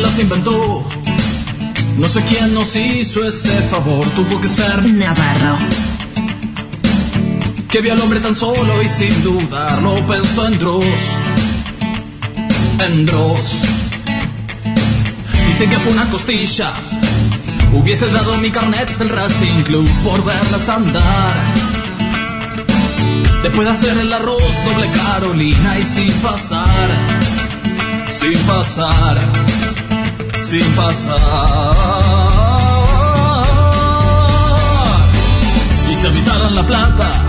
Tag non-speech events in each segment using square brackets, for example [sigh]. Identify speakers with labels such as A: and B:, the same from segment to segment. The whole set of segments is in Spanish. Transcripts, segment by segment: A: nos inventó. No sé quién nos hizo ese favor, tuvo que ser
B: Navarro.
A: que vio al hombre tan solo y sin dudarlo pensó en Dross. En Dross. Dicen que fue una costilla. Hubiese dado mi carnet del Racing Club por verlas andar. Después de hacer el arroz doble Carolina y sin pasar. Sin pasar. Sin pasar. Y si habitaran la plata,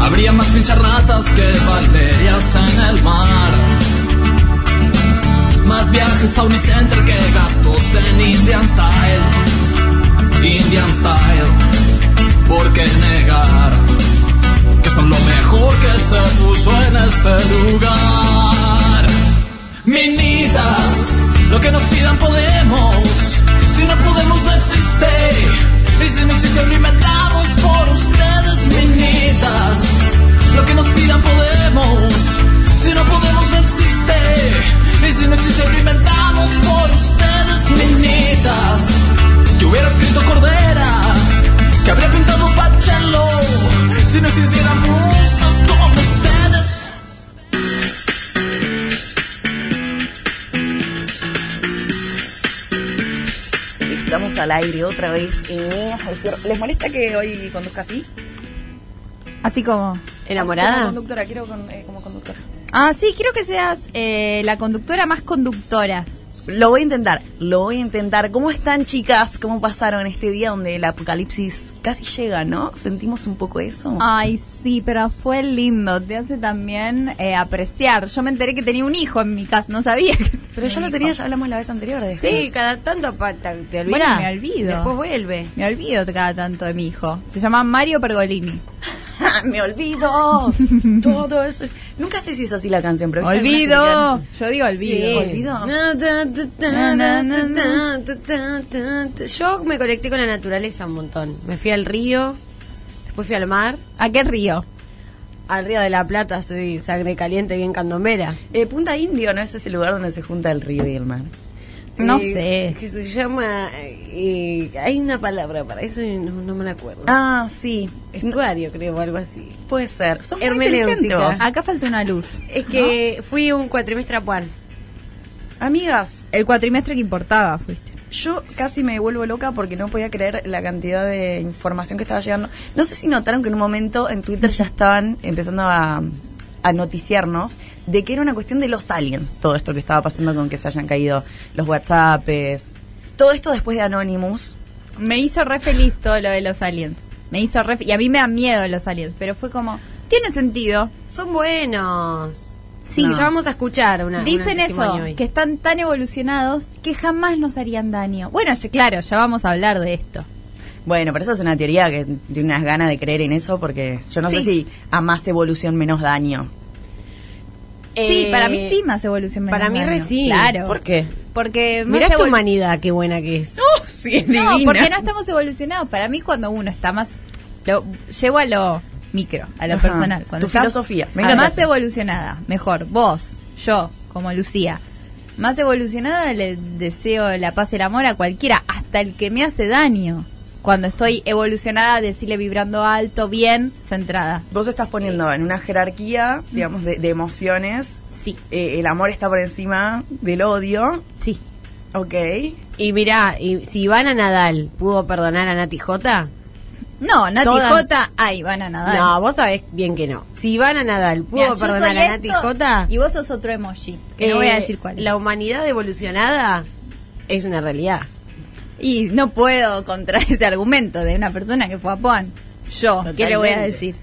A: habría más pincharratas que valerias en el mar. Más viajes a Unicenter que gastos en Indian Style. Indian Style, ¿por qué negar? Que son lo mejor que se puso en este lugar. Minitas, lo que nos pidan podemos. Si no podemos, no existe. Y si no existe, lo inventamos por ustedes, minitas. Lo que nos pidan podemos. Si no podemos, no existe. Y si no existe, lo inventamos por ustedes, minitas. Que hubiera escrito Cordera, que habría pintado Pachelo. Si no existieran musas como ustedes.
C: Estamos al aire otra vez en Neas al Fierro. ¿Les molesta que hoy conduzca así?
D: Así como.
C: Así
E: ¿Enamorada?
C: Como conductora, quiero con- eh, como conductora.
D: Ah, sí, quiero que seas eh, la conductora más conductoras.
E: Lo voy a intentar, lo voy a intentar. ¿Cómo están, chicas? ¿Cómo pasaron este día donde el apocalipsis casi llega, no? ¿Sentimos un poco eso?
C: Ah,
D: Ay, sí, pero fue lindo. Te hace también eh, apreciar. Yo me enteré que tenía un hijo en mi casa, no sabía. que
E: Pero
D: tenía
E: ya lo
D: un
E: tenía,
D: hijo.
E: ya hablamos la vez anterior de
F: Sí, cada tanto pa- ta- te
D: Bueno,
F: olvidas.
D: me olvido.
F: Después vuelve.
D: Me olvido cada tanto de mi hijo. Se llama Mario Pergolini.
E: [laughs] ¡Ah, ¡Me
C: [laughs]
E: olvido! Todo eso. Nunca sé si es así la canción, pero...
D: Olvido. Yo digo
E: Sí.
D: olvido.
E: Olvido.
F: Na, ta, ta, ta, na, ta, ta, ta, ta, ta, ta. Yo me conecté con la naturaleza un montón. Me fui al río, después fui al mar,
D: ¿A qué río?
F: al río de la Plata, soy sangre caliente, bien candomera.
E: Eh, Punta Indio, ¿no? Ese es el lugar donde se junta el río y el mar.
D: No
F: Eh,
D: sé.
F: Que se llama... eh, hay una palabra para eso y no, no me la acuerdo.
E: Ah, sí.
F: Estuario, creo, o algo así.
E: Puede ser. Son muy
F: Hermenéutica. Ah,
E: inteligentes.
D: Acá falta una luz.
F: Es que fui un cuatrimestre a Puan.
E: Amigas,
D: El cuatrimestre que importaba fuiste.
E: Yo casi me vuelvo loca porque no podía creer la cantidad de información que estaba llegando. No sé si notaron que en un momento en Twitter ya estaban empezando a, a noticiarnos de que era una cuestión de los aliens, todo esto que estaba pasando con que se hayan caído los WhatsApps. Todo esto después de Anonymous.
D: Me hizo re feliz todo lo de los aliens. Me hizo re... Y a mí me da miedo los aliens, pero fue como... Tiene sentido.
F: Son buenos.
D: Sí.
F: ya vamos a escuchar una.
D: Dicen
F: un
D: eso,
F: testimonio hoy.
D: que están tan evolucionados que jamás nos harían daño. Bueno, ya- claro, ya vamos a hablar de esto.
E: Bueno, pero esa es una teoría que tiene unas ganas de creer en eso porque yo no sé
D: Sí.
E: si a más evolución menos daño.
D: sí,
F: Eh,
D: para mí sí más evolución menos
F: para mí
D: daño.
F: re sí.
D: Claro.
E: ¿Por qué?
D: Porque más
F: Mirá esta
D: evolu-
F: humanidad, qué buena que es. [laughs]
E: Oh, sí, es
D: No,
E: divina.
D: porque no estamos evolucionados. Para mí cuando uno está más... Lo, llevo a lo micro, a lo
E: Ajá.
D: personal. Cuando
E: Tu
D: está
E: filosofía, me
D: a
E: encanta.
D: más evolucionada, mejor. Vos, yo, como Lucía. Más evolucionada le deseo la paz y el amor a cualquiera, hasta el que me hace daño. Cuando estoy evolucionada, decirle vibrando alto, bien, centrada.
E: Vos estás poniendo en una jerarquía, digamos, de, de emociones.
D: Sí,
E: Eh, el amor está por encima del odio.
D: sí.
E: Ok.
F: Y mirá, y si Ivana Nadal pudo perdonar a Nati Jota,
D: No, Nati
F: Todas-
D: Jota, ahí van a nadar.
F: no, vos sabés bien que no. Si Ivana Nadal pudo
D: Mira, yo soy
F: perdonar a Nati
D: esto,
F: Jota,
D: Y vos sos otro emoji, que no voy a
F: eh,
D: decir cuál. es.
F: La humanidad evolucionada es una realidad.
D: Y no puedo contra [laughs] ese argumento de una persona que fue a Puan. Yo, ¿qué le voy a
E: Totalmente.
D: decir?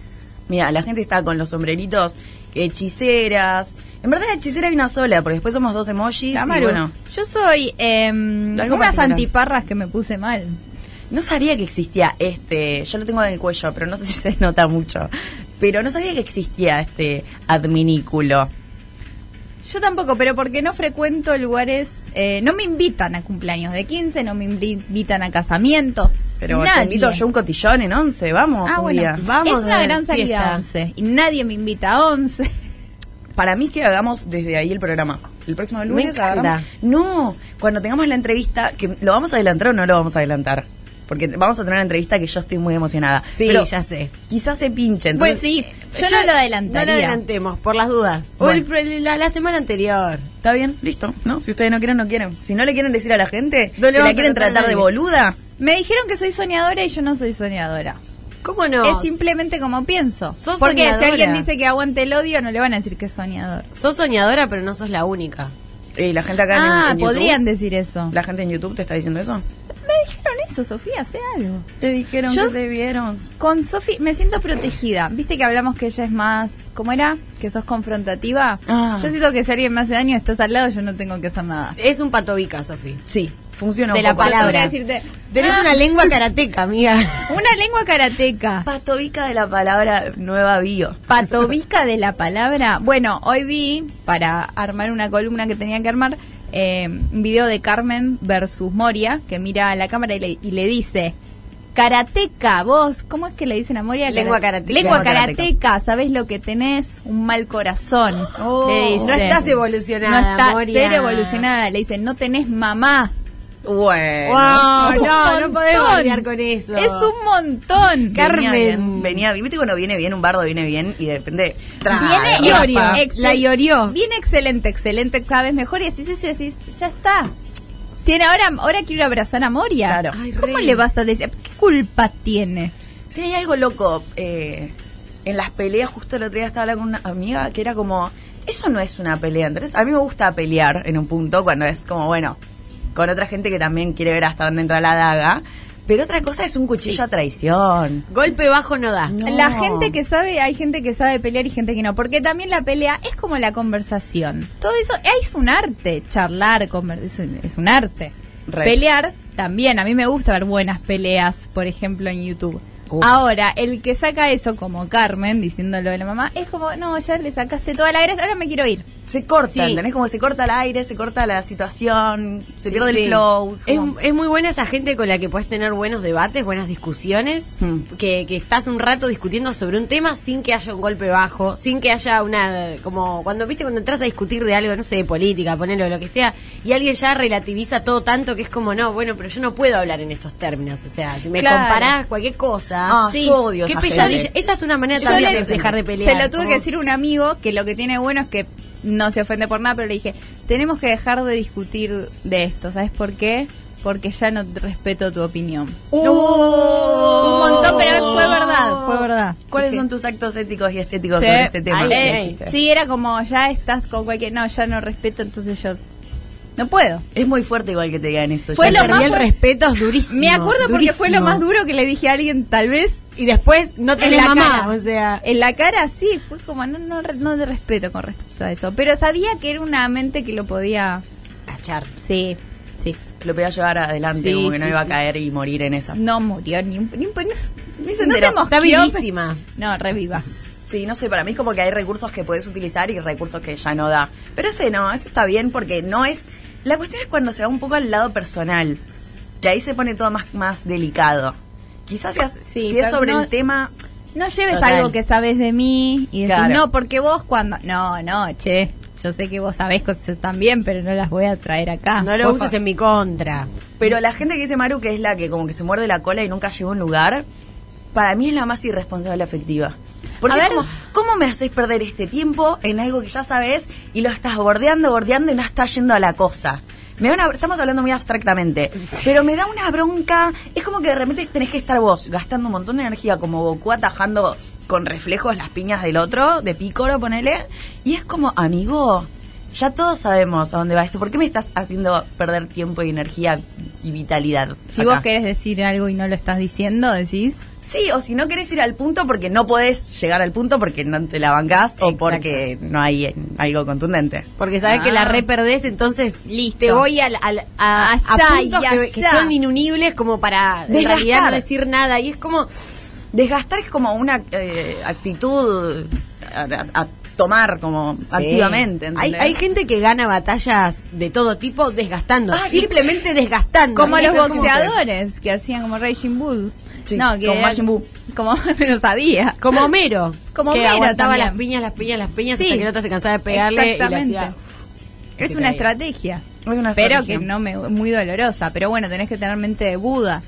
E: Mira, la gente está con los sombreritos, que hechiceras. En verdad, hechicera hay una sola, porque después somos dos emojis. y
D: Cámara.
E: bueno,
D: Yo soy eh,
E: Algo
D: unas
E: particular.
D: antiparras que me puse mal.
E: no sabía que existía este. Yo lo tengo en el cuello, pero no sé si se nota mucho. Pero no sabía que existía este adminículo.
D: Yo tampoco, pero porque no frecuento lugares, eh, no me invitan a cumpleaños de 15, no me invi- invitan a casamientos.
E: Pero te
D: nadie.
E: invito yo un cotillón en once, vamos
D: Ah,
E: un
D: bueno,
E: día.
F: Vamos
D: es una
F: a
D: gran salida
F: fiesta.
D: a 11 y nadie me invita a 11.
E: Para mí que hagamos desde ahí el programa. el próximo
F: Me
E: lunes
F: encanta.
E: agarramos- No, cuando tengamos la entrevista, que ¿lo vamos a adelantar o no lo vamos a adelantar? Porque vamos a tener una entrevista que yo estoy muy emocionada.
F: Sí,
E: Pero
F: ya sé.
E: Quizás se pinche.
D: Pues
E: entonces- eh,
D: sí, yo
F: Ya-
D: no lo adelantaría.
F: No lo adelantemos, por las dudas. O el- la, la semana anterior.
E: Está bien, listo. No, si ustedes no quieren, no quieren. Si no le quieren decir a la gente,
F: No le
E: si
F: vamos
E: la
F: a
E: quieren
F: contar a
E: tratar de
F: nadie.
E: boluda,
D: Me dijeron que soy soñadora y yo no soy soñadora.
F: ¿Cómo no?
D: Es simplemente como pienso.
F: Sos
D: Porque
F: soñadora.
D: si alguien dice que aguante el odio, no le van a decir que es soñador.
F: Sos soñadora, pero no sos la única.
E: eh, la gente acá en-
D: Ah,
E: en, YouTube-
D: podrían decir eso.
E: ¿La gente en YouTube te está diciendo eso?
D: Me dijeron eso, Sofía, hace algo.
E: Te dijeron
D: Yo-
E: que te vieron.
D: Con Sofi me siento protegida. Viste que hablamos que ella es más, ¿cómo era? Que sos confrontativa.
E: Ah.
D: Yo siento que si alguien me hace daño, estás al lado, yo no tengo que hacer nada.
F: Es un patobica, Sofi.
E: Sí, funciona
F: De
E: un
F: la
E: poco.
F: palabra.
D: Yo quería decirte,
F: Tenés
D: ah,
F: una lengua karateca, amiga.
D: una lengua karateca.
E: Patovica de la palabra nueva bio.
D: Patovica de la palabra. Bueno, hoy vi, para armar una columna que tenía que armar, eh, un video de Carmen versus Moria, que mira a la cámara y le, y le dice, Karateca, vos, ¿cómo es que le dicen a Moria?
F: Lengua
D: Cara-
F: karate-
D: Lengua
E: lengua karateca.
D: karateca, ¿sabés lo que tenés? Un mal corazón.
E: Oh.
D: le dice.
F: No estás evolucionada,
D: No estás
F: Moria.
D: cero evolucionada. Le dicen, no tenés mamá.
E: Bueno.
F: Wow,
D: Es un
F: no, no podemos
D: montón.
F: pelear con eso.
D: Es un montón.
E: Venía bien,
F: Carmen.
E: venía bien. Viste cuando viene bien un bardo, viene bien y depende.
D: Viene
F: la
D: ex-
F: Iorio.
D: ex-
F: La Iorio.
D: Viene excelente, excelente, cada vez mejor. Y así se decís, ya está. Tiene ahora, ahora quiero abrazar a Moria.
E: Claro.
F: Ay,
D: ¿Cómo
F: re.
D: le vas a decir? ¿Qué culpa tiene?
E: Si hay algo loco eh, en las peleas, justo el otro día estaba hablando con una amiga que era como, eso no es una pelea, ¿entendés? A mí me gusta pelear en un punto cuando es como, bueno, con otra gente que también quiere ver hasta dónde entra la daga, pero otra cosa es un cuchillo a traición.
F: Golpe bajo no da.
E: No.
D: La gente que sabe, hay gente que sabe pelear y gente que no. Porque también la pelea es como la conversación. Todo eso eh, es un arte. Charlar, conver- es un, es un arte.
E: Re.
D: Pelear también. A mí me gusta ver buenas peleas, por ejemplo, en YouTube.
E: Uf.
D: Ahora, el que saca eso, como Carmen, diciéndolo de la mamá, es como, no, ya le sacaste toda la gracia, ahora me quiero ir.
E: Se corta,
F: Sí.
E: ¿entendés? Como se corta el aire, se corta la situación, se pierde
F: Sí.
E: el flow.
F: Es,
E: como-
F: es muy buena esa gente con la que puedes tener buenos debates, buenas discusiones,
E: Mm.
F: que, que estás un rato discutiendo sobre un tema sin que haya un golpe bajo, sin que haya una como cuando viste cuando entras a discutir de algo, no sé, de política, ponelo lo que sea, y alguien ya relativiza todo tanto que es como no, bueno, pero yo no puedo hablar en estos términos, o sea, si me
D: Claro.
F: comparás cualquier cosa,
E: Ah, yo odio
F: qué
E: esa
F: pesadilla.
E: gente.
F: Esa es una manera
D: Yo
F: también
D: le-
F: de dejar de pelear.
D: Se lo tuve
F: como-
D: que decir a un amigo que lo que tiene bueno es que no se ofende por nada, pero le dije, tenemos que dejar de discutir de esto, ¿sabes por qué? Porque ya no te respeto tu opinión.
E: Uh.
F: ¡Oh!
D: Un montón, pero fue verdad, fue verdad.
E: ¿Cuáles
D: Dije,
E: son tus actos éticos y estéticos
D: Sí.
E: sobre este tema?
F: Ay,
E: ¿Qué
D: Eh,
E: dijiste?
D: sí, era como, ya estás con cualquier... No, ya no respeto, entonces yo no puedo.
E: Es muy fuerte igual que te digan eso.
D: Fue
E: ya
D: lo
E: perdí
D: más
F: Y el
D: fuerte-
F: respeto es durísimo.
D: Me acuerdo porque fue lo
F: durísimo.
D: más duro que le dije a alguien, tal vez,
F: Y después no
D: en
F: tenés
D: la
F: mamá,
D: cara.
F: o sea,
D: En la cara sí, fue como, no, no, re- no te respeto con respecto a eso. Pero sabía que era una mente que lo podía...
F: cachar.
D: Sí, sí.
E: lo podía llevar adelante,
D: Sí,
E: como que no
D: sí,
E: iba
D: sí.
E: a caer y morir en esa.
D: No murió ni un... Ni un- ni-
E: Ni se
D: no
E: enteró.
D: se mosqueó.
F: Está vivísima.
D: No, reviva.
E: Sí, no sé, para mí es como que hay recursos que puedes utilizar y recursos que ya no da. Pero ese no, ese está bien porque no es... La cuestión es cuando se va un poco al lado personal, que ahí se pone todo más, más delicado. Quizás si, has-
D: Sí,
E: si es
D: pero
E: sobre
D: no-
E: el tema...
D: No lleves
E: Total.
D: algo que sabes de mí y decís,
E: Claro.
D: no, porque vos cuando... No, no, che, yo sé que vos sabés cosas también, pero no las voy a traer acá.
F: No lo
D: Por
F: uses
D: favor.
F: en mi contra.
E: Pero la gente que dice Maru que es la que como que se muerde la cola y nunca llegó a un lugar, para mí es la más irresponsable afectiva. Porque
D: A
E: es
D: ver.
E: como, ¿cómo me haces perder este tiempo en algo que ya sabes y lo estás bordeando, bordeando y no estás yendo a la cosa? Me da una- estamos hablando muy abstractamente, pero me da una bronca. Es como que de repente tenés que estar vos gastando un montón de energía como Goku atajando con reflejos las piñas del otro, de pícoro, ponele. Y es como, amigo, ya todos sabemos a dónde va esto. ¿Por qué me estás haciendo perder tiempo y energía y vitalidad?
D: Si
E: acá?
D: vos querés decir algo y no lo estás diciendo, decís...
E: Sí, o si no querés ir al punto porque no podés llegar al punto porque no te la bancás o
F: Exacto.
E: porque no hay eh, algo contundente.
F: Porque sabes
D: Ah.
F: que la re perdés, entonces
D: Listo.
F: te voy al, al- a, a
D: Allá y
F: puntos que, que
D: allá.
F: son inunibles como para en
E: Desgastar.
F: realidad no decir nada. Y es como,
E: Desgastar es como una eh, actitud a, a- a tomar como activamente.
F: hay,
E: ¿entendés?
F: hay gente que gana batallas de todo tipo desgastando.
E: Ah, sí.
F: simplemente desgastando.
D: Como
F: Es
D: los
F: como que-
D: boxeadores que hacían como Raging Bull.
E: Sí, como Majin Buu.
D: Como, [laughs] pero sabía.
F: Como Homero.
D: Como
F: que
D: Homero
F: aguantaba
D: también.
F: las piñas, las piñas, las piñas,
D: Sí.
F: hasta que el otro se cansaba de pegarle y le
D: Exactamente.
F: hacía...
D: Es
F: Sí,
D: una
F: está bien.
D: estrategia.
E: Es una
D: pero
E: estrategia.
D: que no me muy dolorosa. Pero bueno, tenés que tener mente de Buda.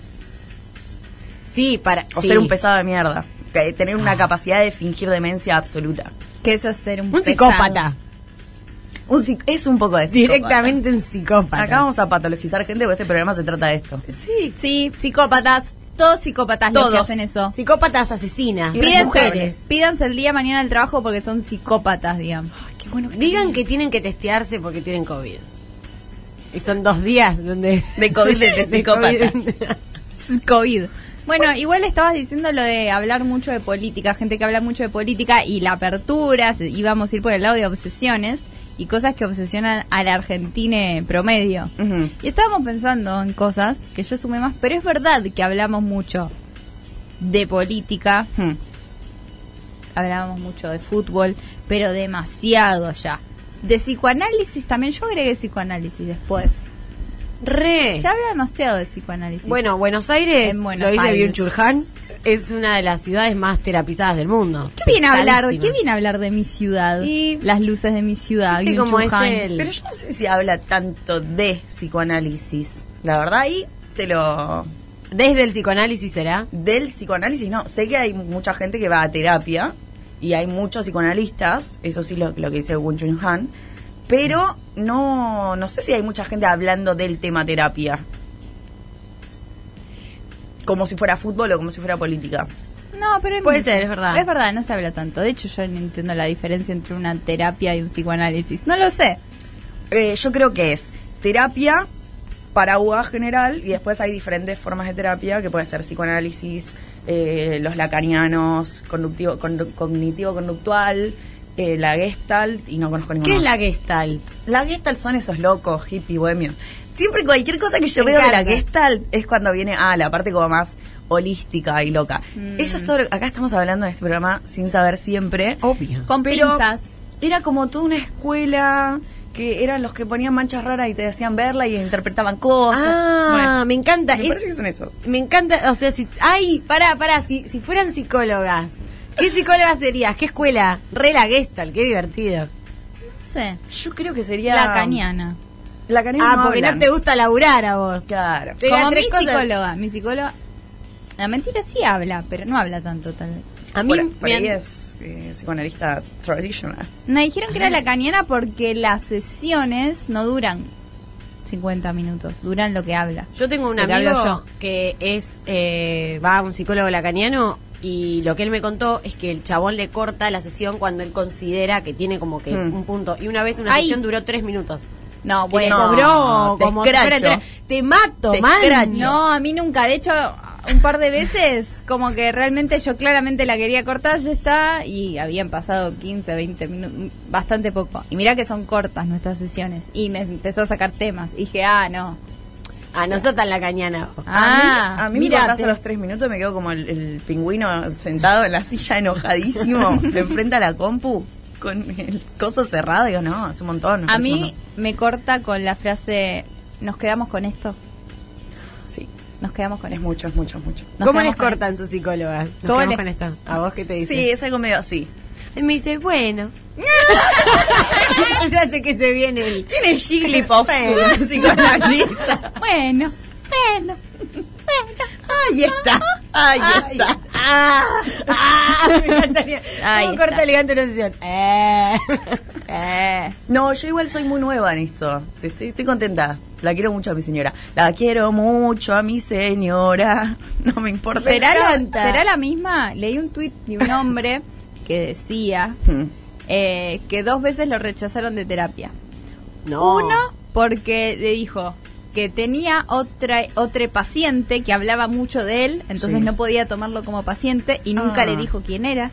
F: Sí, para.
E: O
F: sí.
E: ser un pesado de mierda. Que tener una capacidad de fingir demencia absoluta.
D: Que eso es ser un,
F: Un
D: pesado.
F: psicópata.
E: Un psic- es un poco de psicópata.
F: Directamente un psicópata.
E: Acá vamos a patologizar gente porque este programa se trata de esto.
D: Sí, sí, psicópatas. Todos psicópatas los que
E: Todos.
D: hacen eso.
F: Psicópatas asesinas.
D: Pídanse,
E: mujeres.
D: pídanse el día mañana al trabajo porque son psicópatas, digamos.
F: Digan que tienen que testearse porque tienen COVID. Y son dos días donde.
E: De COVID
F: [laughs]
E: de- de psicópata.
F: COVID.
D: [laughs] COVID. Bueno, igual estabas diciendo lo de hablar mucho de política, gente que habla mucho de política y la apertura, se- íbamos a ir por el lado de obsesiones y cosas que obsesionan al argentine promedio.
E: Ujú.
D: Y estábamos pensando en cosas que yo sumé más, pero es verdad que hablamos mucho de política,
E: Hmm.
D: hablábamos mucho de fútbol, pero demasiado ya. De psicoanálisis también, yo agregué psicoanálisis después.
F: Re.
D: Se habla demasiado de psicoanálisis.
F: Bueno, Buenos Aires,
D: En Buenos
F: lo dice
D: Aires.
F: Bill Churhan, es una de las ciudades más terapizadas del mundo.
D: ¿Qué viene a hablar?
F: Pesadísima.
D: ¿Qué viene a hablar de mi ciudad?
F: Y-
D: Las luces de mi ciudad.
F: Viste cómo es
D: Gyun-Chu Han.
F: el-
E: Pero yo no sé si habla tanto de psicoanálisis. La verdad ahí te lo...
F: Desde el psicoanálisis será.
E: Del psicoanálisis, no. Sé que hay mucha gente que va a terapia y hay muchos psicoanalistas, eso sí lo, lo que dice Wun Chun Han, pero no, no sé si hay mucha gente hablando del tema terapia. Como si fuera fútbol o como si fuera política.
D: No, pero
F: Puede ser, es verdad.
D: Es verdad, no se habla tanto. De hecho, yo no entiendo la diferencia entre una terapia y un psicoanálisis. No lo sé.
E: Eh, yo creo que es terapia, paraguas general, y después hay diferentes formas de terapia, que puede ser psicoanálisis, eh, los lacanianos, conductivo, condu- cognitivo-conductual, eh, la gestalt, y no conozco ninguna.
F: ¿Qué es
E: más.
F: la Gestalt?
E: La gestalt son esos locos, hippie, bohemio. Siempre cualquier cosa que yo
F: Me
E: veo de
F: encanta.
E: la gestalt es cuando viene ah, la parte como más holística y loca.
F: Mm.
E: Eso es todo. lo- Acá estamos hablando de este programa sin saber siempre.
F: Obvio.
D: Con
E: Pero
D: pinzas.
E: Era como toda una escuela que eran los que ponían manchas raras y te decían verla y interpretaban cosas.
F: Ah, me encanta.
E: Bueno, me
F: es-
E: parece que son esos.
F: me encanta, o sea, si... Ay, pará, pará, si, si fueran psicólogas, ¿qué psicóloga serías? ¿Qué escuela? Re la Gestalt, qué divertido.
D: No sé.
E: Yo creo que sería.
D: La cañana.
E: La cañana.
F: Ah, porque no te gusta laburar a vos.
E: Claro.
F: Te dan
D: Como mi
F: tres cosas.
D: psicóloga. Mi psicóloga. La mentira sí habla, pero no habla tanto, tal vez.
F: A mí
E: Por, por
F: me
E: ahí
F: han-
E: es eh, psicoanalista tradicional.
D: Me dijeron que era
F: Ah.
D: la cañana porque las sesiones no duran 50 minutos. Duran lo que habla.
F: Yo tengo un
D: Lo que hablo
F: amigo
D: yo.
F: que es eh, va a un psicólogo lacaniano y lo que él me contó es que el chabón le corta la sesión cuando él considera que tiene como que
D: Hmm.
E: Mm.
F: un punto. Y una vez una
D: Ay.
F: sesión duró tres minutos.
D: No,
F: Y le
D: bueno.
F: cobró
E: te
F: como si fuera
E: escracho.
F: tres- Te mato,
E: Te
F: man.
E: escracho.
F: No.
D: No, a mí nunca. De hecho, un par de veces, como que realmente yo claramente la quería cortar, ya está. Y habían pasado 15, 20 minutos, bastante poco. Y mirá que son cortas nuestras sesiones. Y me empezó a sacar temas. Y dije, ah, no.
F: A nosotros la cañana.
D: Ah,
E: a mí, a mí me
D: mirá,
E: cortás
D: te-
E: a los tres minutos y me quedo como el, el pingüino sentado en la silla
F: [laughs]
E: enojadísimo, se enfrenta a la compu con el coso cerrado. Digo, no, es un montón.
D: A
E: es un
D: mí
E: montón.
D: me corta con la frase, nos quedamos con esto.
E: Sí,
D: Nos quedamos con
E: es
D: esto.
E: mucho, es mucho, es mucho.
D: Nos
F: ¿Cómo
D: quedamos
F: les
D: con
F: cortan sus psicólogas? Nos
D: ¿Cómo
F: quedamos
D: les-
F: con esto. ¿A vos qué te dicen?
E: Sí, es algo medio así.
F: Y me dice, bueno. Yo [laughs] ya sé que se viene el...
E: Tiene Jigglypuff, [laughs]
D: [laughs]
F: Bueno.
E: psicoanalista.
D: esto. Bueno, bueno.
E: Ahí está, ahí está.
F: [laughs] Ah, ah, me encantaría.
D: Ahí
F: ¿Cómo corta
D: está.
F: elegante una sesión? Eh.
D: Eh,
E: No, yo igual soy muy nueva en esto. Estoy, estoy contenta. La quiero mucho a mi señora. La quiero mucho a mi señora. [laughs] No me importa.
D: ¿será, la,
F: encanta.
D: ¿Será la misma? Leí un tuit de un hombre que decía
E: Hmm.
F: Mm.
D: eh, que dos veces lo rechazaron de terapia.
F: No.
D: Uno, porque le dijo que tenía otra otro paciente que hablaba mucho de él, entonces
E: Sí.
D: no podía tomarlo como paciente y nunca
E: Ah.
D: le dijo quién era.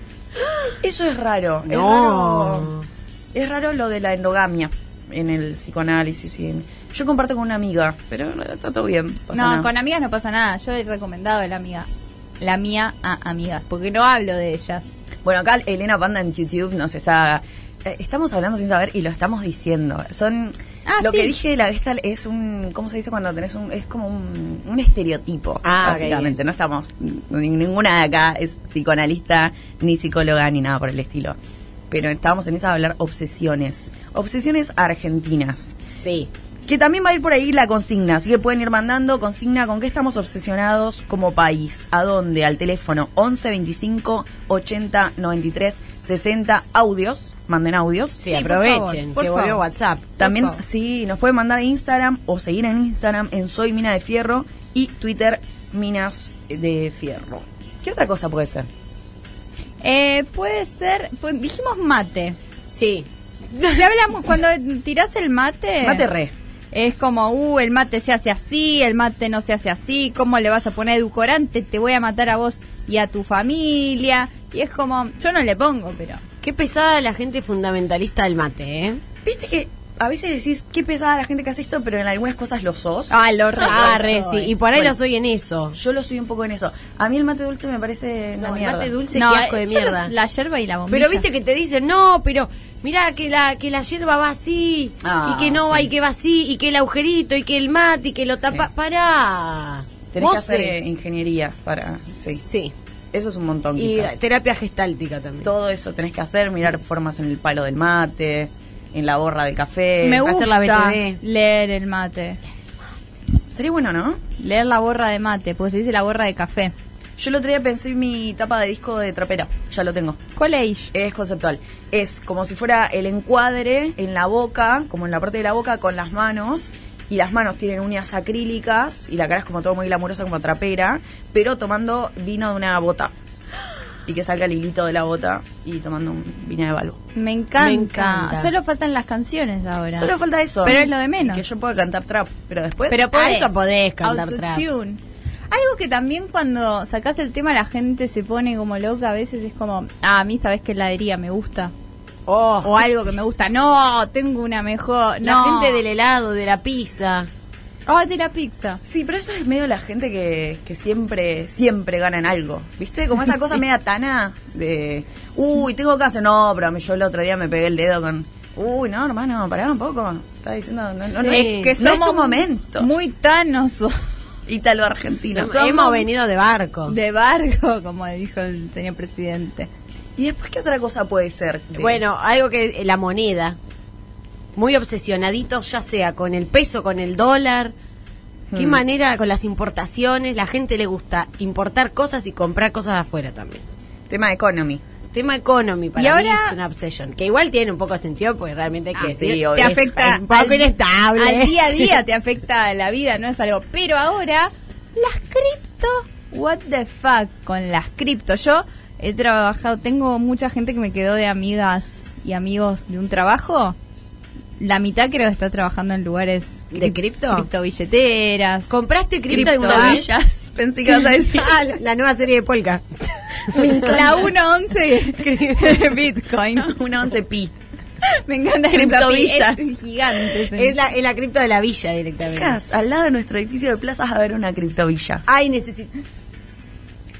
E: Eso es raro. Es
F: No.
E: raro. Es raro lo de la endogamia en el psicoanálisis. y en- Yo comparto con una amiga, pero está todo bien. pasa
D: no,
E: nada.
D: con amigas no pasa nada. Yo he recomendado a la amiga, la mía a amigas, porque no hablo de ellas.
E: Bueno, acá Elena Panda en YouTube nos está... eh, Estamos hablando sin saber y lo estamos diciendo. Son...
D: Ah,
E: lo
D: sí.
E: que dije de la gestal es un... ¿Cómo se dice cuando tenés un...? Es como un, un estereotipo,
F: Ah, ok,
E: básicamente. No estamos... ni- Ninguna de acá es psicoanalista, ni psicóloga, ni nada por el estilo. Pero estábamos en esa de hablar obsesiones. obsesiones argentinas.
F: Sí.
E: Que también va a ir por ahí la consigna, así que pueden ir mandando consigna con qué estamos obsesionados como país, a dónde, al teléfono 11 25 80 93 60 audios, manden audios.
F: Sí,
D: por
F: aprovechen,
D: favor, por
F: que volvió
D: favor.
F: WhatsApp.
E: También,
D: favor.
E: sí, nos pueden mandar a Instagram o seguir en Instagram en Soy Mina de Fierro y Twitter Minas de Fierro. ¿Qué otra cosa puede ser?
D: Eh, puede ser, pues, dijimos mate.
F: Sí.
D: Si hablamos, cuando tirás el mate,
E: Mate re.
D: es como, uh, el mate se hace así, el mate no se hace así, ¿cómo le vas a poner edulcorante? Te voy a matar a vos y a tu familia. Y es como, yo no le pongo, pero...
F: Qué pesada la gente fundamentalista del mate, ¿eh?
E: Viste que a veces decís, qué pesada la gente que hace esto, pero en algunas cosas lo sos. [laughs]
D: Ah, lo raro.
F: Ah, re, sí. Y por ahí
E: Bueno.
F: lo soy en eso.
E: Yo lo soy un poco en eso. A mí el mate dulce me parece una
F: No, el
E: mierda. eh,
F: mate dulce,
D: No,
F: qué asco de
D: yo lo-
F: mierda.
D: la yerba y la bombilla.
F: Pero viste que te dicen, no, pero mirá que la, que la hierba va así,
E: Ah,
F: y que no va,
E: sí.
F: y que va así, y que el agujerito, y que el mate, y que lo tapa. Pará.
E: Tenés que
F: Voces.
E: hacer eh, ingeniería para... Sí.
F: Sí.
E: Eso es un montón,
F: Y
E: quizás.
F: terapia gestáltica también.
E: Todo eso tenés que hacer, mirar formas en el palo del mate, en la borra del café.
D: me gusta
F: hacer la BTV.
D: leer el mate.
E: Estaría bueno, ¿no?
D: Leer la borra de mate, porque se dice la borra de café.
E: Yo el otro día pensé en mi tapa de disco de trapera. Ya lo tengo.
D: ¿Cuál es?
E: Es conceptual. Es como si fuera el encuadre en la boca, como en la parte de la boca, con las manos. Y las manos tienen uñas acrílicas y la cara es como todo muy glamurosa, como trapera, pero tomando vino de una bota. Y que salga el hilito de la bota y tomando un vino de balbo.
D: Me encanta.
F: Me encanta.
D: Solo faltan las canciones ahora.
E: Solo falta eso.
D: Pero es lo de
E: Y
D: menos.
E: que yo pueda cantar trap, pero después.
F: Pero por eso podés cantar trap.
D: Autotune. Algo que también cuando sacás el tema la gente se pone como loca, a veces es como, ah, a mí sabes que heladería me gusta.
F: Oh.
D: O algo que me gusta. No, tengo una mejor.
F: La
D: no.
F: gente del helado, de la pizza.
D: Ah, de la pizza.
E: Sí, pero eso es medio la gente que, que siempre, siempre gana en algo. ¿Viste? Como esa
F: [laughs]
E: cosa media tana de. Uy, tengo cáncer. No, pero a mí yo el otro día me pegué el dedo con. Uy, no, hermano, pará un poco. Está diciendo. No, no, no,
F: Sí.
E: no es tu momento.
D: muy tanosos
E: Ítalo argentino.
D: Somos-
F: Hemos venido de barco.
D: de barco, [laughs] como dijo el señor presidente.
E: ¿Y después qué otra cosa puede ser? De-
F: Bueno, algo que eh, la moneda. Muy obsesionaditos, ya sea con el peso, con el dólar. Qué
E: Hmm.
F: manera con las importaciones. La gente le gusta importar cosas y comprar cosas de afuera también.
E: Tema economy.
F: Tema economy para
D: Y ahora-
F: mí es una obsesión. Que igual tiene un poco de sentido porque realmente hay que
E: Ah,
F: decir,
E: sí,
D: te
E: obvio.
D: afecta
F: es un poco
D: al-
F: inestable.
D: Al día
E: [laughs]
D: a día
F: [laughs]
D: te afecta la vida, no es algo. Pero ahora, las cripto, what the fuck con las cripto. Yo he trabajado, tengo mucha gente que me quedó de amigas y amigos de un trabajo. La mitad creo que está trabajando en lugares
F: ¿De
D: crip-
F: cripto?
D: criptobilleteras.
F: ¿Compraste cripto alguna vez?
E: Criptovillas. Pensé que ibas a
F: [laughs]
E: decir.
F: Ah, la- la nueva serie de Polka.
D: La 111 [laughs] Bitcoin.
E: Una once pi.
D: Me encanta
E: Criptovillas.
D: Es gigante. señor.
F: Es la, es la cripto de la villa directamente.
E: Chicas, al lado de nuestro edificio de plazas va a haber una criptovilla.
F: Ay, necesito.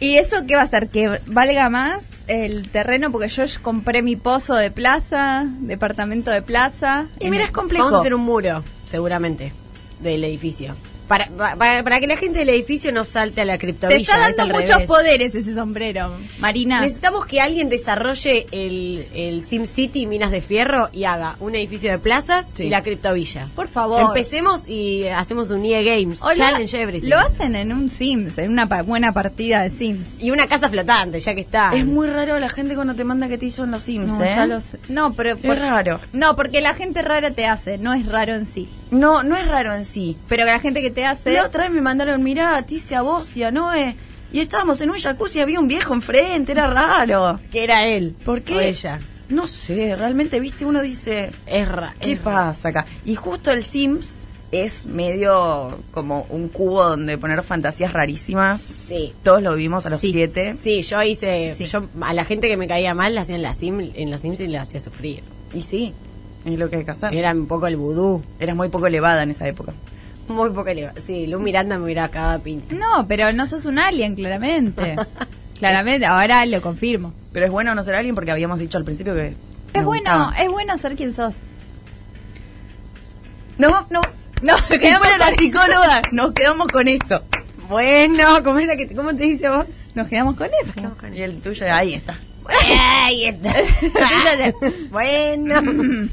D: ¿Y eso qué va a hacer? ¿Que valga más el terreno? Porque yo ya compré mi pozo de plaza, departamento de plaza.
E: Y mira, es complejo.
F: Vamos a hacer un muro, seguramente, del edificio. Para, para, para que la gente del edificio no salte a la criptovilla.
D: Te está
F: es al
D: dando muchos
F: revés.
D: poderes ese sombrero, Marina.
F: Necesitamos que alguien desarrolle el, el SimCity Minas de Fierro y haga un edificio de plazas
E: Sí.
F: y la criptovilla.
D: Por favor.
F: Empecemos y hacemos un EA Games.
D: O lo-
F: Challenge everything.
D: Lo hacen en un Sims, en una pa- buena partida de Sims.
F: Y una casa flotante, ya que está.
E: Es muy raro la gente cuando te manda que te hizo en los Sims,
D: No,
E: ¿eh?
D: ya lo sé. No, pero... por-
E: raro.
D: No, porque la gente rara te hace, no es raro en sí.
E: No, no es raro en sí.
D: Pero la gente que te hace...
E: La otra vez me mandaron, mirá, a ti, a vos y a Noé. Y estábamos en un jacuzzi y había un viejo enfrente, era raro.
F: que era él.
E: ¿Por qué?
F: O ella.
E: No sé, realmente, viste, uno dice,
F: Es ra-
E: ¿qué
F: es ra-
E: pasa acá? Y justo el Sims es medio como un cubo donde poner fantasías rarísimas.
F: Sí.
E: Todos lo vimos a los
D: Sí.
E: siete.
F: Sí, yo hice.
D: Sí.
F: Yo, a la gente que me caía mal la hacía en, la sim, en los Sims y la hacía sufrir.
E: Y sí, es lo que hay que hacer.
F: Era un poco el vudú.
E: Eras muy poco elevada en esa [laughs] época.
F: Muy poco eleva- Sí, Lu Miranda me hubiera cagado a pinta.
D: No, pero no sos un alien, claramente.
F: [laughs]
D: claramente, ahora lo confirmo.
E: Pero es bueno no ser alguien porque habíamos dicho al principio que...
D: Es
E: nos
D: bueno,
E: gustaba.
D: es bueno ser quien sos.
E: No, no,
D: No,
E: quedamos con la psicóloga. Nos quedamos con esto.
F: Bueno, ¿cómo, era que, ¿cómo te dice vos?
D: Nos quedamos con eso.
E: Y el tuyo, ahí está.
F: Ahí está. bueno.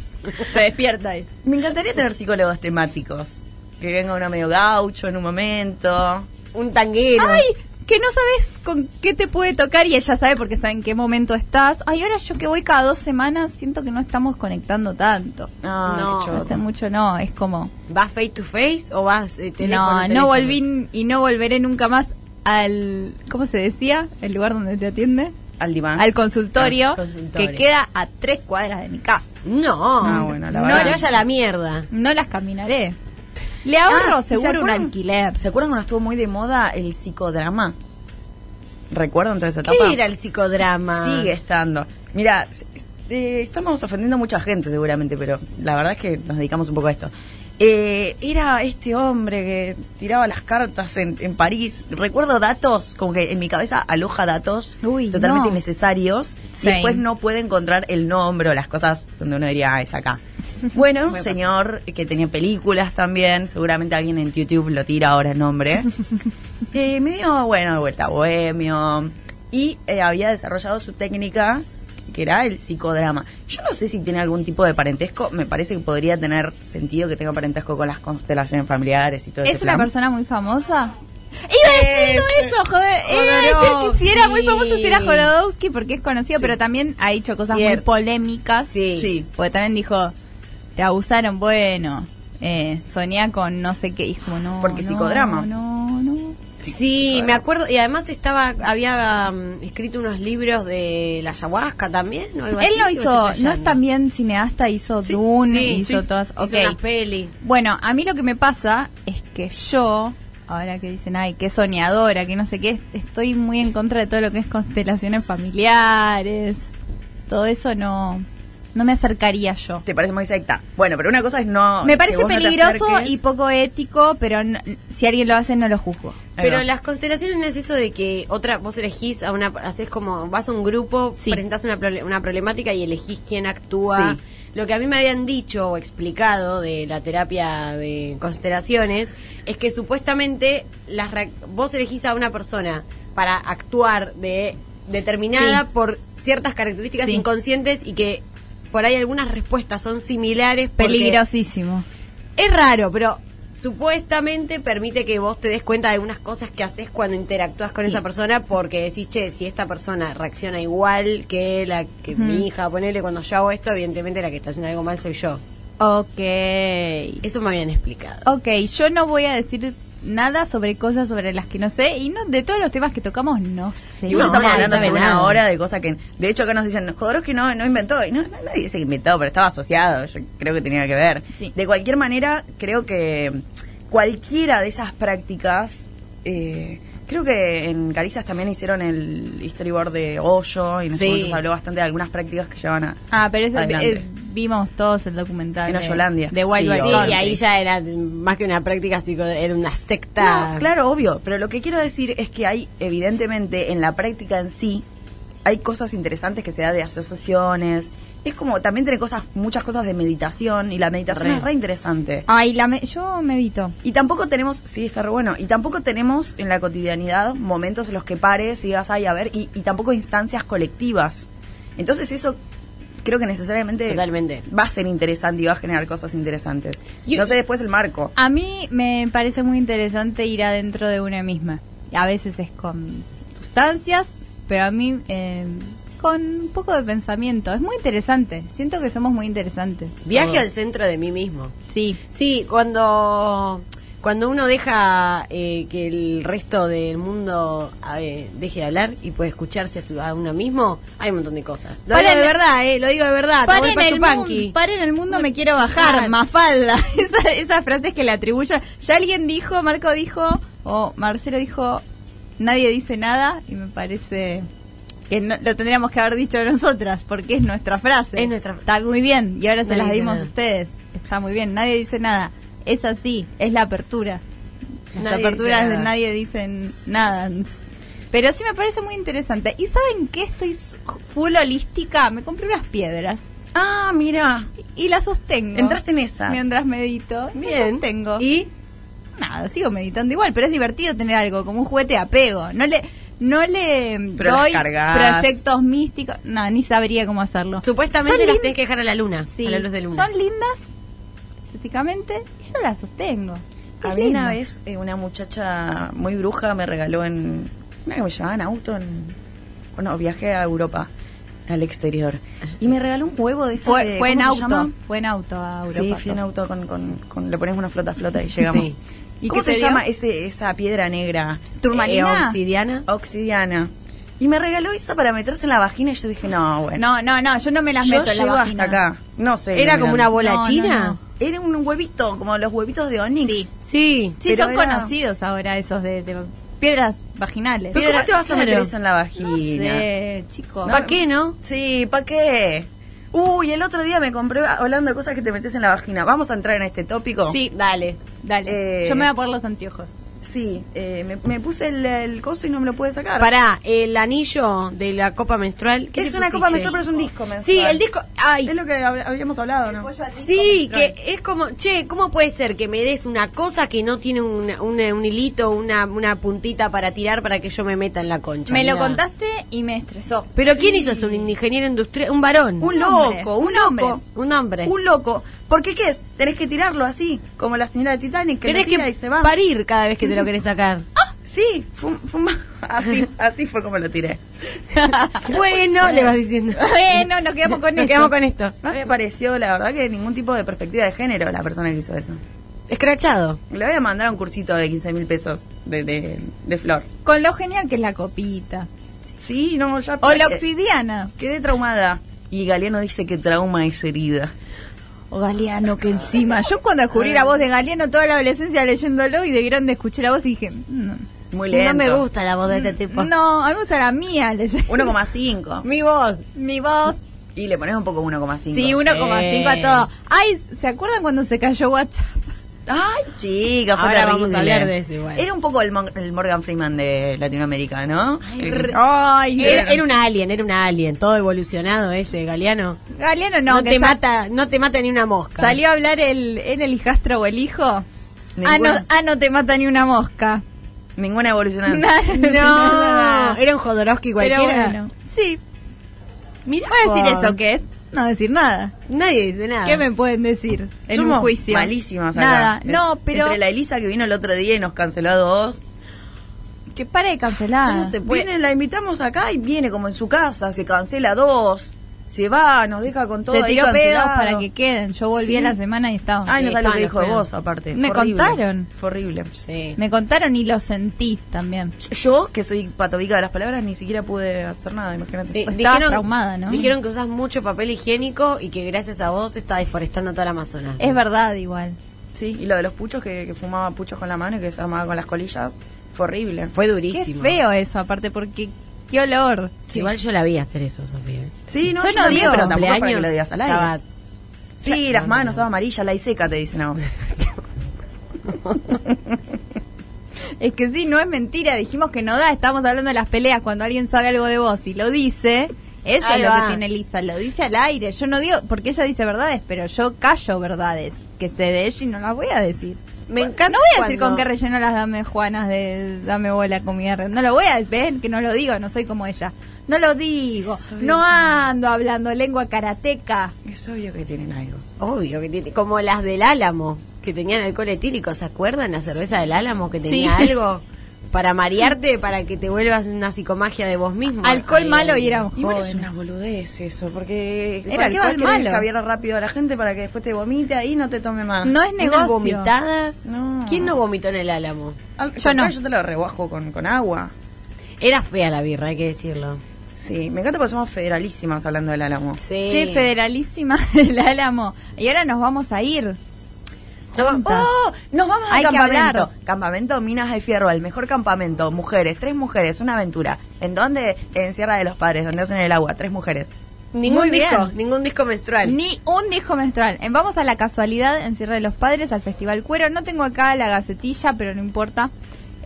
D: Se despierta ahí.
E: Me encantaría tener psicólogos temáticos. Que venga uno medio gaucho en un momento.
F: Un tanguero.
D: ¡Ay! Que no sabes con qué te puede tocar y ella sabe porque sabe en qué momento estás. Ay, ahora yo que voy cada dos semanas siento que no estamos conectando tanto.
E: Ah,
F: No.
E: qué choto.
D: Hace mucho no, es como...
F: ¿Vas face to face o vas eh, teléfono?
D: No,
F: teléfono?
D: no volví y no volveré nunca más al... ¿Cómo se decía? El lugar donde te atiende.
E: Al diván.
D: Al consultorio,
E: Al consultorio.
D: que queda a tres cuadras de mi casa.
F: No.
E: Ah, bueno, la
F: no
E: verdad.
F: le vaya a la mierda.
D: No las caminaré. Le ahorro
E: Ah, ¿y se
D: seguro un
E: acuerdan-
D: alquiler.
E: ¿Se acuerdan cuando estuvo muy de moda el psicodrama? ¿Recuerdan toda esa
F: ¿Qué
E: etapa?
F: era el psicodrama?
E: Sigue estando. Mira, eh, estamos ofendiendo a mucha gente seguramente, pero la verdad es que nos dedicamos un poco a esto. Eh, era este hombre que tiraba las cartas en, en París. Recuerdo datos, como que en mi cabeza aloja datos
D: Uy,
E: totalmente
D: no.
E: innecesarios. Y
D: Same.
E: después no puede encontrar el nombre o las cosas donde uno diría, ah, es
D: [laughs]
E: acá. Bueno, era un señor que tenía películas también. Seguramente alguien en YouTube lo tira ahora el nombre.
D: [laughs]
E: Eh, me dio, bueno, de vuelta a Bohemio. Y eh, había desarrollado su técnica, que era el psicodrama. Yo no sé si tiene algún tipo de parentesco. Me parece que podría tener sentido que tenga parentesco con las constelaciones familiares y todo
D: ¿Es
E: ese
D: una
E: plan.
D: persona muy famosa? Iba diciendo eso, joder. Iba a decir que si era muy famoso, si era Jodorowsky, porque es conocido, pero también ha dicho cosas
F: Cierto.
D: muy polémicas.
F: Sí.
E: Sí.
D: Porque también dijo, te abusaron, bueno, eh, soñá con no sé qué. Y es como, no,
E: Porque
D: no,
E: psicodrama.
D: No, no.
F: Sí, me acuerdo. Y además estaba, había um, escrito unos libros de la ayahuasca también. ¿no? Algo
D: Él
F: así,
D: no
F: ¿o
D: hizo,
F: estoy
D: no
F: flasheando?
D: es también cineasta, hizo Dune, hizo todas.
F: Hizo
D: Ok.
F: unas peli.
D: Bueno, a mí lo que me pasa es que yo, ahora que dicen, ay, qué soñadora, que no sé qué, estoy muy en contra de todo lo que es constelaciones familiares. Todo eso no, no me acercaría yo.
E: Te parece muy secta. Bueno, pero una cosa es no.
D: Me
E: que
D: parece
E: vos no te
D: peligroso
E: acerques.
D: y poco ético, pero n- si alguien lo hace no lo juzgo.
E: Ahí
F: Pero
E: va.
F: las constelaciones no es eso de que otra vos elegís a una haces como vas a un grupo,
D: Sí.
F: presentás una, prole- una problemática y elegís quién actúa.
E: Sí.
F: Lo que a mí me habían dicho o explicado de la terapia de constelaciones es que supuestamente las reac- vos elegís a una persona para actuar de determinada
D: Sí.
F: por ciertas características
D: Sí.
F: inconscientes y que por ahí algunas respuestas son similares porque-
D: Peligrosísimo.
F: es raro, pero supuestamente permite que vos te des cuenta de algunas cosas que haces cuando interactúas con esa persona porque decís, che, si esta persona reacciona igual que la que mi hija, ponele, cuando yo hago esto, evidentemente la que está haciendo algo mal soy yo.
D: Ok.
F: Eso me habían explicado.
D: Ok, yo no voy a decir nada sobre cosas sobre las que no sé y no de todos los temas que tocamos no sé.
E: Igual
F: No,
E: estamos
F: nadie
E: hablando
F: sabe
E: hace una
F: nada.
E: hora de cosas que. De hecho, acá nos dicen, Jodorowsky no, no inventó. Y no, nadie dice que inventó, pero estaba asociado. Yo creo que tenía que ver.
D: Sí.
E: De cualquier manera, creo que cualquiera de esas prácticas. eh, creo que en Carizas también hicieron el storyboard de Hoyo. Y en ese
F: Sí.
E: momento se habló bastante de algunas prácticas que llevan a.
D: Ah, pero eso
E: Adelante.
D: eh, vimos todos el documental.
E: En
D: de-
E: Hoyolandia.
D: De Wild
E: Sí,
D: Wild
E: sí,
D: Country.
F: y ahí ya era más que una práctica psico, era una secta.
E: No, claro, obvio. Pero lo que quiero decir es que hay, evidentemente, en la práctica en sí, hay cosas interesantes que se da de asociaciones. Es como, también tiene cosas, muchas cosas de meditación, y la meditación
F: Re.
E: es re interesante.
D: Ay, la me- yo medito.
E: Y tampoco tenemos, sí, está re bueno, y tampoco tenemos en la cotidianidad momentos en los que pares y vas ahí a ver, y, y tampoco instancias colectivas. Entonces eso creo que necesariamente
F: Totalmente.
E: va a ser interesante y va a generar cosas interesantes.
F: Y-
E: no sé después el marco.
D: A mí me parece muy interesante ir adentro de una misma. A veces es con sustancias, pero a mí eh, con un poco de pensamiento. Es muy interesante. Siento que somos muy interesantes.
F: Viaje
D: Todos.
F: al centro de mí mismo.
D: Sí.
F: Ah. Sí, cuando cuando uno deja eh, que el resto del mundo eh, deje de hablar y puede escucharse a, su- a uno mismo, hay un montón de cosas. Lo
D: Paren-
F: digo de verdad, eh, lo digo de verdad. como
D: Paren el,
F: Pachupanqui.
D: mundo, paren el mundo, me quiero bajar, mafalda. [laughs] Esa- esas frases que le atribuyen. Ya alguien dijo, Marco dijo, o Marcelo dijo, nadie dice nada, y me parece que no- lo tendríamos que haber dicho nosotras, porque es nuestra frase.
F: Es nuestra-
D: Está muy bien, y ahora se
F: Nadie
D: las
F: dice
D: dimos
F: nada.
D: a ustedes. Está muy bien, nadie dice nada. Es así, es la apertura. Las
F: Nadie
D: aperturas
F: dice
D: de
F: nada.
D: nadie dicen nada. Pero sí me parece muy interesante. ¿Y saben qué? Estoy full holística. Me compré unas piedras
E: Ah, mira.
D: y la sostengo.
E: Entraste en esa.
D: Mientras medito. Bien.
F: Bien.
D: sostengo.
F: Y
D: nada, sigo meditando igual, pero es divertido tener algo, como un juguete de apego. No le no le
C: Pero las
D: doy
C: cargas.
D: proyectos místicos. No, ni sabría cómo hacerlo.
F: Supuestamente
D: Son
F: las
D: lin-
F: tenés que dejar a la luna,
D: Sí,
F: a la luz de luna.
D: Son lindas, estéticamente, y yo las sostengo.
E: A
D: Es
E: mí
D: lindo.
E: una vez eh, una muchacha muy bruja me regaló en... Una que me llevaba en auto en... Bueno, viaje a Europa, al exterior. Y me regaló un huevo de esas
D: Fue,
E: de-
D: fue en
E: ¿cómo se
D: auto,
E: llama?
D: fue en auto a Europa.
E: Sí, fui en auto con, con, con- Le ponemos una flota a flota y llegamos.
F: Sí.
D: ¿Y
E: ¿Cómo
D: qué te
E: se
D: dio?
E: llama ese, esa piedra negra? Eh,
D: ¿Turmalina?
F: obsidiana.
E: Oxidiana. Y me regaló eso para meterse en la vagina y yo dije, no, bueno.
D: No, no, no, yo no me las
E: yo
D: meto en la
E: llego
D: vagina.
E: hasta acá. No sé.
F: ¿Era como una
E: Milán.
F: bola
D: No, no,
F: china?
D: no.
E: Era un huevito, como los huevitos de Onix.
D: Sí.
F: Sí.
D: Sí,
E: Pero
D: son
E: era-
D: conocidos ahora esos de, de piedras vaginales.
E: ¿Pero
F: Piedra-
E: cómo te vas a meter
F: claro.
E: eso en la vagina?
D: No sé, chicos.
F: ¿Para qué no?
E: Sí, ¿para qué? Uy, el otro día me compré hablando de cosas que te metes en la vagina. Vamos a entrar en este tópico.
D: Sí,
F: Dale.
D: dale.
E: Eh,
D: Yo me voy a poner los anteojos.
E: Sí, eh, me, me puse el, el coso y no me lo pude sacar.
F: Pará, el anillo de la copa menstrual. ¿qué
E: Es
F: le
E: una copa menstrual,
F: pusiste?
E: pero es un disco menstrual.
F: Sí, el disco. Ay,
E: Es lo que hab- habíamos hablado, ¿no?
F: Sí, que es como, che, ¿cómo puede ser que me des una cosa que no tiene un, un, un hilito, una, una puntita para tirar para que yo me meta en la concha?
D: Me lo
F: Mirá.
D: contaste y me estresó.
F: ¿Pero quién hizo esto? ¿Un ingeniero industrial? ¿Un varón?
E: Un
D: hombre,
E: loco, un,
D: un hombre.
E: loco.
F: Un hombre.
E: Un loco. Porque qué es? Tenés que tirarlo así, como la señora de Titanic que
F: Tenés
E: lo tira
F: que
E: y se va.
F: parir cada vez que te lo querés sacar.
E: Sí, fum- fum- [laughs] así, así fue como lo [laughs] tiré.
F: bueno, le
E: [laughs]
F: vas diciendo.
D: Bueno, nos quedamos con
F: Nos
D: esto.
F: quedamos con esto.
E: No me pareció, la verdad, que ningún tipo de perspectiva de género la persona que hizo eso.
F: Escrachado.
E: Le voy a mandar un cursito de 15 mil pesos de, de, de flor.
D: Con lo genial que es la copita.
E: Sí, no, ya...
D: O la
E: eh,
D: obsidiana.
E: Quedé traumada. Y Galeano dice que trauma es herida.
D: O Galeano, que encima. Yo cuando descubrí la voz de Galeano toda la adolescencia leyéndolo y de grande escuché la voz y dije. "Mm, No,
E: Muy lento.
F: la voz de este
D: Mm, no a mí me gusta la mía. les-
E: 1,5.
F: Mi voz.
D: Mi voz.
E: Y le pones un poco 1,5.
D: Sí, 1,5 a todo. Ay, ¿se acuerdan cuando se cayó WhatsApp?
E: Ay, chica, fue
F: Ahora vamos
E: terrible.
F: a hablar de eso igual.
E: Era un poco el, Mon- el Morgan Freeman de Latinoamérica, ¿no? El-
D: Ay,
F: Eh, Era, era un alien, era un alien. Todo evolucionado ese, Galeano.
D: Galeano no,
F: No,
D: que
F: te
D: sa-
F: mata, no te mata ni una mosca.
D: Salió a hablar el, era el hijastro o el hijo. Ah no,
E: Ninguno.
D: ah, no te mata ni una mosca.
E: Ninguna
D: [laughs]
F: [laughs]
E: evolucionante.
F: No, era un Jodorowsky
D: Pero
F: cualquiera.
D: bueno, sí.
F: Mirá
D: ¿Puedo decir
F: vos.
D: eso que es? No decir nada.
F: Nadie dice nada.
D: ¿Qué me pueden decir en
E: Somos
D: un juicio?
E: malísimas acá.
D: Nada, no, pero
E: Entre la Elisa que vino el otro día y nos canceló a dos.
D: que pare de cancelar.
E: No se puede. Viene, la invitamos acá y viene como en su casa, se cancela a dos. Se va, nos deja con todo
D: Se
E: ahí
D: tiró pedos
E: cancelado.
D: para que queden. Yo volví
E: Sí.
D: a la semana y estaba.
E: Ay, no sabes lo
F: Sí,
E: que
F: estaban
E: dijo de
F: los
E: vos, aparte.
D: Me
E: Fue horrible.
D: contaron.
E: Fue horrible.
F: Sí.
D: Me contaron y lo sentí también.
E: Yo, que soy patobica de las palabras, ni siquiera pude hacer nada, imagínate.
F: Sí,
D: Estabas traumada, ¿no?
F: Dijeron que usas mucho papel higiénico y que gracias a vos está deforestando toda la Amazonas.
D: Es verdad igual.
E: Sí, y lo de los puchos, que, que fumaba puchos con la mano y que se armaba con las colillas, fue horrible.
F: Fue
D: Qué
F: durísimo.
D: feo eso, aparte porque qué olor.
F: Sí. Igual yo la vi hacer eso, Sofía.
E: Sí,
D: Yo no
E: también,
D: digo
E: pero tampoco para que
F: Cumpleaños
E: lo digas al aire.
F: estaba-
E: Sí, las manos todas amarillas, la seca te dicen [laughs] ahora.
D: Es que sí, no es mentira, dijimos que no da, estamos hablando de las peleas, cuando alguien sabe algo de vos y lo dice, eso
F: Ahí
D: es lo
F: va.
D: que tiene Lisa, lo dice al aire, yo no digo, porque ella dice verdades, pero yo callo verdades, que sé de ella y no las voy a decir.
F: Me encanta.
D: No voy a decir con
F: cuando-
D: qué relleno las dame Juanas de dame bola comida, re- no lo voy a ver, que no lo digo, no soy como ella. No lo digo, no ando hablando lengua karateca.
E: Es obvio que tienen algo.
F: Obvio que tiene. Como las del Álamo, que tenían alcohol etílico. ¿Se acuerdan la cerveza del Álamo que tenía
D: Sí. [laughs]
F: algo? Para marearte, para que te vuelvas una psicomagia de vos mismo.
D: Alcohol
F: Ahí.
D: malo y éramos
E: Igual es
D: jóvenes.
E: una boludez eso, porque...
D: Era
E: ¿para qué vas a
D: alcohol
E: querer
D: malo.
E: que abierra rápido a la gente para que después te vomite ahí y no te tome más?
D: No es
F: Unas
D: negocio.
F: vomitadas.
E: No.
F: ¿Quién no vomitó en el Álamo?
E: Al-
D: yo no.
E: Yo te lo rebajo con, con agua.
F: Era fea la birra, hay que decirlo.
E: Sí, me encanta porque somos federalísimas hablando del álamo.
F: Sí.
D: Che, federalísima [laughs] del Álamo. Y ahora nos vamos a ir. Juntas.
E: ¡Oh! Nos vamos al
D: Hay que
E: campamento.
D: hablar.
E: Campamento Minas de Fierro, el mejor campamento. Mujeres, tres mujeres, una aventura. ¿En dónde? En Sierra de los Padres, donde hacen el agua. Tres mujeres.
F: Ningún
D: Muy bien.
F: disco, ningún disco menstrual.
D: Ni un disco menstrual. En Vamos a la casualidad en Cierre de los Padres, al Festival Cuero. No tengo acá la gacetilla, pero no importa.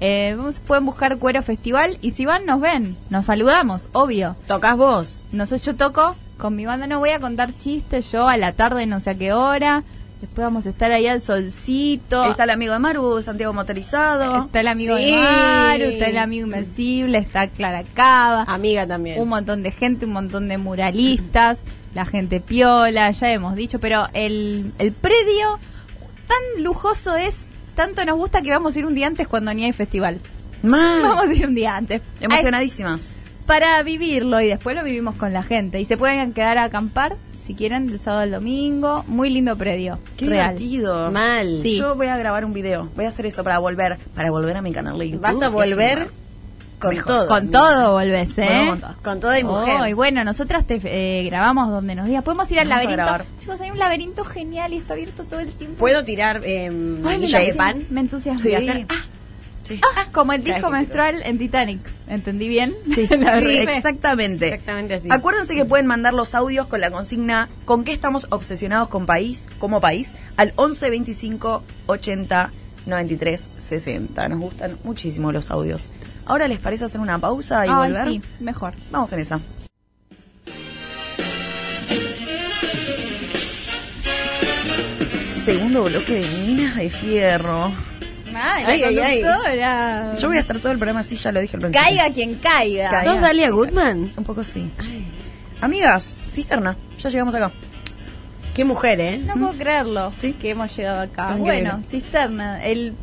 D: Eh, vamos- pueden buscar Cuero Festival y si van, nos ven. Nos saludamos, obvio.
F: Tocas vos.
D: No sé, yo toco con mi banda, no voy a contar chistes, yo a la tarde no sé a qué hora. Después vamos a estar ahí al solcito.
E: Está el amigo de Maru, Santiago Motorizado.
D: Está el amigo
F: Sí.
D: de Maru, está el amigo Invencible, está Clara Cava.
F: Amiga también.
D: un montón de gente, un montón de muralistas, la gente piola, ya hemos dicho, pero el, el predio tan lujoso es, tanto nos gusta que vamos a ir un día antes cuando ni hay festival. [laughs] Vamos a ir un día antes.
E: Emocionadísima.
D: Ay, Para vivirlo y después lo vivimos con la gente. Y se pueden quedar a acampar si quieren del sábado al domingo. Muy lindo predio.
E: Qué
D: real.
E: divertido.
F: Mal.
D: Sí.
E: Yo voy a grabar un video. Voy a hacer eso para volver, para volver a mi canal de YouTube.
F: Vas a volver con
E: Mejor.
F: todo.
D: Con todo volvés,
E: Bueno,
D: ¿eh?
E: con todo.
F: Con todo y mujer.
D: Oh, y bueno, nosotras te eh, grabamos donde nos digas. Podemos ir al
E: Vamos a grabar.
D: laberinto. Chicos, hay un laberinto genial y está abierto todo el tiempo.
F: ¿Puedo tirar eh,
D: Ay, me
F: manilla de
D: entusiasmo-
F: pan?
D: Me entusiasmo.
E: Sí.
D: hacer, ah, ah, como el disco
F: Claro.
D: menstrual en Titanic. ¿Entendí bien?
E: Sí,
D: [laughs] La
E: sí,
D: verdad.
E: exactamente.
F: Exactamente así.
E: Acuérdense que pueden mandar los audios con la consigna ¿Con qué estamos obsesionados con país, como país? Al 11 25 80 93 60. Nos gustan muchísimo los audios. Ahora les parece hacer una pausa y
D: Ay,
E: volver.
D: sí, mejor.
E: Vamos en esa. Segundo bloque de Minas de Fierro.
F: Ay, ay, ay.
E: Yo voy a estar todo el programa así, ya lo dije al principio.
D: Caiga quien caiga.
E: Ca-
F: ¿Sos Dalia Goodman?
E: Un poco sí. Amigas, cisterna, ya llegamos acá.
F: Qué mujer, ¿eh?
D: No puedo creerlo
E: Sí.
D: que hemos llegado acá.
E: Es increíble.
D: bueno, cisterna. El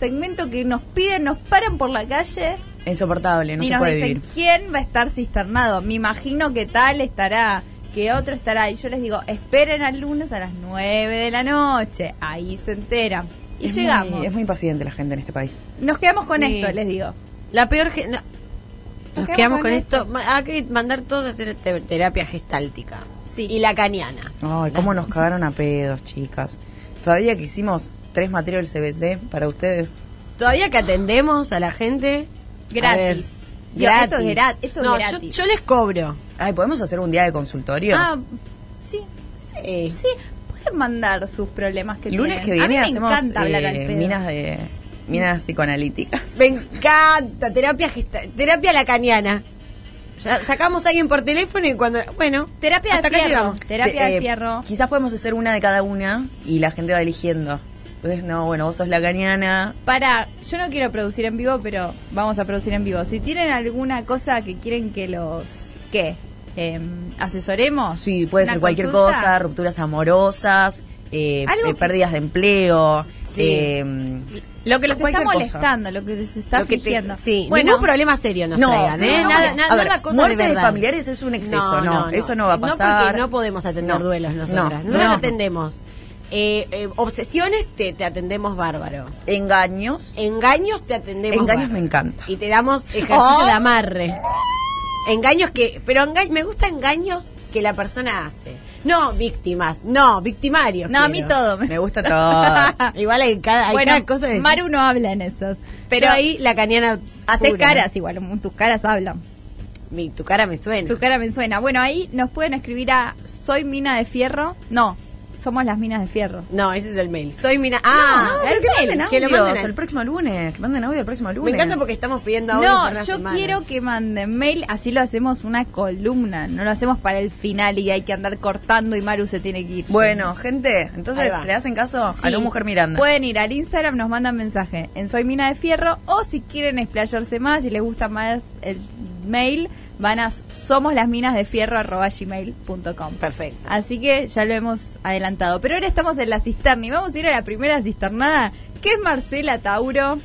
D: segmento que nos piden, nos paran por la calle
E: Insoportable, no
D: y
E: se
D: nos
E: puede
D: dicen
E: vivir.
D: quién va a estar cisternado. Me imagino que tal estará, que otro estará. Y yo les digo, esperen al lunes a las 9 de la noche. Ahí se enteran. Y
E: es
D: llegamos.
E: Muy, es muy impaciente la gente en este país.
D: Nos quedamos con
F: Sí.
D: esto, les digo.
F: La peor... ge- no. Nos
D: quedamos
F: quedamos
D: con
F: con, esto. Ma- Hay que mandar todos a hacer te- terapia gestáltica.
D: Sí.
F: Y la caniana.
E: Ay, cómo nos cagaron a pedos, chicas. Todavía que hicimos tres materiales CBC para ustedes.
F: Todavía que atendemos a la gente...
D: Gratis.
F: A ver,
D: Digo, esto es gra- esto es
F: no, yo-
D: gratis.
F: Yo, les cobro.
E: Ay, ¿podemos hacer un día de consultorio?
D: Ah, sí,
F: Sí.
D: sí. Pueden mandar sus problemas que
E: El lunes que
D: tienen.
E: viene
D: a mí me
E: hacemos
D: encanta hablar
E: eh,
D: al pedo.
E: minas de minas psicoanalíticas.
F: Me encanta, terapia gesta- terapia lacaniana. Ya sacamos a alguien por teléfono y cuando... Bueno,
D: Terapia
F: hasta
D: de
F: acá
D: fierro.
F: llegamos.
D: Terapia
E: Eh,
D: de
E: eh,
D: fierro.
E: Quizás podemos hacer una de cada una y la gente va eligiendo. Entonces, no, bueno, vos sos la cañana.
D: Para, yo no quiero producir en vivo, pero vamos a producir en vivo. Si tienen alguna cosa que quieren que los ¿qué? Em, asesoremos.
E: Sí, puede
D: ¿Una
E: ser cualquier
D: consulta?
E: cosa, rupturas amorosas, eh,
D: Algo
E: eh,
D: que-
E: pérdidas de empleo.
F: Sí.
E: eh,
D: Lo que los está
E: cualquier cosa.
D: molestando, lo que les está
F: Lo que te-
D: fingiendo.
F: sí,
D: bueno,
F: ningún problema serio nos
E: No,
F: traigan,
E: sí,
F: ¿eh?
E: no,
F: nada,
E: no.
F: nada,
E: A ver,
F: nada cosa
E: muerte
F: de
E: de
F: verdad.
E: familiares es un exceso, no, eso no va a
F: No,
E: pasar.
F: porque no podemos atender
E: No,
F: duelos nosotras.
E: no,
F: Nosotras
E: no.
F: atendemos. Eh, eh, obsesiones te, te atendemos bárbaro.
E: engaños.
F: Engaños te atendemos
E: Engaños
F: bárbaro.
E: me encanta.
F: Y te damos ejercicio
D: Oh.
F: de amarre. Engaños que... Pero enga- me gusta engaños que la persona hace. No víctimas, no victimarios.
D: no, a mí
F: quiero.
D: todo.
E: Me gusta todo.
F: [laughs] Igual hay cada, hay
D: bueno,
F: cada cosa de...
D: Maru no habla en esos.
F: pero
D: Pero
F: ahí la caniana...
D: haces
F: pura.
D: caras igual, tus caras hablan.
F: Mi- tu cara me suena.
D: Tu cara me suena. Bueno, ahí nos pueden escribir a Soy Mina de Fierro. No, somos las Minas de Fierro.
F: No, ese es el mail. Soy Mina. Ah,
E: Pero
F: el mail, que lo
E: audios
F: manden al-
E: el próximo lunes. Que manden audio el próximo
F: Me
E: lunes.
F: encanta porque estamos pidiendo ahora. por
D: No,
F: una
D: yo
F: semana.
D: quiero que manden mail, así lo hacemos una columna, no lo hacemos para el final y hay que andar cortando y Maru se tiene que ir.
E: Bueno, gente,
F: Ahí
E: entonces
F: va.
E: le hacen caso a
D: Sí.
E: la mujer Miranda.
D: Pueden ir al Instagram, nos mandan mensaje en Soy Mina de Fierro o si quieren explayarse más y les gusta más el mail, van a somos las minas de fierro
F: Perfecto.
D: Así que ya lo hemos adelantado. Pero ahora estamos en la cisterna y vamos a ir a la primera cisternada, que es Marcela Tauro,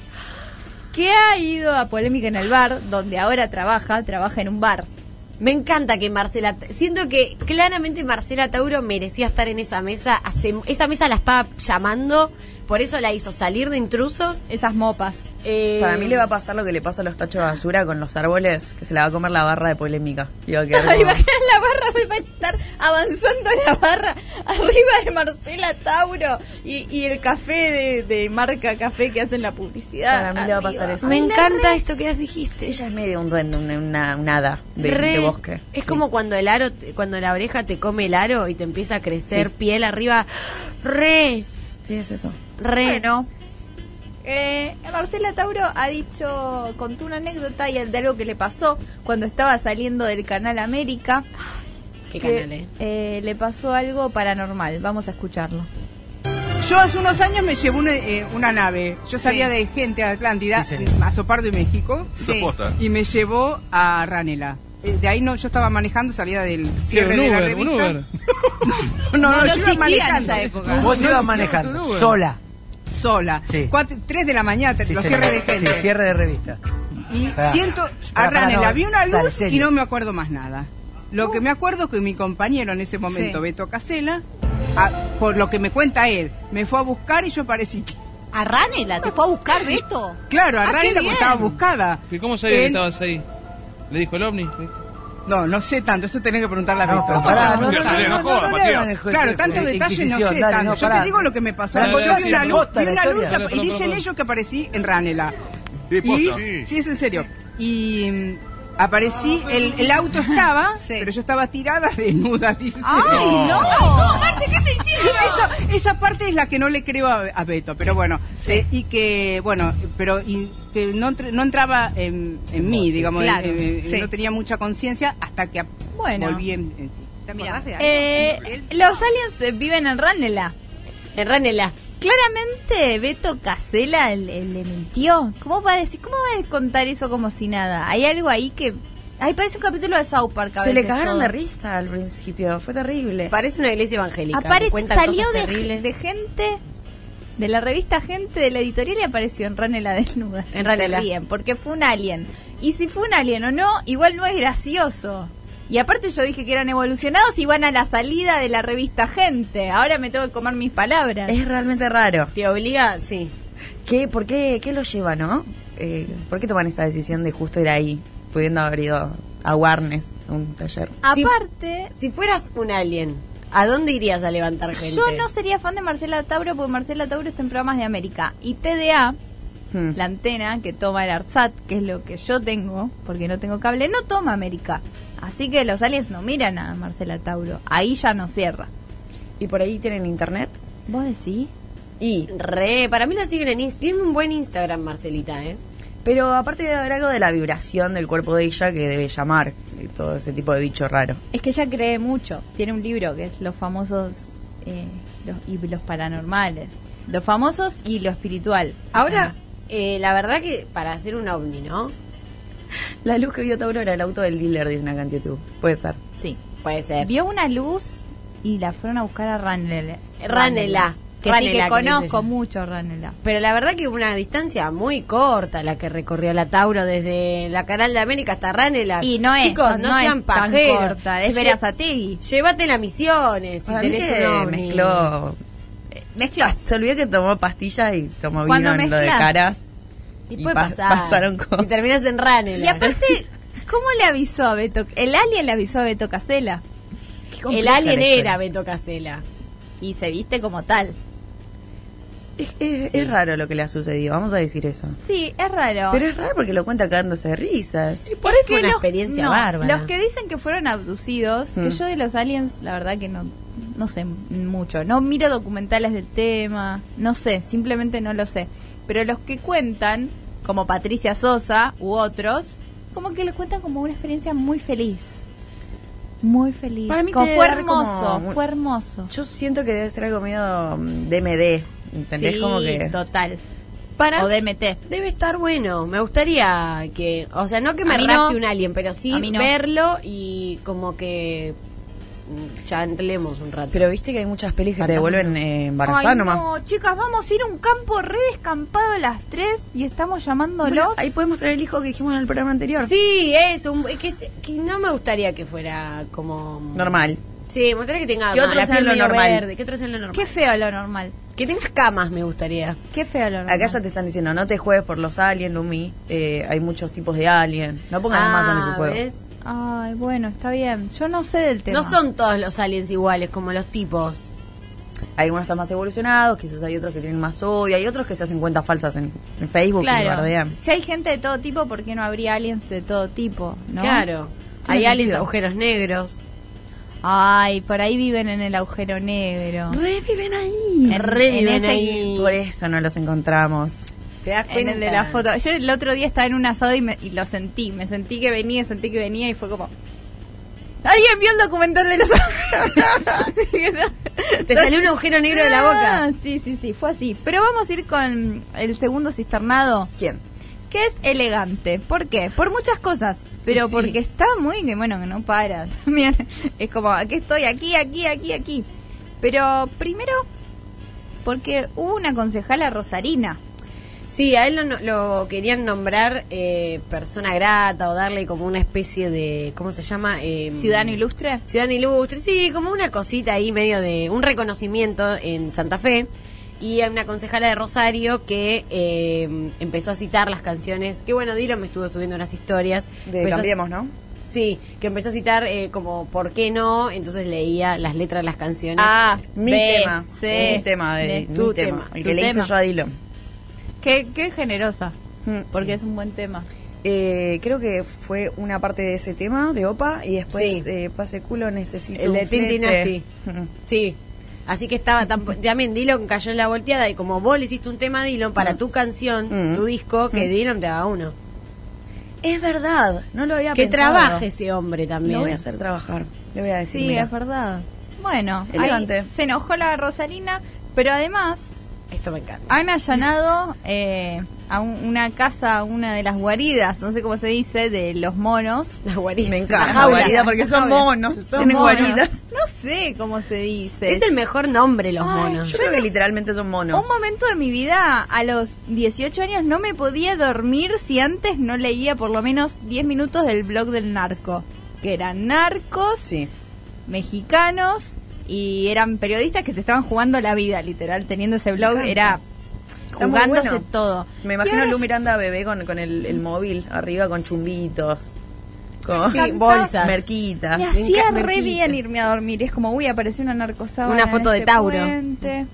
D: que ha ido a polémica en el bar, donde ahora trabaja, trabaja en un bar.
F: Me encanta que Marcela. Siento que claramente Marcela Tauro merecía estar en esa mesa. hace- esa mesa la estaba llamando. Por eso la hizo salir de intrusos.
D: Esas mopas.
F: Eh,
E: Para mí le va a pasar lo que le pasa a los tachos de basura con los árboles, que se la va a comer la barra de polémica. Y va a [laughs] quedar
D: Ay,
E: como-
D: va [laughs] a quedar la barra, me va a estar avanzando la barra arriba de Marcela Tauro y, y el café de, de marca café que hacen la
E: Para
D: publicidad.
E: mí le va a
D: arriba.
E: pasar eso.
F: Me
E: Ay,
F: encanta esto que has dijiste.
E: Ella es medio un duende, una, una, un hada de,
F: Re.
E: de bosque.
F: Es
E: Sí.
F: como cuando el aro, te- cuando la oreja te come el aro y te empieza a crecer piel arriba. Re,
E: Sí, es eso.
F: re.
D: Bueno, eh, Marcela Tauro ha dicho, contó una anécdota y de algo que le pasó cuando estaba saliendo del Canal América.
F: Qué
D: que,
F: canal, eh.
D: eh, le pasó algo paranormal. Vamos a escucharlo.
B: Yo hace unos años me llevó una, eh, una nave. Yo salía de gente a Atlántida,
G: Sí, señor.
B: a Sopardo y México,
H: Sí. Posta.
B: y me llevó a Ranela. Eh, De ahí no, yo estaba manejando, salía del cierre
G: un
B: de la
G: Uber, un
B: revista.
G: Uber.
B: No, no,
C: No, no
B: yo iba
C: existía en esa
B: manejando.
C: época.
G: Vos
B: No, no
G: ibas
B: existía
G: manejando,
B: un Uber.
G: sola.
B: Sola.
G: Sí.
B: Cuatro- tres de la mañana,
G: Sí,
B: los
G: señor.
B: cierres de gente.
G: Sí, cierre de revista.
B: Y
G: Pará.
B: siento
G: Pará,
B: a
G: pará,
B: Ranela,
G: no,
B: vi una
G: dale,
B: luz y
G: serio.
B: no me acuerdo más nada. Lo que me acuerdo es que mi compañero en ese momento,
C: Sí.
B: Beto Casela, a- por lo que me cuenta él, me fue a buscar y yo parecí.
D: ¿A Ranela? ¿Te fue a
B: [laughs]
D: buscar Beto?
B: Claro, a
D: Ah, qué
B: Ranela porque
D: bien.
B: estaba buscada.
G: ¿Y cómo sabía que
B: Él-
G: estabas ahí? ¿Le dijo el ovni?
B: No, no sé tanto, eso tenés que preguntarle a
G: No,
B: Beto.
G: pero pará,
H: no, no, no, no, no, no,
B: Claro, tantos detalles no sé tanto. Yo te digo lo que me pasó.
G: Pará,
B: Yo
G: pará,
B: vi una
G: sí,
B: luz,
G: posta
B: vi
G: la
B: una luz
G: historia.
B: y dicen ellos que aparecí en Ranela.
H: Sí,
B: Y,
H: posta.
B: sí. es en serio. Y mm, aparecí, el, el auto estaba,
C: Sí.
B: pero yo estaba tirada desnuda, dice.
C: ¡Ay, no!
B: ¿qué te hicieron? Esa, esa parte es la que no le creo a, a Beto, pero bueno. eh, y que, bueno, pero y que no, entr- no entraba en, en mí, digamos.
C: Claro,
B: en- en-
C: sí.
B: No tenía mucha conciencia hasta que
D: Bueno.
B: volví en, en sí.
C: ¿Te acordás de algo?
D: Eh, los aliens eh, viven en Ranela.
F: En Ranela.
D: Claramente Beto Casela le, le mintió. ¿Cómo va a decir, cómo va a contar eso como si nada? Hay algo ahí que... Ahí parece un capítulo de South Park. a
E: Se le
D: veces
E: cagaron
D: todo.
E: de risa al principio, fue terrible.
F: Parece una iglesia evangélica.
D: Aparece,
F: Cuentan
D: salió
F: cosas
D: de,
F: terribles.
D: de gente, de la revista Gente, de la editorial y apareció en Ranela desnuda.
F: En Ranela.
D: Se ríen, porque fue un alien. Y si fue un alien o no, igual no es gracioso. Y aparte yo dije que eran evolucionados y van a la salida de la revista Gente. Ahora me tengo que comer mis palabras.
E: Es realmente raro.
F: Te obliga, sí.
E: ¿Qué, por qué, qué lo lleva, no? Eh, ¿Por qué toman esa decisión de justo ir ahí, pudiendo haber ido a Warnes, a un taller?
F: Sí.
D: Aparte,
F: Si fueras un alien, ¿a dónde irías a levantar gente?
D: yo no sería fan de Marcela Tauro porque Marcela Tauro está en programas de América. Y TDA,
E: Hmm.
D: la antena que toma el ARSAT, que es lo que yo tengo, porque no tengo cable, no toma América. Así que los aliens no miran a Marcela Tauro. Ahí ya no cierra.
E: ¿Y por ahí tienen internet?
D: ¿Vos decís?
E: Y,
F: Re, para mí la siguen en Instagram. Tiene un buen Instagram, Marcelita, ¿eh?
E: pero aparte de haber algo de la vibración del cuerpo de ella que debe llamar, y todo ese tipo de bicho raro.
D: Es que ella cree mucho. Tiene un libro que es Los famosos eh, los, y los paranormales. Los famosos y lo espiritual.
F: Ahora, eh, la verdad que para hacer un ovni, ¿no?
E: La luz que vio Tauro era el auto del dealer, dicen acá en YouTube. Puede ser.
D: Sí.
F: Puede ser.
D: Ah. Vio una luz y la fueron a buscar a Ranela.
F: Ranela.
D: Que sí,
F: Ranela,
D: que
F: que
D: conozco
F: dice ella.
D: mucho a Ranela.
F: Pero la verdad que una distancia muy corta la que recorrió la Tauro desde la Canal de América hasta Ranela.
D: Y no es,
F: Chicos, no,
D: no es
F: sean
D: tan
F: pajeros.
D: corta, es
F: Lle-
D: Verazategui.
F: Llévatela a misiones si
E: Para mí
F: tenés
E: que
F: un ovni.
E: mezcló. eh,
D: Mezcló.
E: [laughs] Se olvidó que tomó pastillas y tomó
D: Cuando
E: vino en lo de
D: mezclas.
E: caras.
F: Y
E: Y
F: puede
E: pas-
F: pasar.
E: pasaron cosas.
F: Y terminas en Ranela.
D: Y [laughs] aparte, ¿cómo le avisó a Beto? El alien le avisó a Beto Casela.
F: el alien era Beto Casela.
D: Y se viste como tal.
E: Es, es- es raro lo que le ha sucedido, vamos a decir eso.
D: Sí, es raro.
E: Pero es raro porque lo cuenta cagándose de risas.
F: Por
D: Es
F: fue
D: que
F: una
D: los-
F: experiencia
D: no,
F: bárbara. Hmm.
D: Los que dicen que fueron abducidos, que
E: Mm.
D: yo de los aliens, la verdad que no, no sé mucho. No miro documentales del tema, no sé, simplemente no lo sé. Pero los que cuentan, como Patricia Sosa u otros, como que les cuentan como una experiencia muy feliz. Muy feliz.
E: Para mí
D: Como
E: te
D: fue
E: debe dar como
D: hermoso,
E: un-
D: fue hermoso.
E: Yo siento que debe ser algo medio mm, DMD, ¿entendés?
D: Sí,
E: como que...
D: total.
F: Para
D: o DMT.
F: Debe estar bueno. Me gustaría que, o sea, no que me
D: A mí
F: rapte
D: no.
F: un alien, pero sí
D: A mí no.
F: verlo y como que mm, charlemos un rato.
E: Pero viste que hay muchas pelis que te
F: Fantasma.
E: devuelven eh, embarazada
D: Ay,
E: nomás.
D: no, chicas, vamos a ir a un campo re descampado a las 3 y estamos llamándolos.
E: Bueno, ahí podemos traer el hijo que dijimos en el programa anterior.
F: Sí, eso. un- es que, es- que no me gustaría que fuera como.
E: Normal.
F: Sí, me gustaría que tenga
E: Que
F: como
E: otro
F: la
E: sea
F: piel
E: lo
F: medio
E: normal.
F: verde, Que otro sea lo normal.
D: Qué feo lo normal.
F: Que tengas camas, me gustaría.
D: Qué feo lo normal.
E: Acá ya te están diciendo, no te juegues por los aliens, Lumi. Eh, hay muchos tipos de alien. No pongas
F: Ah,
E: más en ese juego.
F: ¿ves?
D: Ay, bueno, está bien. Yo no sé del tema.
F: No son todos los aliens iguales, como los tipos.
E: Hay algunos que están más evolucionados, quizás hay otros que tienen más odio, hay otros que se hacen cuentas falsas en, en Facebook y
D: Claro.
E: bardean.
D: Si hay gente de todo tipo, ¿por qué no habría aliens de todo tipo? ¿no?
F: Claro. Hay
E: Tiene
F: aliens
E: sentido.
F: agujeros negros.
D: Ay, por ahí viven en el agujero negro.
E: Reviven ahí.
D: En-
F: Reviven
D: en ese-
F: ahí.
E: Por eso no los encontramos.
F: ¿Te das
D: En el de la foto. Yo el otro día estaba en un asado y, me- y lo sentí. Me sentí que venía, sentí que venía y fue como. Alguien vio el documental de los. Dije, "No".
F: [laughs] Te salió un agujero negro de la boca.
D: Ah, Sí, sí, sí, fue así. Pero vamos a ir con el segundo cisternado,
E: ¿Quién?
D: que es elegante. ¿Por qué? Por muchas cosas. Pero
E: Sí.
D: porque está muy, que bueno, que no para [laughs] también. Es como, aquí estoy, aquí, aquí, aquí, aquí. Pero primero, porque hubo una concejala rosarina.
F: Sí, a él lo, no- lo querían nombrar eh, persona grata o darle como una especie de, ¿cómo se llama? Eh,
D: Ciudadano Ilustre.
F: Ciudadano Ilustre, sí, como una cosita ahí medio de un reconocimiento en Santa Fe. Y hay una concejala de Rosario que eh, empezó a citar las canciones. Que bueno, Dilo me estuvo subiendo unas historias.
E: De
F: Empezó a-
E: Cambiemos, ¿no?
F: Sí, que empezó a citar eh, como ¿por qué no? Entonces leía las letras de las canciones.
D: Ah,
E: Mi
D: B,
E: tema.
D: C,
E: mi tema, de,
D: D.
E: mi
F: tu
E: tema.
F: tema,
E: El
D: tu
E: que le hice
D: tema.
E: yo a Dilo.
D: Qué, qué generosa,
E: Mm,
D: porque
E: sí.
D: es un buen tema.
E: Eh, creo que fue una parte de ese tema de Opa y después
F: Sí.
E: eh, Pase culo necesito.
F: El de
E: un
F: Tin
E: flete. [laughs]
F: Sí. Así que estaba tan, también Dylan cayó en la volteada y como vos le hiciste un tema a Dylan para tu canción,
E: Mm.
F: tu disco, que Dylan te haga uno.
E: Es verdad, no lo había
F: Que
E: pensado.
F: trabaje ese hombre también.
E: Lo voy a hacer trabajar. Le voy a decir.
D: Sí,
E: mira.
D: es verdad. Bueno, ahí
E: Elegante.
D: se enojó la Rosarina, pero además
F: Esto me encanta.
D: han allanado eh, a un- una casa, una de las guaridas, no sé cómo se dice, de los monos.
F: La guarida.
E: Me
F: La
E: encanta,
F: jaula.
E: guarida, porque son
D: Jaula.
E: monos, son
D: Tienen
E: monos.
D: guaridas. No sé cómo se dice.
F: Es el mejor nombre, los
D: Ay,
F: monos.
E: Yo creo que literalmente son monos.
D: Un momento de mi vida, a los 18 años, no me podía dormir si antes no leía por lo menos 10 minutos del blog del narco. Que eran narcos,
E: Sí.
D: mexicanos y eran periodistas que se estaban jugando la vida, literal. Teniendo ese blog era
E: Está muy
D: jugándose
E: bueno.
D: todo.
E: Me
D: Y
E: imagino a
D: ahora
E: Lu Miranda bebé con, con el, el móvil arriba con chumbitos. Con
F: Sí, bolsas.
E: Merquita.
D: Me
E: Me
D: hacía
E: enca-
D: re
E: merquita.
D: bien irme a dormir. Es como, uy, apareció una narcosábana.
F: Una
D: en
F: foto de
D: este
F: Tauro.
D: puente.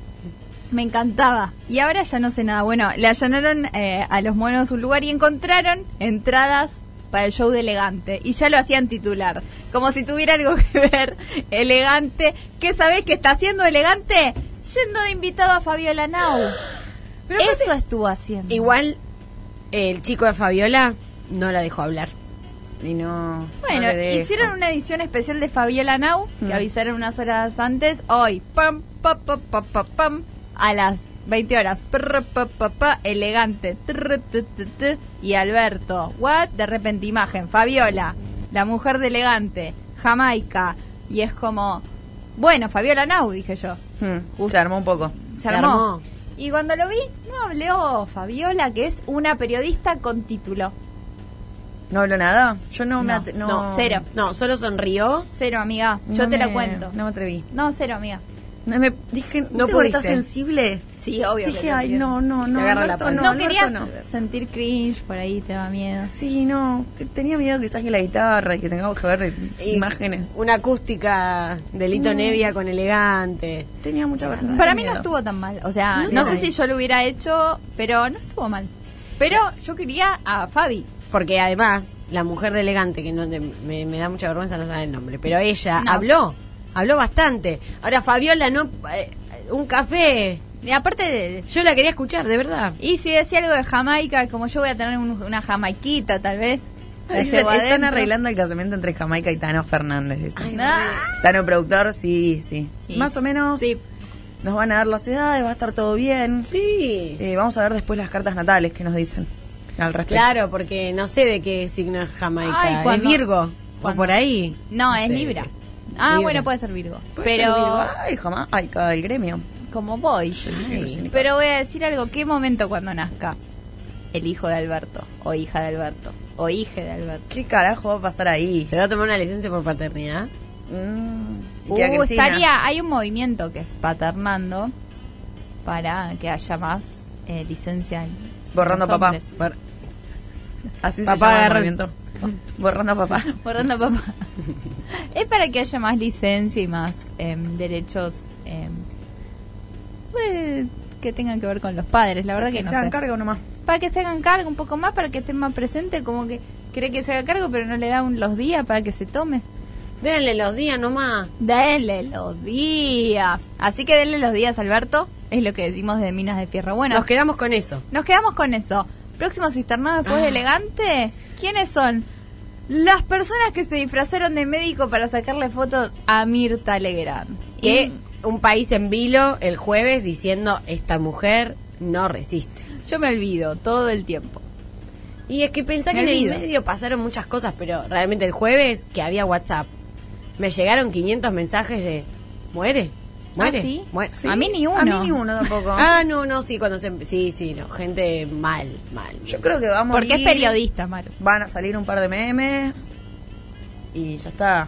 D: Me encantaba. Y ahora ya no sé nada. Bueno, le allanaron eh, a los monos un lugar y encontraron entradas para el show de Elegante. Y ya lo hacían titular. Como si tuviera algo que ver. Elegante. ¿Qué sabés que está haciendo Elegante? Yendo de invitado a Fabiola Nau. Eso estuvo haciendo.
F: Igual el chico de Fabiola no la dejó hablar.
E: Y no.
D: Bueno,
E: no le dejo.
D: hicieron una edición especial de Fabiola Nau, que
E: Mm.
D: avisaron unas horas antes, hoy, pam, pa, pa, pa, pa, pam, a las 20 horas, prr, pa, pa, pa, elegante, trr, tu, tu, tu, y Alberto, what, de repente imagen, Fabiola, la mujer de elegante, Jamaica, y es como, bueno, Fabiola Nau, dije yo,
E: Mm, Se armó un poco.
D: se,
F: Se
D: armó.
F: armó.
D: Y cuando lo vi, no habló Fabiola, que es una periodista con título,
E: ¿No habló nada? Yo no, me.
D: No,
E: atre-
D: no, cero.
F: No, solo sonrió.
D: cero amiga,
E: No
D: yo te
E: me-
D: lo cuento.
E: No me atreví.
D: No, cero amiga.
E: No, me dije,
F: No
E: no puedo
F: pudiste.
E: estar sensible.
D: Sí, obvio.
E: Dije, ay, no, no,
F: Y se
E: no.
F: agarra la
E: Alberto,
F: panza.
E: no,
D: No,
E: Alberto,
D: querías
E: no.
D: sentir cringe, por ahí te da miedo.
E: Sí, no. Te- Tenía miedo que saque la guitarra y que tengamos que ver
F: Y
E: imágenes.
F: Una acústica de Lito Nevia con elegante.
E: Tenía mucha verdad.
D: Para mí no estuvo tan mal. O sea, no,
E: No.
D: sé si yo lo hubiera hecho, pero no estuvo mal. Pero yo quería a Fabi.
F: Porque además, la mujer de elegante, que no te- me, me da mucha vergüenza no saber el nombre, pero ella
D: No.
F: habló, habló bastante. Ahora Fabiola no eh, un café.
D: Y aparte de...
F: Yo la quería escuchar, de verdad.
D: Y si decía algo de Jamaica, como yo voy a tener un- una jamaiquita tal vez. la
E: Dicen,
D: llevo
E: están
D: adentro.
E: arreglando el casamiento entre Jamaica y Tano Fernández. dicen.
D: Ah,
E: Tano productor, sí, sí,
D: Sí.
E: Más o menos.
D: Sí.
E: Nos van a dar las edades, va a estar todo bien.
F: Sí.
E: Eh, vamos a ver después las cartas natales que nos dicen al respecto. Eh,
F: Claro, porque no sé de qué signo es Jamaica.
D: Ay,
F: ¿Es
D: cuando-
F: Virgo? ¿O
D: cuando-
F: por ahí?
D: No,
E: No
D: es
E: sé.
D: Libra. Ah,
E: Libra.
D: bueno, puede ser Virgo.
E: Puede ser
D: Pero
E: Virgo. Ay, jamás. Ay, cada del gremio.
D: como voy.
E: Ay.
D: Pero voy a decir algo, ¿qué momento cuando nazca el hijo de Alberto o hija de Alberto o hija de Alberto?
E: ¿Qué carajo va a pasar ahí?
F: ¿Se va a tomar una licencia por paternidad?
E: Mm. Y tía
D: Uh,
E: Cristina.
D: estaría, hay un movimiento que es paternando para que haya más eh, licencia. en
E: Borrando
D: los
E: papá.
D: hombres.
F: Por-
E: Así
F: Papá
E: se llama el
F: agarra-
E: movimiento. Borrando a papá.
D: [laughs] Borrando papá. es para que haya más licencia y más em, derechos em, eh, que tengan que ver con los padres. La verdad que,
E: que
D: no
E: se hagan
D: sé.
E: cargo nomás.
D: para que se hagan cargo un poco más, para que estén más presentes, como que cree que se haga cargo, pero no le da un- los días para que se tome.
F: Denle los días nomás.
D: Denle los días. Así que denle los días, Alberto. Es lo que decimos de Minas de Fierro. Bueno,
F: Nos quedamos con eso.
D: nos quedamos con eso. Próximo cisternado después de elegante. ¿Quiénes son? Las personas que se disfrazaron de médico para sacarle fotos a Mirta Legrand.
F: Que
D: Y-
F: un país en vilo el jueves diciendo esta mujer no resiste.
D: Yo me olvido todo el tiempo.
F: Y es que pensá
D: Me
F: que en el
D: olvido.
F: medio pasaron muchas cosas, pero realmente el jueves que había WhatsApp, me llegaron 500 mensajes de muere, muere,
D: ¿Ah, sí?
F: muere.
D: A mí ni uno.
E: A mí ni uno
D: [laughs]
E: tampoco.
F: Ah, no, no, sí, cuando se... Sí, sí, no, gente mal, mal.
E: Yo creo que vamos a
D: Porque es
E: morir,
D: periodista, Maru.
E: Van a salir un par de memes y ya está.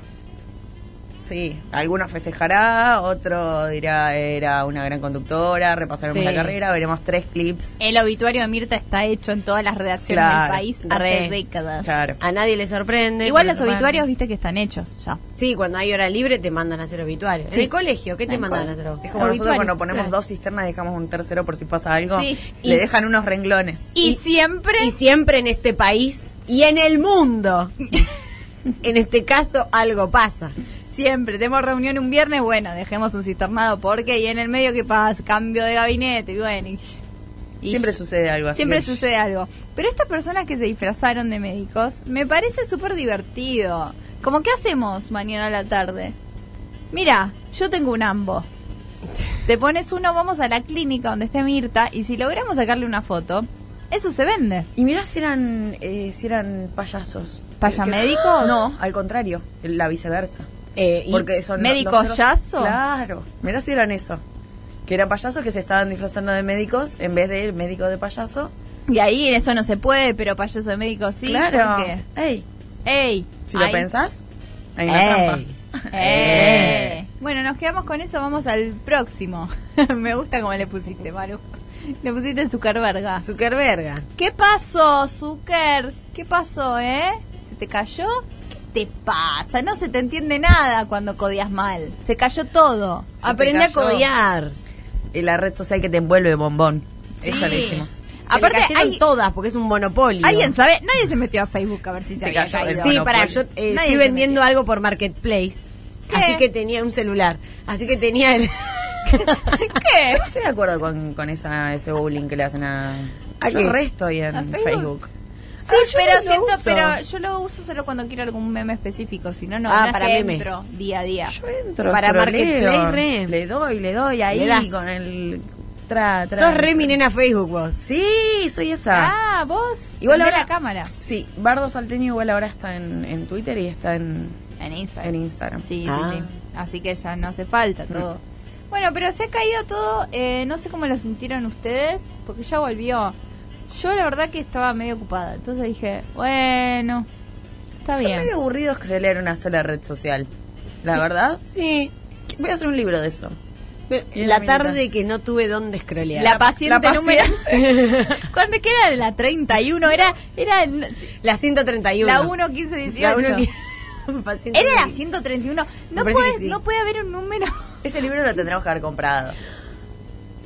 E: Sí, algunos festejará, otro dirá era una gran conductora, repasaremos
F: Sí.
E: la carrera, veremos tres clips.
D: El obituario de Mirta está hecho en todas las redacciones del
E: Claro,
D: país
F: re,
D: hace décadas.
E: Claro.
F: Ah, A nadie le sorprende.
D: Igual
F: pero
D: los
F: bueno.
D: obituarios, viste que están hechos ya.
F: Sí, cuando hay hora libre te mandan a hacer obituarios. En el colegio, ¿qué te mandan a hacer
E: Es
F: obituarios?
E: como nosotros
D: Obituario,
E: cuando ponemos
D: claro.
E: dos cisternas dejamos un tercero por si pasa algo.
D: Sí.
E: Le
D: Y-
E: dejan unos renglones.
D: Y, siempre
F: Y siempre en este país y en
D: [laughs]
F: el mundo. en este caso, algo pasa.
D: Siempre, tenemos reunión un viernes, bueno, dejemos un cisternado porque y en el medio que pasa, cambio de gabinete, y bueno, y sh- y
E: Siempre
D: sh-
E: sucede algo así.
D: Siempre
E: que-
D: sucede algo. Pero estas personas que se disfrazaron de médicos, me parece súper divertido. Como, ¿qué hacemos mañana a la tarde? Mira, yo tengo un
E: [laughs]
D: ambo. Te pones uno, vamos a la clínica donde esté Mirta y si logramos sacarle una foto, eso se vende.
E: Y mirá si eran, eh, si eran payasos.
D: ¿Payamédicos?
E: No, al contrario, la viceversa.
F: Eh, y-
E: Porque son los-
D: ¿médicos
E: los otros-
D: yazo?
E: Claro, mirá si eran eso. Que eran payasos que se estaban disfrazando de médicos en vez de ir médico de payaso.
D: Y ahí eso no se puede, pero payaso de médico sí.
E: claro.
D: ¿por qué?
E: Ey,
D: ¡Ey!
E: si
D: ahí-
E: lo pensás, hay una
F: Ey.
E: trampa.
D: Eh. Bueno, nos quedamos con eso, vamos al próximo. [laughs] Me gusta como le pusiste, Maru. Le pusiste Zuckerberga.
F: Zuckerberga.
D: ¿Qué pasó, Zucker? ¿Qué pasó, eh? ¿Se te cayó? ¿Qué te pasa? No se te entiende nada cuando codias mal. Se cayó todo.
E: Se te
F: Aprende a
E: cayó.
F: codiar.
E: Y la red social que te envuelve bombón. Eso
D: Sí.
E: le dijimos.
F: Se le
D: Aparte,
F: cayeron
D: hay-
F: todas porque es un monopolio.
D: ¿alguien sabe? Nadie se metió a Facebook a ver si se
E: Se
D: había
E: cayó el
D: caído.
F: Sí,
E: Monopolio.
F: para yo eh,
D: Nadie
F: estoy
D: se
F: vendiendo algo por Marketplace.
D: ¿Qué?
F: Así que tenía un celular. Así que
D: [laughs]
F: tenía el.
E: Yo no estoy de acuerdo con, con esa, ese bullying que le hacen a.
F: ¿A
E: yo
F: qué?
E: re estoy en
D: ¿A Facebook?
E: Facebook.
D: Sí,
E: Ah, yo
D: pero
E: no lo
D: siento,
E: uso.
D: pero yo lo uso solo cuando quiero algún meme específico, si no, no,
F: Ah,
D: no
F: para
D: es que
F: memes.
D: entro día a día.
E: Yo entro.
F: Para
E: troleo.
F: Marketplace, re.
E: Le doy, le doy ahí
F: Le das.
E: con el. Tra, tra,
F: Sos re mi nena Facebook vos.
E: Sí, soy esa.
D: Ah, vos.
E: Igual
D: Igual
E: ahora-
D: la cámara.
E: Sí, Bardo Salteño igual ahora está en, en Twitter y está en,
D: En Instagram.
E: en Instagram. Mm.
D: Sí, sí,
F: Ah.
D: sí. Así que ya no hace falta todo. Bueno, pero se ha caído todo. eh, no sé cómo lo sintieron ustedes, porque ya volvió. Yo la verdad que estaba medio ocupada. Entonces dije, bueno, está
E: Son
D: bien.
E: medio aburridos creer una sola red social. La verdad,
F: Sí.
E: voy a hacer un libro de eso. Y
F: La
E: la
F: tarde que no tuve dónde scrollear.
D: La paciente,
E: La
D: [laughs] número... ¿Cuándo que era? La 31, era, era n-
F: La 131.
D: la 1, 15, 18.
F: La 1 [laughs]
D: Era la 131.
F: Me
D: No,
F: parece
D: puede,
F: que sí.
D: no puede haber un
F: [laughs]
D: número.
E: Ese libro lo tendremos que haber comprado.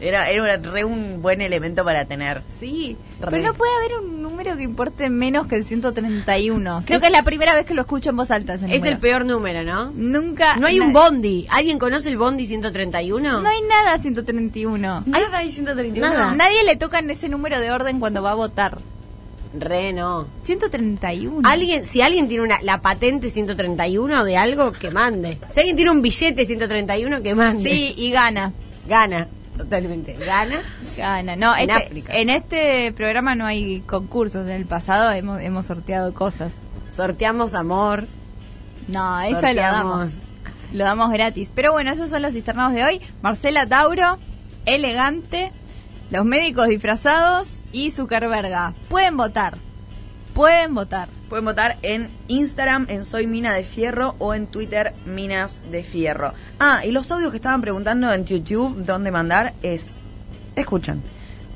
E: Era, era una- re un buen elemento para tener.
D: Sí,
E: Re.
D: pero no puede haber un número que importe menos que el 131. Creo que es la primera vez que lo escucho en voz alta. Ese
F: Es
D: número.
F: el peor número, ¿no?
D: Nunca.
F: No hay un
D: na-
F: Bondi. ¿Alguien conoce el Bondi 131?
D: No hay nada 131.
E: Nada hay 131.
F: Nada.
D: Nadie le toca en ese número de orden cuando va a votar.
F: Re no.
D: 131.
F: Alguien, si alguien tiene una, la patente 131 de algo, que mande. Si alguien tiene un billete 131, que mande.
D: Sí, y gana.
F: Gana, totalmente. Gana.
D: Gana. No,
F: En
D: este-
F: África.
D: en este programa no hay concursos. En el pasado hemos, hemos sorteado cosas.
F: Sorteamos amor.
D: No, eso lo
F: Sorteamos.
D: damos. Lo damos gratis. Pero bueno, esos son los internados de hoy. Marcela Tauro, elegante, los médicos disfrazados y Zuckerberga. Pueden votar. Pueden votar.
E: Pueden votar en Instagram, en Soy Mina de Fierro o en Twitter, Minas de Fierro. Ah, y los audios que estaban preguntando en YouTube dónde mandar es. Escuchan.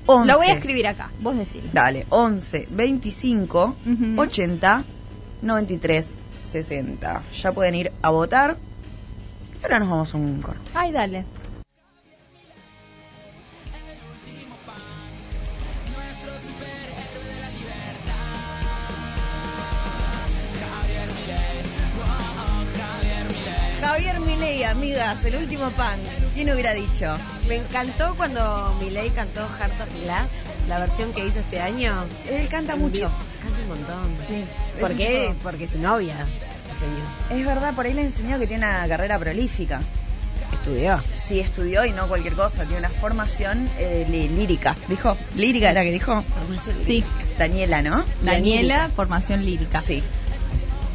E: 11,
D: Lo voy a escribir acá. Vos decís.
E: Dale, 11 25
D: Ujú.
E: 80 93 60. Ya pueden ir a votar. Y ahora nos vamos a un corte.
D: Ay, dale.
C: Javier Milei, amigas, el último pan. ¿Quién hubiera dicho?
F: Me encantó cuando Milei cantó Heart of Glass, la versión que hizo este año.
C: Él canta mucho.
F: Canta un montón.
E: Sí,
F: ¿Por
E: es
F: qué?
E: un
F: Porque es su novia. el señor.
E: Es verdad, por ahí le enseñó que tiene una carrera prolífica.
F: estudió.
E: Sí, estudió y no cualquier cosa. Tiene una formación eh, lí- lírica. ¿Dijo? ¿Lírica era que dijo?
D: Sí.
E: Daniela, ¿no?
D: Daniela, formación lírica.
E: Sí.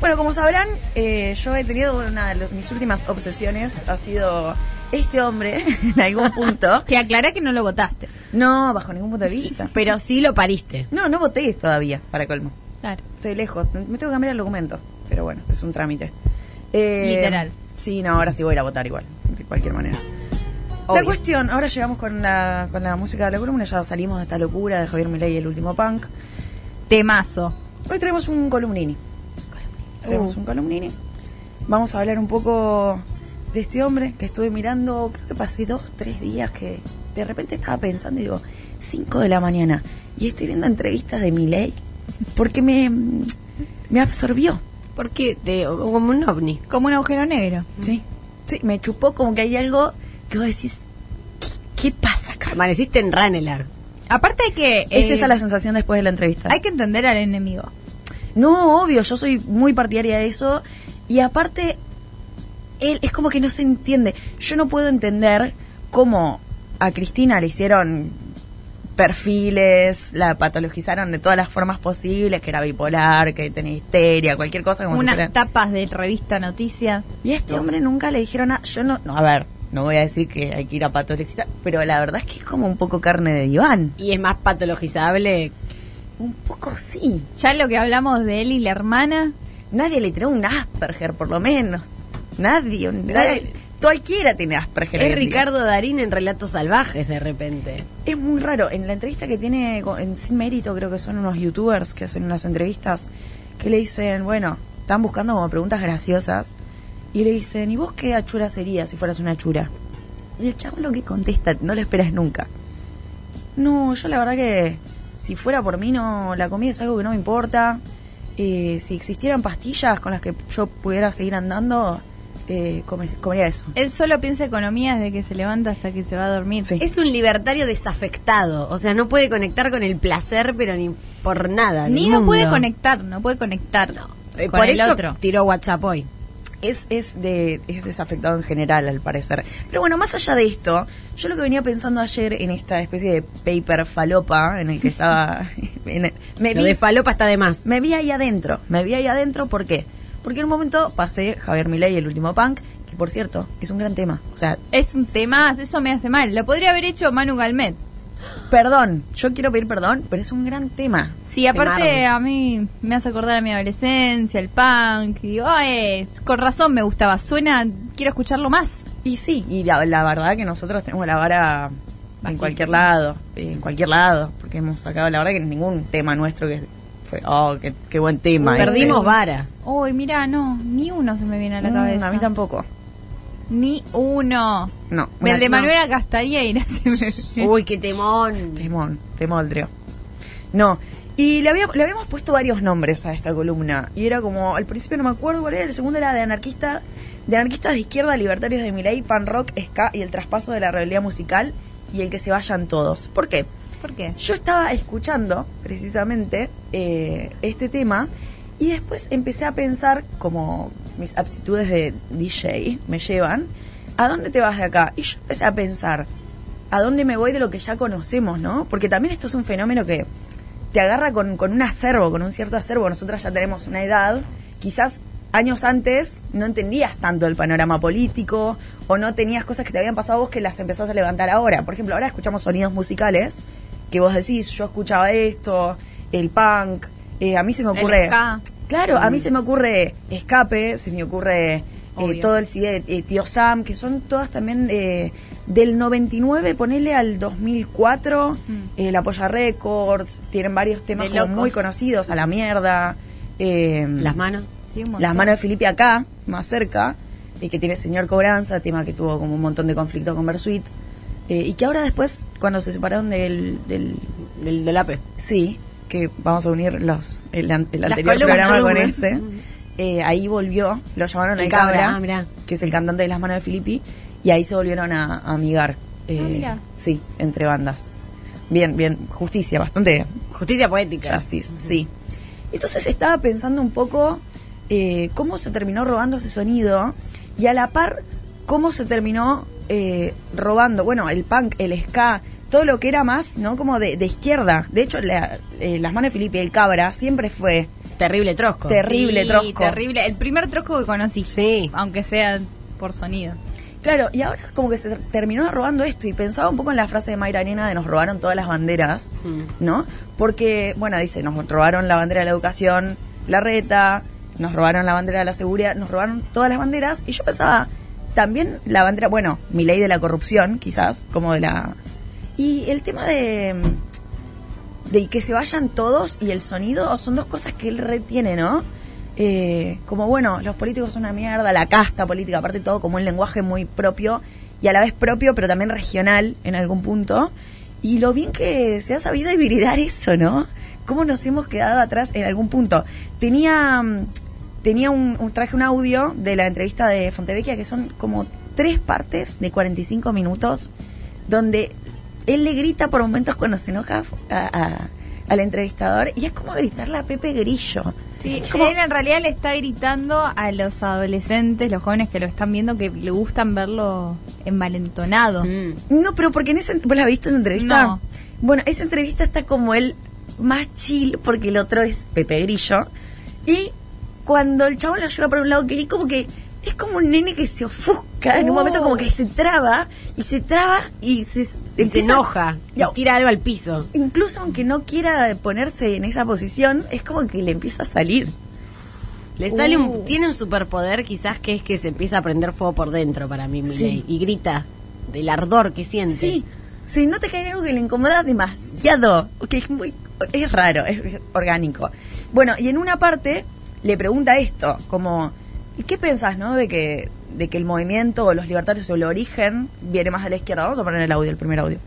E: Bueno, como sabrán, eh, yo he tenido una de lo- mis últimas obsesiones. Ha sido este hombre [laughs] en algún punto.
D: Que aclara que no lo votaste.
E: No, bajo ningún punto de vista.
F: Pero sí lo pariste.
E: No, no voté todavía, para colmo.
D: Claro.
E: Estoy lejos. Me tengo que cambiar el documento. Pero bueno, es un trámite. Eh,
D: Literal.
E: Sí, no, ahora sí voy a ir a votar igual. De cualquier manera. La
D: Obvio.
E: cuestión, ahora llegamos con la, con la música de la columna. Ya salimos de esta locura de Javier Milei y el último punk.
D: Temazo. Uh.
E: Hoy traemos un columnini. Traemos un columnini. Vamos a hablar un poco de este hombre que estuve mirando, creo que pasé dos, tres días que de repente estaba pensando y digo, 5 de la mañana. Y estoy viendo entrevistas de Milei porque me, me absorbió.
F: Porque te, como un ovni.
D: Como un agujero negro.
F: Mm.
E: Sí. Sí, me chupó como que hay algo que vos decís, ¿qué, qué pasa acá?
F: Amaneciste en Ranelar.
D: Aparte de que.
E: Es
D: eh,
E: esa la sensación después de la entrevista.
D: Hay que entender al enemigo.
E: No, obvio, yo soy muy partidaria de eso. Y aparte, él es como que no se entiende. Yo no puedo entender cómo a Cristina le hicieron perfiles, la patologizaron de todas las formas posibles, que era bipolar, que tenía histeria, cualquier cosa como si
D: Unas
E: fuera-
D: tapas de revista noticia.
E: Y a este hombre nunca le dijeron nada. Yo no, no, a ver, no voy a decir que hay que ir a patologizar, pero la verdad es que es como un poco carne de diván.
F: Y es más patologizable.
E: Un poco sí.
D: Ya lo que hablamos de él y la hermana.
E: Nadie le tiró un Asperger, por lo menos. Nadie. un- nadie- cualquiera tiene Asperger. hoy
F: Es
E: en día.
F: Ricardo Darín en Relatos Salvajes de repente.
E: Es muy raro. En la entrevista que tiene con- en Sin Mérito, creo que son unos youtubers que hacen unas entrevistas, que le dicen, bueno, están buscando como preguntas graciosas. Y le dicen, ¿y vos qué achura serías si fueras una achura? Y el chabón lo que contesta, no lo esperas nunca. No, yo la verdad que si fuera por mí, no, la comida es algo que no me importa. Eh, si existieran pastillas con las que yo pudiera seguir andando, eh, come- comería eso.
D: Él solo piensa economía desde que se levanta hasta que se va a dormir.
E: Sí.
F: Es un libertario desafectado. O sea, no puede conectar con el placer, pero ni por nada. del
D: Ni no
F: mundo.
D: puede conectar, no puede conectarlo.
F: Eh,
D: con
F: por
D: el
F: eso
D: otro.
F: tiró WhatsApp hoy.
E: es, es, de, es desafectado en general, al parecer. Pero bueno, más allá de esto, yo lo que venía pensando ayer en esta especie de paper falopa en el que
F: [laughs]
E: estaba. en el- me,
F: Lo
E: vi,
F: de falopa está de más.
E: me vi ahí adentro. Me vi ahí adentro, ¿por qué? Porque en un momento pasé Javier Milei, el último punk, que por cierto, es un gran tema. O sea,
D: Es un tema, eso me hace mal. Lo podría haber hecho Manu Galmet.
E: perdón, yo quiero pedir perdón, pero es un gran tema.
D: Sí, aparte
F: Temaron.
D: a mí me hace acordar a mi adolescencia, el punk. Y digo, "Ay, con razón me gustaba. Suena, quiero escucharlo más.
E: Y sí, y la, la verdad que nosotros tenemos la vara en cualquier lado, eh, en cualquier lado, porque hemos sacado la verdad que ningún tema nuestro que fue, oh, qué, qué buen tema. este.
F: Perdimos vara.
D: Uy, mira, no, ni uno se me viene a la
E: Mm,
D: cabeza.
E: a mí tampoco.
D: Ni uno.
E: No. una-
D: El de
E: no.
D: Manuela Castañeira se me viene.
F: Uy, qué temón.
E: Temón, temoldrio. No. Y le, había- le habíamos puesto varios nombres a esta columna. Y era como, al principio no me acuerdo cuál era, el segundo era de anarquista, de anarquistas de izquierda, libertarios de Milei, pan rock, ska y el traspaso de la rebeldía musical y el que se vayan todos. ¿Por qué?
D: ¿Por qué?
E: Yo estaba escuchando precisamente eh, este tema y después empecé a pensar, como mis aptitudes de DJ me llevan, ¿a dónde te vas de acá? Y yo empecé a pensar, ¿a dónde me voy de lo que ya conocemos, no? Porque también esto es un fenómeno que te agarra con, con un acervo, con un cierto acervo. Nosotras ya tenemos una edad, quizás años antes no entendías tanto el panorama político o no tenías cosas que te habían pasado a vos que las empezás a levantar ahora. Por ejemplo, ahora escuchamos sonidos musicales que vos decís, yo escuchaba esto, el punk, eh, a mí se me
D: El
E: ocurre...
D: ska.
E: Claro, a mí se me ocurre Escape, se me ocurre eh,
D: Mm. Obvio.
E: todo el CD de eh, Tío Sam, que son todas también eh, del 99, ponele al 2004, eh, La Polla Records, tienen varios temas
D: Mm. De
E: como
D: locos.
E: muy conocidos, A la Mierda, eh,
F: Las manos.
D: Sí, un montón.
E: Las Manos de Filipe acá, más cerca, eh, que tiene Señor Cobranza, tema que tuvo como un montón de conflicto con Bersuit, eh, y que ahora después, cuando se separaron del- del
F: Del, del AP.
E: Sí, que vamos a unir los el, an- el
D: Las
E: anterior
D: columnas,
E: programa con
D: columnas.
E: este. Eh, ahí volvió, lo llamaron
F: El
E: el
F: Cabra,
E: Cabra,
F: ah, mirá.
E: que es el cantante de Las Manos de Filippi, y ahí se volvieron a, a amigar. eh,
D: mirá.
E: sí, entre bandas. Bien, bien, justicia, bastante
F: Justicia poética.
E: justice, sí. Entonces estaba pensando un poco eh, cómo se terminó robando ese sonido y a la par cómo se terminó eh, robando, bueno, el punk, el ska, todo lo que era más, ¿no? Como de, de izquierda. De hecho, la- eh, las manos de Felipe, el cabra, siempre fue
F: Terrible trosco.
E: terrible
D: Sí,
E: trosco.
D: Terrible. El primer trosco que conocí.
F: Sí.
D: Aunque sea por sonido.
E: Claro, y ahora como que se ter- terminó robando esto y pensaba un poco en la frase de Mayra Arena de nos robaron todas las banderas, ¿no? Porque, bueno, dice, nos robaron la bandera de la educación, la reta, nos robaron la bandera de la seguridad, nos robaron todas las banderas y yo pensaba también la bandera, bueno, mi ley de la corrupción, quizás, como de la... Y el tema de del que se vayan todos y el sonido son dos cosas que él retiene, ¿no? Eh, como bueno, los políticos son una mierda, la casta política, aparte de todo, como un lenguaje muy propio y a la vez propio, pero también regional en algún punto. Y lo bien que se ha sabido hibridar eso, ¿no? ¿Cómo nos hemos quedado atrás en algún punto? Tenía, mm, tenía un, un- traje un audio de la entrevista de Fontevecchia que son como tres partes de 45 minutos donde él le grita por momentos cuando se enoja a- a- al entrevistador y es como gritarle a Pepe Grillo.
D: Sí,
E: Es como-
D: él en realidad le está gritando a los adolescentes, los jóvenes que lo están viendo, que le gustan verlo envalentonado.
F: Mm.
E: No, pero porque en esa, ¿vos la viste esa entrevista?
D: No.
E: Bueno, esa entrevista está como él más chill porque el otro es Pepe Grillo y cuando el chabón lo lleva por un lado que él como que es como un nene que se ofusca en un
D: Oh.
E: momento como que se traba y se traba y se, se
F: Y se
E: empieza-
F: enoja. y
E: No,
F: tira algo al piso.
E: incluso aunque no quiera ponerse en esa posición, es como que le empieza a salir.
F: Le sale
E: Uh.
F: un, tiene un superpoder quizás que es que se empieza a prender fuego por dentro para mí, Milei, y grita del ardor que siente.
E: Sí, se nota que hay algo que le incomoda demasiado, que es muy, es raro, es, es orgánico. Bueno, y en una parte le pregunta esto, como, ¿y qué pensás, no? De que, de que el movimiento o los libertarios o el origen viene más de la izquierda. Vamos a poner el audio, el primer audio.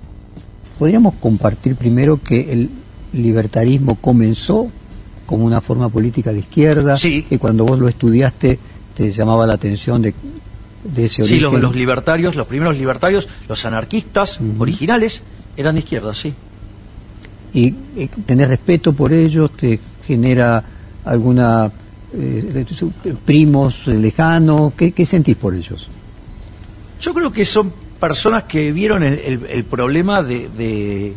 H: Podríamos compartir primero que el libertarismo comenzó como una forma política de izquierda,
I: Sí.
H: que cuando vos lo estudiaste te llamaba la atención de, de ese
I: Sí,
H: origen.
I: los, los libertarios, los primeros libertarios, los anarquistas
H: Ujú.
I: originales eran de izquierda, sí.
H: y eh, tener respeto por ellos te genera alguna eh, su- primos eh, lejanos, ¿qué, qué sentís por ellos?
I: Yo creo que son personas que vieron el, el- el problema de, de-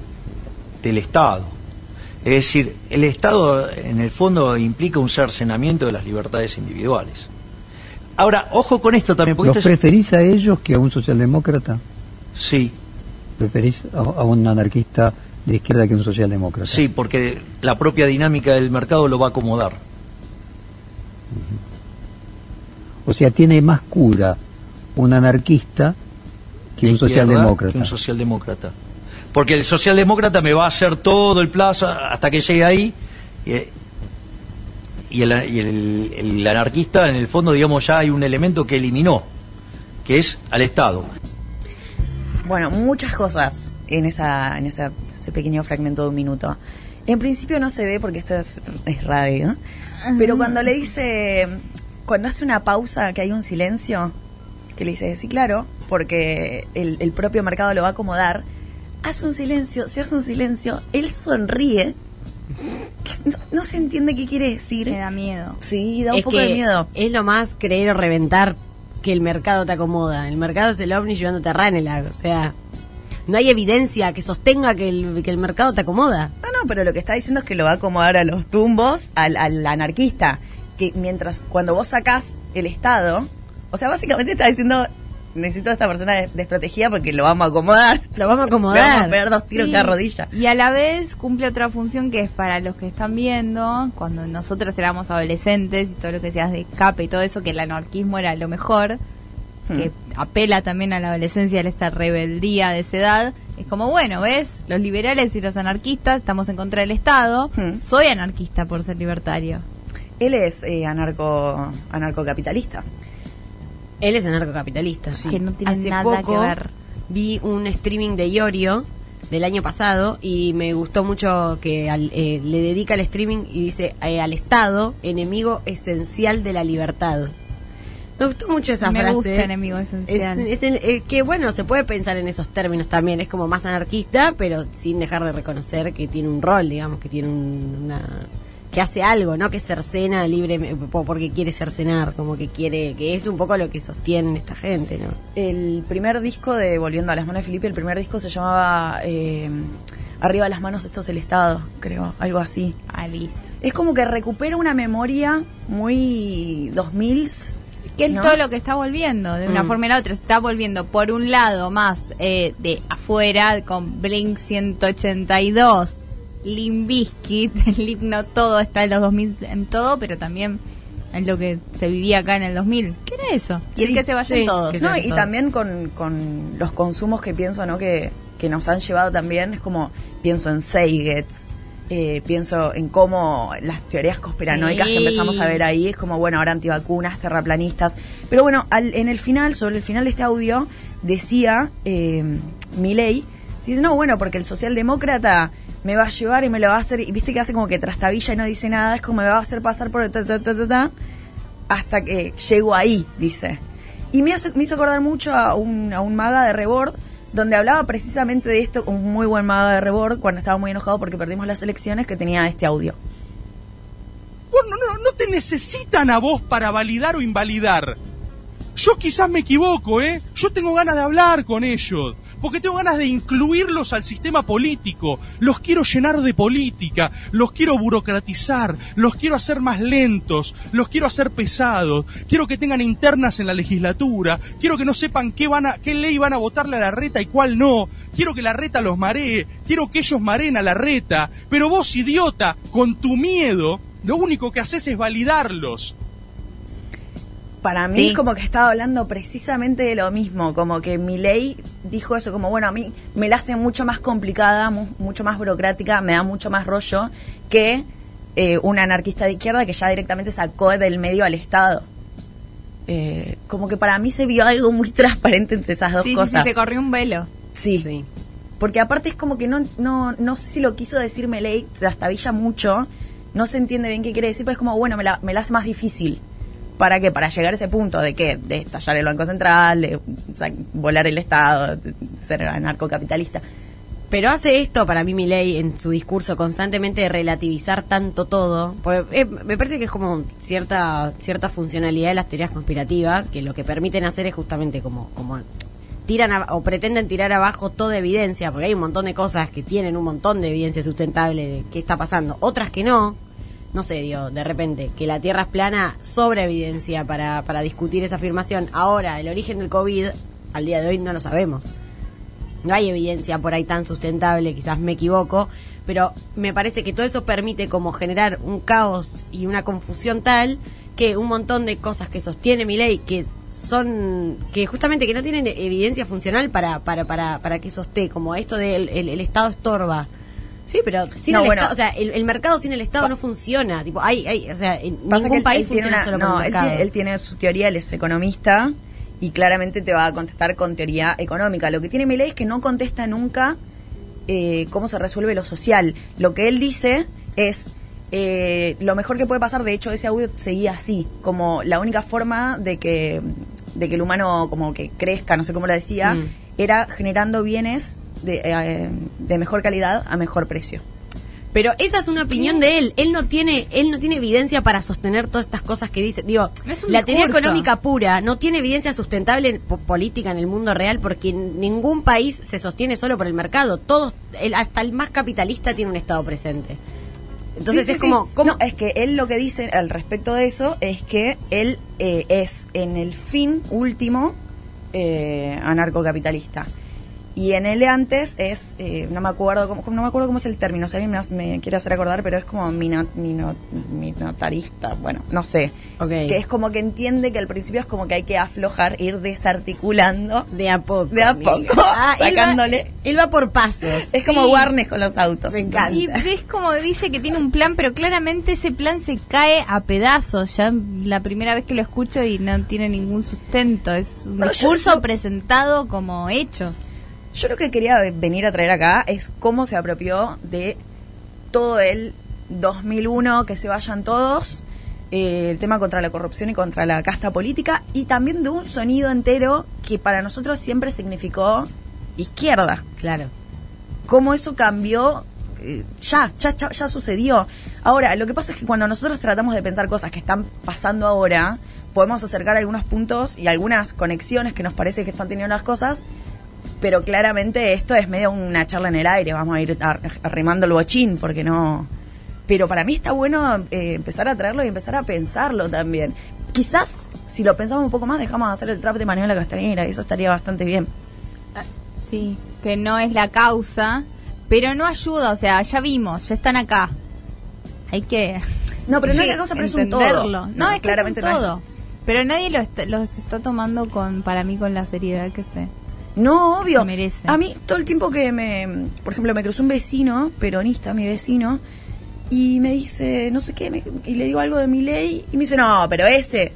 I: del Estado. Es decir, el Estado en el fondo implica un cercenamiento de las libertades individuales. Ahora, ojo con esto también, porque
H: ¿Los
I: esto es-
H: preferís a ellos que a un socialdemócrata?
I: Sí,
H: ¿Preferís a, a un anarquista de izquierda que a un socialdemócrata?
I: sí, porque la propia dinámica del mercado lo va a acomodar.
H: O sea, tiene más cura un anarquista que
I: de
H: un
I: izquierda
H: socialdemócrata.
I: que un socialdemócrata. Porque el socialdemócrata me va a hacer todo el plazo hasta que llegue ahí. Y, eh, y el, y el- el anarquista, en el fondo, digamos, ya hay un elemento que eliminó, que es al Estado.
E: Bueno, muchas cosas en, esa, en esa- ese pequeño fragmento de un minuto. En principio no se ve porque esto es, es radio, pero cuando le dice, cuando hace una pausa, que hay un silencio, que le dice, sí, claro, porque el, el propio mercado lo va a acomodar, hace un silencio, se hace un silencio, él
D: [laughs]
E: sonríe, no, no se entiende qué quiere decir.
D: Me da miedo.
E: Sí, da un poco de
F: que
E: miedo.
F: Es lo más creer o reventar que el mercado te acomoda. El mercado es el ovni llevándote a Ranelagh. O sea, no hay evidencia que sostenga que el, que el mercado te acomoda.
E: No, no, pero lo que está diciendo es que lo va a acomodar a los tumbos, al, al anarquista. Que mientras, cuando vos sacás el Estado, o sea, básicamente está diciendo, necesito a esta persona des- desprotegida porque lo vamos a acomodar.
F: Lo vamos
E: [laughs]
F: a
E: Le vamos a
F: acomodar.
E: pegar dos tiros en
D: Sí,
E: cada rodilla.
D: Y a la vez cumple otra función que es para los que están viendo, cuando nosotros éramos adolescentes y todo lo que seas de escape y todo eso, que el anarquismo era lo mejor,
E: Mm. Hmm.
D: que apela también a la adolescencia, a esa rebeldía de esa edad. Es como, bueno, ¿ves? Los liberales y los anarquistas estamos en contra del Estado.
E: Hmm.
D: Soy anarquista por ser libertario.
E: Él es eh, anarco, anarcocapitalista.
F: Él es anarcocapitalista. Sí.
D: Que no tiene
F: Hace
D: nada
F: poco
D: que ver.
F: Vi un streaming de Iorio del año pasado y me gustó mucho que al- eh, le dedica al streaming y dice eh, al Estado, enemigo esencial de la libertad. Me gustó mucho esa
D: Me
F: frase.
D: gusta enemigo esencial.
F: Es- es el- eh, que bueno, se puede pensar en esos términos también, es como más anarquista, pero sin dejar de reconocer que tiene un rol, digamos, que tiene un- una que hace algo, ¿no? Que cercena libre po- porque quiere cercenar, como que quiere, que es un poco lo que sostiene esta gente, ¿no?
E: El primer disco de Volviendo a las manos de Felipe, el primer disco se llamaba eh, Arriba las manos, esto es el Estado, creo, algo así.
D: Ah, listo.
E: Es como que recupera una memoria muy 2000
D: Que es
E: ¿No?
D: todo lo que está volviendo, de una
E: Mm.
D: forma y la otra. Está volviendo, por un lado, más eh, de afuera, con Blink 182, Limp Bizkit, [laughs] el himno todo está en los 2000, en todo, pero también en lo que se vivía acá en el 2000. ¿Qué era eso? Y el
E: Sí,
D: que se vayan
E: sí,
D: todos.
E: que se
D: ¿no?
E: vayan
D: Y
E: todos.
D: también
E: también con, con los consumos que pienso, ¿no? Que, que nos han llevado también, es como pienso en Seigets, eh, pienso en cómo las teorías conspiranoicas
D: Sí.
E: que empezamos a ver ahí, es como, bueno, ahora antivacunas, terraplanistas. Pero bueno, al- en el final, sobre el final de este audio, decía eh, Milei, dice, no, bueno, porque el socialdemócrata me va a llevar y me lo va a hacer, y viste que hace como que trastabilla y no dice nada, es como me va a hacer pasar por... el ta, ta, ta, ta, ta, hasta que llego ahí, dice. Y me, hace- me hizo acordar mucho a un, a un maga de Rebord, donde hablaba precisamente de esto, un muy buen maga de Rebord, cuando estaba muy enojado porque perdimos las elecciones, que tenía este audio.
J: Bueno, no, no te necesitan a vos para validar o invalidar. Yo quizás me equivoco, ¿eh? Yo tengo ganas de hablar con ellos, porque tengo ganas de incluirlos al sistema político. Los quiero llenar de política, los quiero burocratizar, los quiero hacer más lentos, los quiero hacer pesados, quiero que tengan internas en la legislatura, quiero que no sepan qué, van a, qué ley van a votarle a la reta y cuál no, quiero que la reta los maree, quiero que ellos mareen a la reta. Pero vos, idiota, con tu miedo, lo único que haces es validarlos.
E: Para mí,
J: Sí.
E: como que estaba hablando precisamente de lo mismo, como que Milei dijo eso, como bueno, a mí me la hace mucho más complicada, mu- mucho más burocrática, me da mucho más rollo que eh, un anarquista de izquierda que ya directamente sacó del medio al Estado. Eh, como que para mí se vio algo muy [laughs] transparente entre esas dos
D: Sí, sí, sí,
E: cosas.
D: se corrió un velo.
E: Sí. Porque aparte es como que no, no, no sé si lo quiso decir Meley, trastabilla mucho, no se entiende bien qué quiere decir, pero es como, bueno, me la, me la hace más difícil. ¿Para qué? Para llegar a ese punto de que, de estallar el Banco Central, de sa- volar el Estado, de ser anarcocapitalista.
F: Pero hace esto para mí Milei en su discurso constantemente de relativizar tanto todo. Porque, eh, me parece que es como cierta cierta funcionalidad de las teorías conspirativas que lo que permiten hacer es justamente como como tiran a- o pretenden tirar abajo toda evidencia, porque hay un montón de cosas que tienen un montón de evidencia sustentable de qué está pasando, otras que no. No sé, digo, de repente, que la Tierra es plana, sobra evidencia para, para discutir esa afirmación. Ahora, el origen del COVID, al día de hoy no lo sabemos no hay evidencia por ahí tan sustentable, quizás me equivoco, pero me parece que todo eso permite como generar un caos y una confusión tal que un montón de cosas que sostiene mi ley que son que justamente que no tienen evidencia funcional para para para, para que sosté como esto del el, el estado estorba sí pero sin
E: No,
F: el
E: bueno.
F: Estado- o sea el, el mercado sin el estado no funciona tipo hay hay o sea en
E: Pasa que
F: ningún
E: él-
F: país
E: él tiene
F: funciona
E: una-
F: solo
E: no,
F: con el
E: él
F: mercado
E: tiene- él tiene su teoría, él es economista y claramente te va a contestar con teoría económica. Lo que tiene Milei es que no contesta nunca eh, cómo se resuelve lo social. Lo que él dice es eh, lo mejor que puede pasar. De hecho, ese audio seguía así, como la única forma de que de que el humano como que crezca, no sé cómo la decía,
F: Mm.
E: era generando bienes de, eh, de mejor calidad a mejor precio.
F: Pero esa es una opinión de él. Él no tiene, él no tiene evidencia para sostener todas estas cosas que dice. Digo,
D: Es un
F: la teoría
D: discurso.
F: económica pura no tiene evidencia sustentable en- po- política en el mundo real porque ningún país se sostiene solo por el mercado. Todos, el- hasta el más capitalista tiene un estado presente. Entonces
E: Sí,
F: es
E: sí,
F: como,
E: sí. No, es que él lo que dice al respecto de eso es que él eh, es en el fin último eh, anarcocapitalista. Y en el antes es, eh, no me acuerdo cómo, no me acuerdo cómo es el término, si alguien me, hace- me quiere hacer acordar, pero es como mino- mino- minotarista, bueno, no sé. Que es como que entiende que al principio es como que hay que aflojar, ir desarticulando.
F: De a poco.
E: De a
F: amiga.
E: poco,
F: Ah, él va-
E: sacándole.
F: él va por pasos.
E: Es como
D: Sí.
E: Warnes con los autos. Me
D: Y es como dice que tiene un plan, pero claramente ese plan se cae a pedazos. Ya la primera vez que lo escucho y no tiene ningún sustento. Es un
E: No, yo-
D: discurso
E: yo-
D: presentado como hechos.
E: Yo lo que quería venir a traer acá es cómo se apropió de todo el 2001, que se vayan todos, eh, el tema contra la corrupción y contra la casta política, y también de un sonido entero que para nosotros siempre significó izquierda.
F: Claro.
E: Cómo eso cambió, eh, ya, ya, ya, ya sucedió. Ahora, lo que pasa es que cuando nosotros tratamos de pensar cosas que están pasando ahora, podemos acercar algunos puntos y algunas conexiones que nos parece que están teniendo las cosas, pero claramente esto es medio una charla en el aire, vamos a ir ar- arrimando el bochín, porque no... Pero para mí está bueno eh, empezar a traerlo y empezar a pensarlo también. Quizás, si lo pensamos un poco más, dejamos de hacer el trap de Manuela Castañera, y eso estaría bastante bien.
D: Sí, que no es la causa, pero no ayuda, o sea, ya vimos, ya están acá. Hay que
E: [laughs] No, pero no es la causa, pero es un todo.
D: entenderlo. No,
E: No,
D: es
E: claramente
D: claramente que es
E: no
D: un
E: es-
D: todo. Pero nadie lo está- los está tomando con para mí con la seriedad que se
E: No, obvio.
D: merece.
E: A mí, todo el tiempo que me. Por ejemplo, me cruzó un vecino, peronista, mi vecino, y me dice, no sé qué, me- y le digo algo de mi ley, y me dice, no, pero ese.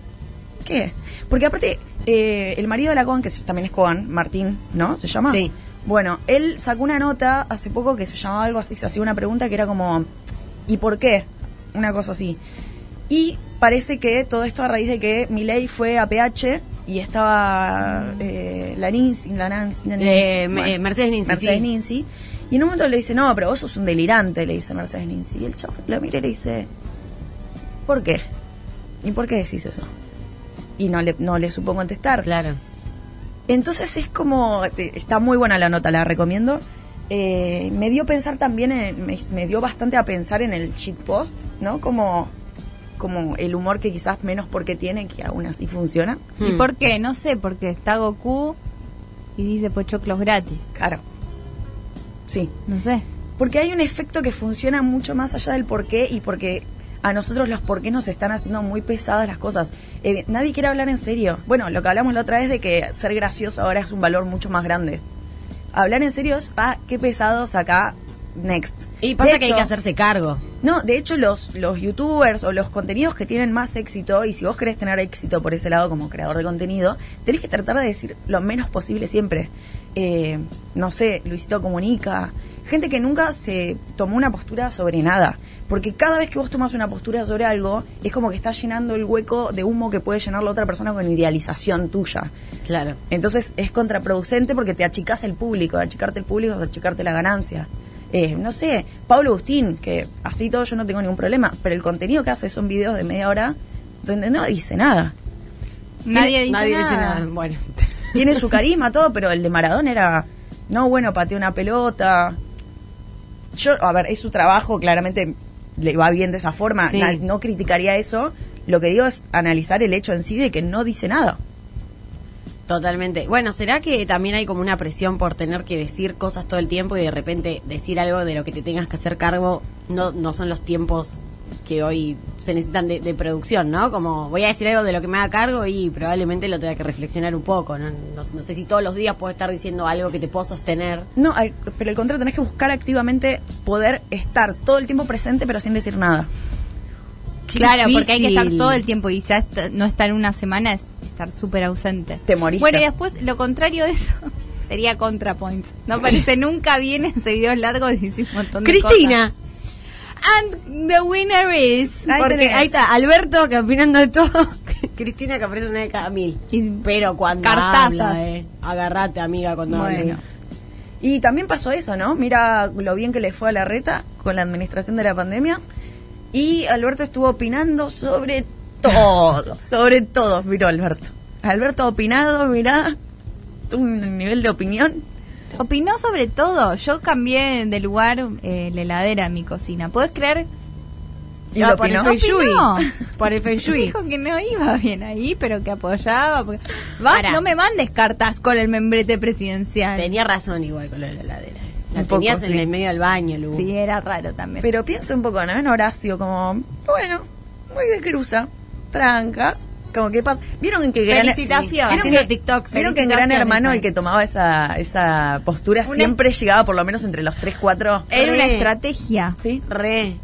E: ¿Qué? Porque aparte, eh, el marido de la Coan, que es- también es Coan, Martín, ¿no? ¿Se llama?
F: Sí.
E: Bueno, él sacó una nota hace poco que se llamaba algo así, se hacía una pregunta que era como, ¿y por qué? Una cosa así. Y parece que todo esto a raíz de que Milei fue a PH y estaba eh, la Nancy, la Nancy, la Nancy,
F: Eh,
E: bueno,
F: eh, Mercedes Ninzi,
E: Mercedes
F: sí.
E: Ninzi. Y en un momento le dice, no, pero vos sos un delirante, le dice Mercedes Ninzi. Y el chavo lo mira y le dice, ¿por qué? ¿Y por qué decís eso? Y no le, no le supo contestar.
F: Claro.
E: Entonces es como, te- está muy buena la nota, la recomiendo. Eh, me dio pensar también, en- me, me dio bastante a pensar en el shitpost, ¿no? Como, como el humor que quizás menos porque tiene, que aún así funciona.
D: ¿Y por qué? No sé, porque está Goku y dice pochoclos gratis.
E: Claro. Sí.
D: No sé.
E: Porque hay un efecto que funciona mucho más allá del por qué y porque a nosotros los por qué nos están haciendo muy pesadas las cosas. Eh, nadie quiere hablar en serio. Bueno, lo que hablamos la otra vez de que ser gracioso ahora es un valor mucho más grande. Hablar en serio es, ah, qué pesados acá, next.
F: Y pasa
E: De
F: que hay
E: hecho-
F: que hacerse cargo.
E: No, de hecho los, los youtubers o los contenidos que tienen más éxito, y si vos querés tener éxito por ese lado como creador de contenido, tenés que tratar de decir lo menos posible siempre. Eh, no sé, Luisito Comunica, gente que nunca se tomó una postura sobre nada. Porque cada vez que vos tomas una postura sobre algo, es como que estás llenando el hueco de humo que puede llenar la otra persona con idealización tuya.
F: Claro.
E: Entonces es contraproducente porque te achicás el público, de achicarte el público es achicarte la ganancia. Eh, no sé, Pablo Agustín, que así todo yo no tengo ningún problema, pero el contenido que hace son videos de media hora donde no dice nada.
D: Nadie dice
F: Nadie
D: nada.
F: dice nada. Bueno.
E: Tiene su carisma, todo, pero el de Maradona era, no, bueno, pateó una pelota. Yo, a ver, es su trabajo, claramente le va bien de esa forma,
F: Sí.
E: na- no criticaría eso. Lo que digo es analizar el hecho en sí de que no dice nada.
F: Totalmente. Bueno, ¿será que también hay como una presión por tener que decir cosas todo el tiempo y de repente decir algo de lo que te tengas que hacer cargo no, no son los tiempos que hoy se necesitan de, de producción, ¿no? Como voy a decir algo de lo que me haga cargo y probablemente lo tenga que reflexionar un poco, ¿no? No, no sé si todos los días puedo estar diciendo algo que te puedo sostener.
E: No, al- pero el contrario, tenés que buscar activamente poder estar todo el tiempo presente, pero sin decir nada.
D: Claro, porque hay que estar
F: difícil.
D: todo el tiempo y ya est- no estar una semana es estar súper ausente.
E: Te moriste.
D: Bueno, y después lo contrario de eso [laughs] sería ContraPoints. No [laughs] aparece nunca bien ese video largo de decir un montón de
F: Cristina,
D: cosas. And the winner is...
E: Ahí
F: porque
E: tenés.
F: ahí está Alberto que opinando de todo, Cristina que aparece una de cada mil.
D: Y-
F: Pero cuando
D: Cartazas.
F: habla, eh, agarrate amiga cuando
E: Bueno.
F: habla.
E: Y también pasó eso, ¿no? Mira lo bien que le fue a la reta con la administración de la pandemia. Y Alberto estuvo opinando sobre todo,
D: [laughs]
E: sobre todo, miró Alberto. Alberto ha opinado, mirá, un nivel de opinión.
D: [laughs] Opinó sobre todo. Yo cambié de lugar eh, la heladera en mi cocina. ¿Puedes creer? Ah,
E: Y lo opinó.
D: Feng Shui. [laughs]
F: Por el Feng Shui.
D: Dijo que no iba bien ahí, pero que apoyaba. porque- Va,
F: Pará.
D: no me mandes cartas con el membrete presidencial.
F: Tenía razón igual con lo de la heladera. La
E: Un poco,
F: tenías en
E: sí.
F: el medio del baño, Lu.
D: Sí, era raro también.
E: Pero piensa un poco, ¿no? En Horacio, como, bueno, muy de cruza, tranca, como que pasa. ¿Vieron que gran,
D: Felicitaciones.
E: ¿Vieron
D: Haciendo
E: que,
F: TikToks.
E: ¿vieron que en Gran
D: Felicitaciones,
E: Hermano el
D: Ana.
E: que tomaba esa, esa postura
D: Una-
E: siempre llegaba por lo menos entre los 3, 4?
D: era una
F: Re.
D: estrategia.
E: ¿Sí?
F: Re.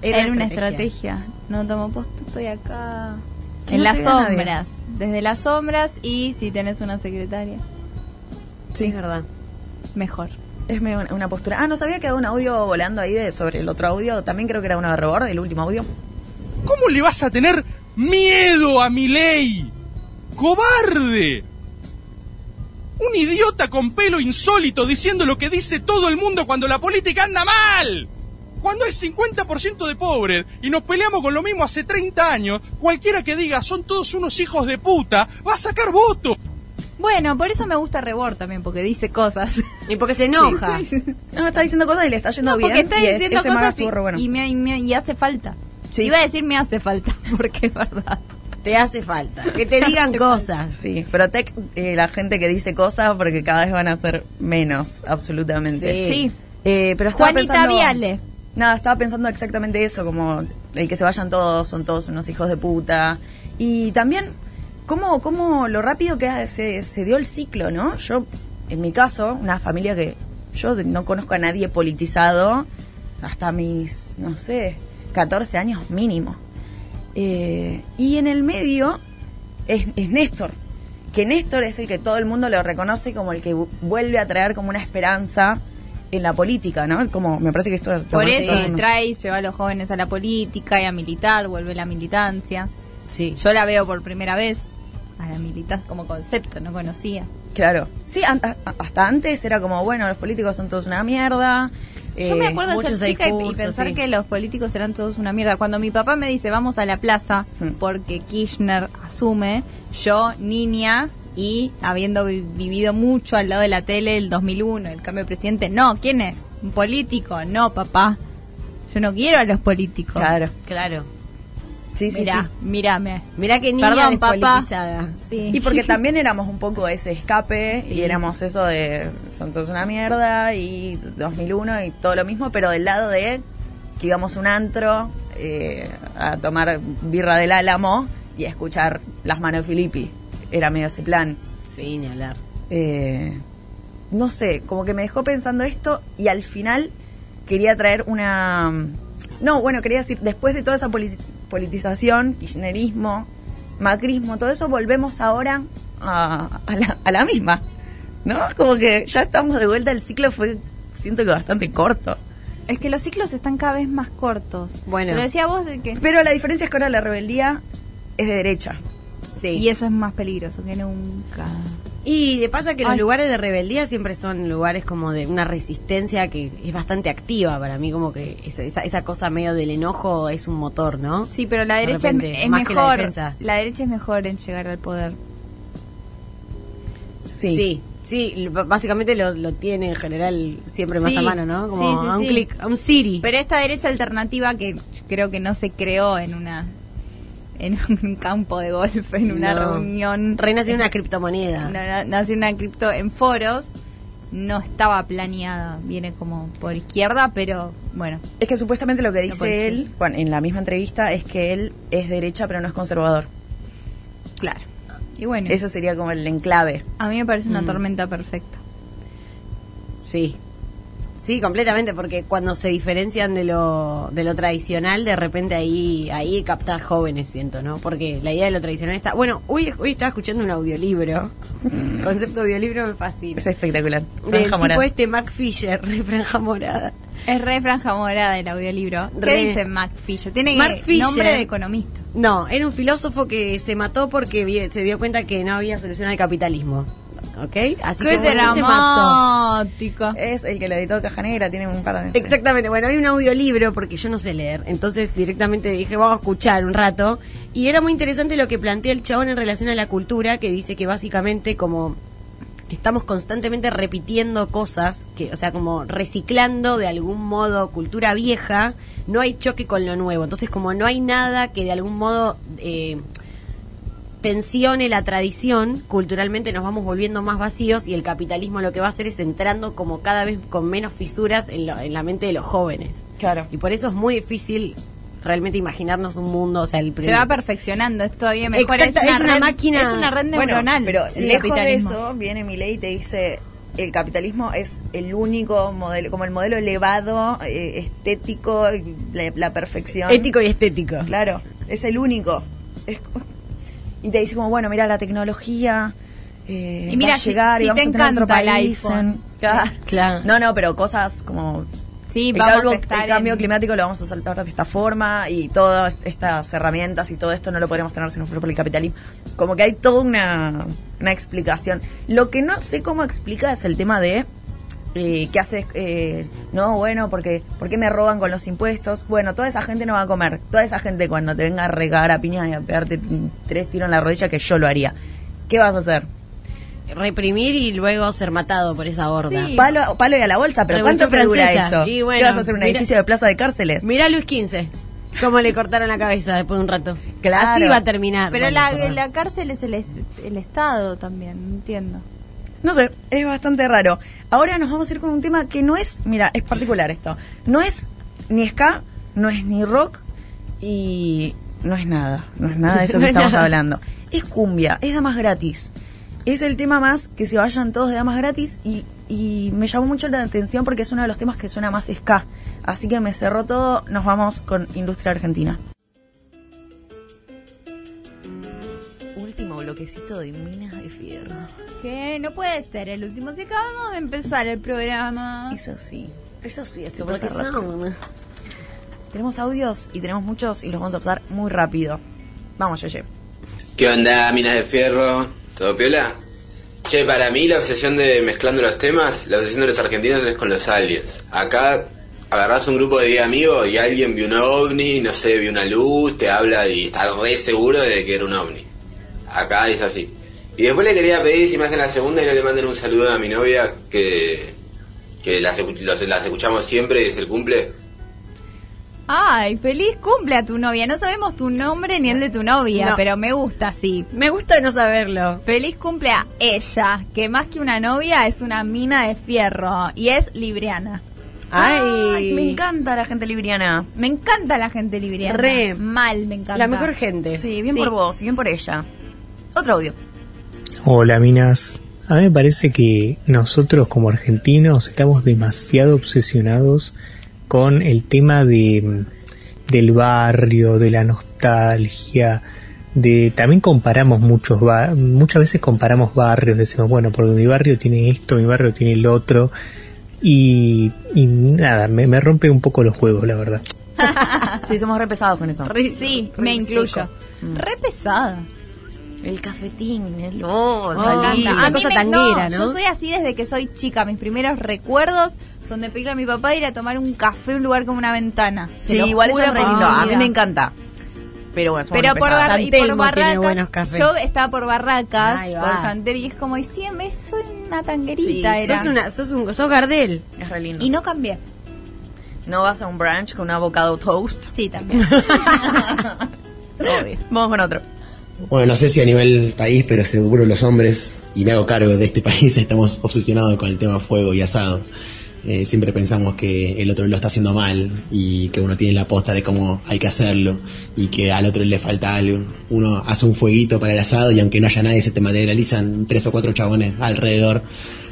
D: Era, una estrategia. No tomo posto, estoy acá.
E: Que
D: En
E: no
D: las
E: te vea nadie.
D: sombras. Desde las sombras y si tenés una secretaria,
F: Sí, es verdad.
D: mejor.
E: Es medio una, una postura. Ah, nos había quedado un audio volando ahí de, sobre el otro audio. También creo que era una de rebord, el último audio.
J: ¿Cómo le vas a tener miedo a mi ley? ¡Cobarde! Un idiota con pelo insólito diciendo lo que dice todo el mundo cuando la política anda mal. Cuando hay 50% de pobres y nos peleamos con lo mismo hace 30 años, cualquiera que diga son todos unos hijos de puta, va a sacar votos.
D: Bueno, por eso me gusta Rebord también, porque dice cosas.
F: Y porque se enoja.
D: [laughs]
E: No, está diciendo cosas y le está yendo
D: No,
E: bien.
D: porque está
E: y es-
D: diciendo
E: ese mano
D: cosas y,
E: estuvo re bueno.
D: y me, y me- y hace falta.
E: Sí.
D: Iba a decir me hace falta, porque es verdad.
F: Te hace falta. Que te
E: [laughs]
F: digan cosas.
E: Sí, protect eh, la gente que dice cosas porque cada vez van a ser menos, absolutamente.
F: Sí.
D: Sí.
E: Eh, pero estaba
D: Juanita
E: pensando-
D: Viale.
E: Nada, estaba pensando exactamente eso, como el que se vayan todos, son todos unos hijos de puta. Y también, cómo, cómo lo rápido que se, se dio el ciclo, ¿no? Yo, en mi caso, una familia que yo no conozco a nadie politizado hasta mis, no sé, 14 años mínimo. Eh, y en el medio es, es Néstor, que Néstor es el que todo el mundo lo reconoce como el que vu- vuelve a traer como una esperanza en la política, ¿no? Como me parece que esto lo
D: Por
E: conoce
D: eso
E: todo el mundo.
D: trae y lleva a los jóvenes a la política y a militar, vuelve la militancia.
F: Sí.
D: Yo la veo por primera vez a la militar como concepto, no conocía.
E: Claro. Sí, an- a- hasta antes era como, bueno, los políticos son todos una mierda.
D: Yo me
E: eh,
D: acuerdo de
F: muchos
D: ser chica y- y,
F: discursos,
D: pensar
F: sí.
D: que los políticos eran todos una mierda. Cuando mi papá me dice vamos a la plaza
E: Hmm.
D: porque Kirchner asume, yo niña y habiendo vi- vivido mucho al lado de la tele el 2001, el cambio de presidente, no, ¿quién es? ¿Un político? No, papá. Yo no quiero a los políticos.
E: Claro.
F: Claro.
E: Sí, sí,
D: Mirá,
E: sí.
D: mírame.
F: Mirá que niña
D: Perdón, papá.
F: despolitizada.
D: Sí.
E: Y
F: [laughs]
E: porque también éramos un poco ese escape y éramos eso de son todos una mierda y 2001 y todo lo mismo, pero del lado de que íbamos a un antro eh, a tomar birra del álamo y a escuchar las manos de Filippi. Era medio ese plan.
F: Sí, ni hablar.
E: Eh, no sé, como que me dejó pensando esto y al final quería traer una... No, bueno, quería decir, después de toda esa poli- politización, kirchnerismo, macrismo, todo eso, volvemos ahora a, a la, a la misma, ¿no? Como que ya estamos de vuelta, el ciclo fue, siento que bastante corto.
D: [laughs] Es que los ciclos están cada vez más cortos.
F: Bueno.
D: Pero decía vos de que...
E: Pero la diferencia es que ahora la rebeldía es de derecha.
F: Sí.
D: Y eso es más peligroso que nunca.
F: Y de pasa que los
D: Ay.
F: lugares de rebeldía siempre son lugares como de una resistencia que es bastante activa para mí, como que esa, esa, esa cosa medio del enojo es un motor, ¿no?
D: Sí, pero la
F: De
D: derecha es-
F: repente,
D: es
F: más que la
D: mejor.
F: defensa.
D: la derecha es mejor en llegar al poder.
E: Sí.
F: sí, sí, l- b- básicamente lo, lo tiene en general siempre más
D: Sí.
F: a mano, ¿no? Como
D: Sí, sí,
F: a un
D: sí.
F: clic, a un Siri.
D: Pero esta derecha alternativa que creo que no se creó en una en [laughs] un campo de golf, en una
F: No.
D: reunión.
F: Reina tiene una criptomoneda.
D: No, no, nació una cripto en foros. No estaba planeada. Viene como por izquierda, pero bueno.
E: Es que supuestamente lo que dice
D: puede ser.
E: él, bueno, en la misma entrevista, es que él es derecha pero no es conservador.
D: Claro. Y bueno,
E: Ese sería como el enclave.
D: a mí me parece una
F: Mm.
D: tormenta perfecta.
F: Sí. Sí, completamente, porque cuando se diferencian de lo, de lo tradicional, de repente ahí, ahí captás jóvenes, siento, ¿no? Porque la idea de lo tradicional está... Bueno, hoy, hoy estaba escuchando
E: [laughs]
F: un audiolibro. El concepto de audiolibro me fascina.
E: Es espectacular.
F: Del
E: Franja morada.
F: tipo este Mark Fisher, [laughs] de Franja Morada.
D: Es re franja morada el audiolibro. ¿Qué
F: Re.
D: dice Mac Fisher? Tiene
F: Mark
D: que- nombre
F: Fisher.
D: de economista.
F: No, era un filósofo que se mató porque vi- se dio cuenta que no había solución al capitalismo. ¿Ok? Así que
D: ¡Qué
F: bueno, se mató.
D: dramático!
E: Es el que la editó Caja Negra, tiene un par de...
F: Exactamente, bueno, hay un audiolibro porque yo no sé leer, entonces directamente dije, vamos a escuchar un rato. Y era muy interesante lo que plantea el chabón en relación a la cultura, que dice que básicamente como estamos constantemente repitiendo cosas, que, o sea, como reciclando de algún modo cultura vieja, no hay choque con lo nuevo, entonces como no hay nada que de algún modo... eh, tensione la tradición, culturalmente nos vamos volviendo más vacíos y el capitalismo lo que va a hacer es entrando como cada vez con menos fisuras en, lo- en la mente de los jóvenes.
E: Claro.
F: Y por eso es muy difícil realmente imaginarnos un mundo, o sea, el
D: Se va perfeccionando, es todavía mejor.
F: Exacto, es una
D: red-
F: máquina.
D: Es una red
E: Bueno,
D: neuronal.
E: pero
D: Sí,
E: lejos de
D: capitalismo.
E: eso viene mi ley y te dice el capitalismo es el único modelo, como el modelo elevado, eh, estético, la, la perfección.
F: ético y estético.
E: Claro, es el único. Es- y te dice como, bueno, mira la tecnología. eh,
D: Y mira,
E: va a
D: si-
E: llegar y
D: si
E: vamos
D: te
E: a tener otro
D: encanta el
E: país en-
D: iPhone.
E: Claro.
F: Claro.
E: No, no, pero cosas como
D: Sí,
E: el,
D: vamos
E: cambio,
D: a estar
E: el cambio
D: en-
E: climático lo vamos a saltar de esta forma y todas estas herramientas y todo esto no lo podríamos tener si no fuera por el capitalismo. Como que hay toda una, una explicación. Lo que no sé cómo explica es el tema de eh, que hace, eh, no, bueno, porque ¿por qué me roban con los impuestos? Bueno, toda esa gente no va a comer. Toda esa gente cuando te venga a regar a piñas y a pegarte mm, tres tiros en la rodilla, que yo lo haría. ¿Qué vas a hacer?
F: Reprimir y luego ser matado por esa horda.
E: Palo, palo y a la bolsa, Ah, pero
F: Revolución
E: ¿cuánto te dura
F: Francesa.
E: eso?
F: Y bueno,
E: ¿Qué vas a hacer un
F: mira-
E: edificio de plaza de cárceles?
F: Mirá a Luis XV, cómo le cortaron la cabeza después de un rato.
E: Claro.
F: Así va a terminar.
D: Pero
F: Bueno,
D: la,
F: perdón.
D: la cárcel es el, est- el Estado también, no entiendo.
E: No sé, es bastante raro. Ahora nos vamos a ir con un tema que no es, mira, es particular esto. No es ni ska, no es ni rock y no es nada, no es nada [laughs] de esto
F: No
E: que
F: es
E: estamos
F: nada.
E: hablando. Es cumbia, es damas gratis. Es el tema más que se vayan todos de damas gratis y, y me llamó mucho la atención porque es uno de los temas que suena más ska. Así que me cerró todo, nos vamos con Industria Argentina. Último bloquecito de Minas de Fierro.
D: Que no puede ser el último. Si acabamos de empezar el programa.
E: Eso sí. Eso sí, estoy
F: Porque son.
E: Tenemos audios y tenemos muchos y los vamos a pasar muy rápido. Vamos, Yeye.
K: ¿Qué onda, minas de fierro? ¿Todo piola? Che, para mí la obsesión de mezclando los temas, la obsesión de los argentinos es con los aliens. Acá agarrás un grupo de 10 amigos y alguien vio un ovni, no sé, vio una luz, te habla y está re seguro de que era un ovni. Acá es así. Y después le quería pedir si me hacen la segunda y no le manden un saludo a mi novia que, que las, escu- los- las escuchamos siempre, es el cumple.
D: Ay, feliz cumple a tu novia. No sabemos tu nombre ni el de tu novia,
F: No.
D: pero me gusta, sí.
F: Me gusta no saberlo.
D: Feliz cumple a ella, que más que una novia es una mina de fierro y es libriana.
F: Ay,
E: me encanta la gente libriana.
D: Me encanta la gente libriana.
F: Re.
D: Mal, me encanta.
F: La
D: [laughs]
F: mejor gente.
E: Sí, bien
D: Sí.
E: por vos, y bien por ella. Otro audio.
L: Hola Minas, a mí me parece que nosotros como argentinos estamos demasiado obsesionados con el tema de mm, del barrio, de la nostalgia, de también comparamos muchos ba- muchas veces comparamos barrios, decimos bueno porque mi barrio tiene esto, mi barrio tiene el otro y, y nada, me, me rompe un poco los juegos la verdad.
E: Sí, somos re pesados con eso.
D: Sí, me incluyo. Re pesada.
E: El cafetín, el oso,
D: Me encanta. A
F: Oh, esa
D: mí
F: cosa
D: me-
F: tanguera, ¿no?
D: Yo soy así desde que soy chica. Mis primeros recuerdos son de pedirle a mi papá ir a tomar un café a un lugar como una ventana. Se
E: Sí,
D: lo
E: igual eso
D: juro
E: es re
D: por mi
E: lindo. A mí
D: vida.
E: me encanta. Pero bueno, somos
D: Pero
E: re
D: por,
E: pesados.
D: bar-
F: San
D: y por
F: Telmo tiene buenos
D: barracas,
F: cafés.
D: yo estaba por barracas,
F: Ahí va.
D: por Santer, y es como, y sí, me- soy una tanguerita.
E: Sí,
D: era.
F: Sos, una, sos, un, sos Gardel.
E: Es re lindo.
D: Y no cambié.
E: ¿No vas a un brunch con un avocado toast?
D: Sí, también.
E: [laughs] Obvio. Vamos con otro.
M: Bueno, no sé si a nivel país, pero seguro los hombres, y me hago cargo de este [laughs] país, estamos obsesionados con el tema fuego y asado. Eh, siempre pensamos que el otro lo está haciendo mal y que uno tiene la posta de cómo hay que hacerlo y que al otro le falta algo. Uno hace un fueguito para el asado y aunque no haya nadie se te materializan tres o cuatro chabones alrededor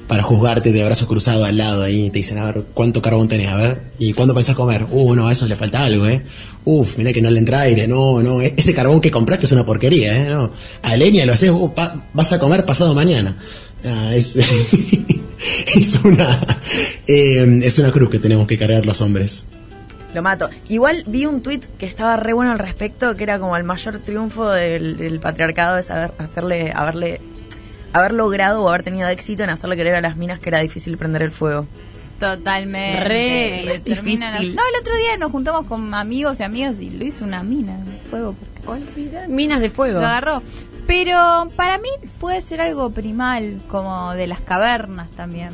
M: para juzgarte de brazos cruzados al lado ahí te dicen a ver cuánto carbón tenés a ver y cuándo pensás comer uh no a eso le falta algo eh uf mirá que no le entra aire no no e- ese carbón que compraste es una porquería eh no a leña lo haces uh, pa- vas a comer pasado mañana Ah, es [laughs] es una eh, es una cruz que tenemos que cargar los hombres
E: Lo mato. Igual vi un tuit que estaba re bueno al respecto, que era como el mayor triunfo del, del patriarcado es haber, hacerle, haberle, haber logrado o haber tenido éxito en hacerle creer a las minas que era difícil prender el fuego.
D: Totalmente.
F: Re
D: Y terminan-
F: difícil.
D: No, el otro día nos juntamos con amigos y amigas y lo hizo una mina. Fuego,
F: Minas de fuego.
D: Lo agarró. Pero para mí puede ser algo primal, como de las cavernas también.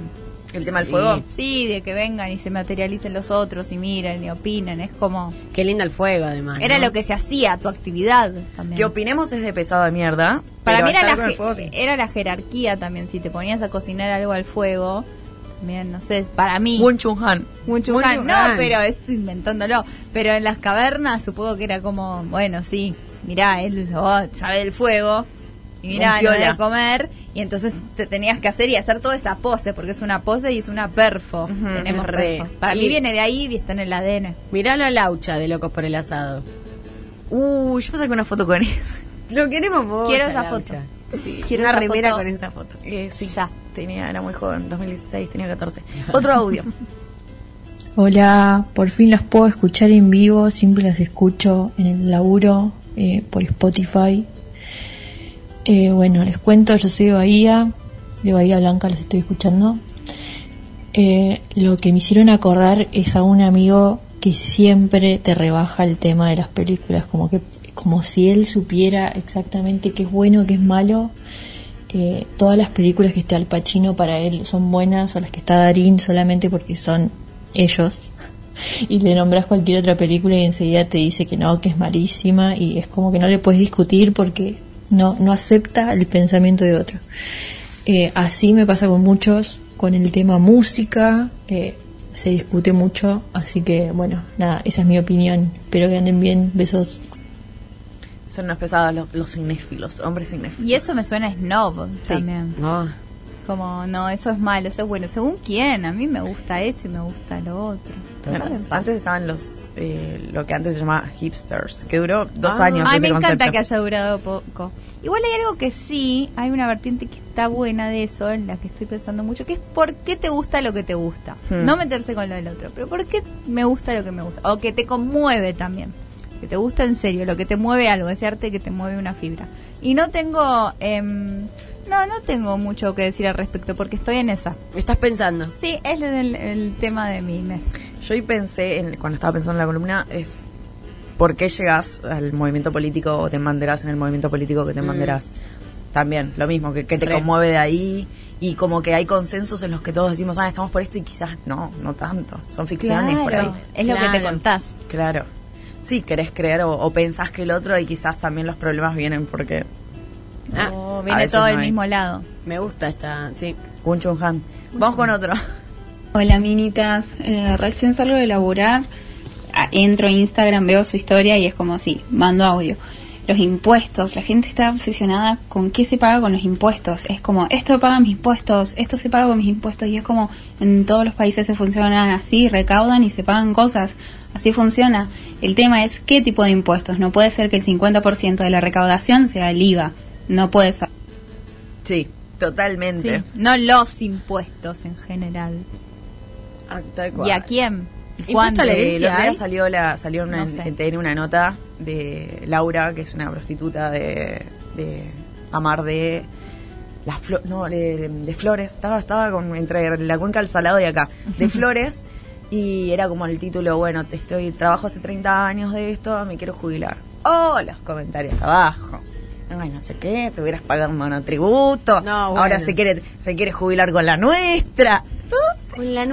E: ¿El tema del fuego?
D: Sí, de que vengan y se materialicen los otros y miran y opinan. Es como.
F: Qué linda el fuego,
E: Ah,
F: además.
D: Era
F: ¿no?
D: lo que se hacía, tu actividad también.
E: Que opinemos es de pesado de mierda.
D: Para
E: pero
D: mí era
E: estar
D: la,
E: con el
D: je-
E: fuego, sí.
D: era la jerarquía también. Si te ponías a cocinar algo al fuego, también, no sé, para mí.
E: Wun Chun Han.
D: Wun Chun
F: Wun
D: Han.
F: Chun
D: No,
F: Han.
D: pero estoy inventándolo. Pero en las cavernas supongo que era como, bueno, sí, mirá, él oh, sabe del fuego. Y mirá,
E: Un
D: no
E: piola.
D: de comer. Y entonces te tenías que hacer y hacer toda esa pose, porque es una pose y es una perfo.
E: Ujú,
D: Tenemos
F: re.
D: perfo. Para
F: Y-
D: mí viene de ahí y está en el ADN.
F: Mirá la laucha de locos por el asado.
E: Uy, yo me saqué una foto con eso.
F: Lo queremos
D: [laughs]
F: vos.
D: Quiero esa foto. Quiero
F: Una
D: esa
F: remera
D: foto.
F: con esa foto.
E: Eh, sí,
D: Ya.
E: Tenía, era muy joven, 2016, tenía 14. Otro
D: [laughs]
E: audio.
N: Hola, por fin las puedo escuchar en vivo, siempre las escucho en el laburo eh, por Spotify. Eh, bueno, les cuento, yo soy de Bahía, de Bahía Blanca las estoy escuchando. eh, lo que me hicieron acordar es a un amigo que siempre te rebaja el tema de las películas, como que como si él supiera exactamente qué es bueno, qué es malo. Eh, todas las películas que está Al Pacino para él son buenas, o las que está Darín solamente porque son ellos. Y le nombras cualquier otra película y enseguida te dice que no, que es malísima y es como que no le puedes discutir porque no, no acepta el pensamiento de otro. Eh, así me pasa con muchos, con el tema música, eh, se discute mucho, así que bueno, nada, esa es mi opinión. Espero que anden bien, besos.
E: Son unos pesados los, los cinéfilos, hombres cinéfilos.
D: Y eso me suena a snob también. Como, no, eso es malo, eso es bueno. Según quién, a mí me gusta esto y me gusta lo otro.
E: Bueno,
D: Déjame en paz.
E: antes estaban los eh, lo que antes se llamaba hipsters, que duró dos
D: Ah.
E: años.
D: Ay,
E: ese
D: me encanta
E: concepto.
D: que haya durado poco. Igual hay algo que sí, hay una vertiente que está buena de eso, en la que estoy pensando mucho, que es por qué te gusta lo que te gusta.
E: Hmm.
D: No meterse con lo del otro, pero por qué me gusta lo que me gusta. O que te conmueve también. Que te gusta en serio, lo que te mueve algo, ese arte que te mueve una fibra. Y no tengo... em, no, no tengo mucho que decir al respecto, porque estoy en esa.
F: ¿Estás pensando?
D: Sí, es el, el tema de mi mes.
E: Yo hoy pensé, en, cuando estaba pensando en la columna, es por qué llegas al movimiento político o te manderás en el movimiento político que te
F: Mm.
E: manderás. También, lo mismo, que, que te
F: Re.
E: conmueve de ahí y como que hay consensos en los que todos decimos, ah, estamos por esto y quizás no, no tanto. Son ficciones. por
D: Claro,
E: ahí.
D: es lo que te Claro. contás.
E: Claro. Sí, querés creer o, o pensás que el otro y quizás también los problemas vienen porque...
F: Ah,
D: O
E: a
D: viene
E: veces
D: todo
E: no
D: del
E: hay.
D: mismo lado.
F: Me gusta esta, sí.
E: Kun Chun Han. Vamos con otro. [laughs]
O: Hola, minitas. Eh, recién salgo de laburar, a- entro a Instagram, veo su historia y es como si, mando audio. Los impuestos, la gente está obsesionada con qué se paga con los impuestos. Es como, esto paga mis impuestos, esto se paga con mis impuestos. Y es como, en todos los países se funcionan así, recaudan y se pagan cosas. Así funciona. El tema es qué tipo de impuestos. No puede ser que el 50% de la recaudación sea el IVA. No puede ser.
E: Sí, totalmente.
D: Sí, no los impuestos en general.
E: Ah,
D: ¿Y a quién?
E: Impuesto
D: ¿Cuándo?
E: a la herencia, el otro día
D: hay?
E: salió la salió una,
D: No sé.
E: en TN una nota de Laura, que es una prostituta de, de Amar de las Flo- no, de, de Flores, estaba estaba con, entre la cuenca del Salado y acá,
D: [laughs]
E: de Flores y era como el título, bueno, te estoy trabajo hace 30 años de esto, me quiero jubilar. Oh, los comentarios abajo. Ay, no sé qué, te hubieras pagado un monotributo. Ahora
F: bueno.
E: se quiere se quiere jubilar con la nuestra.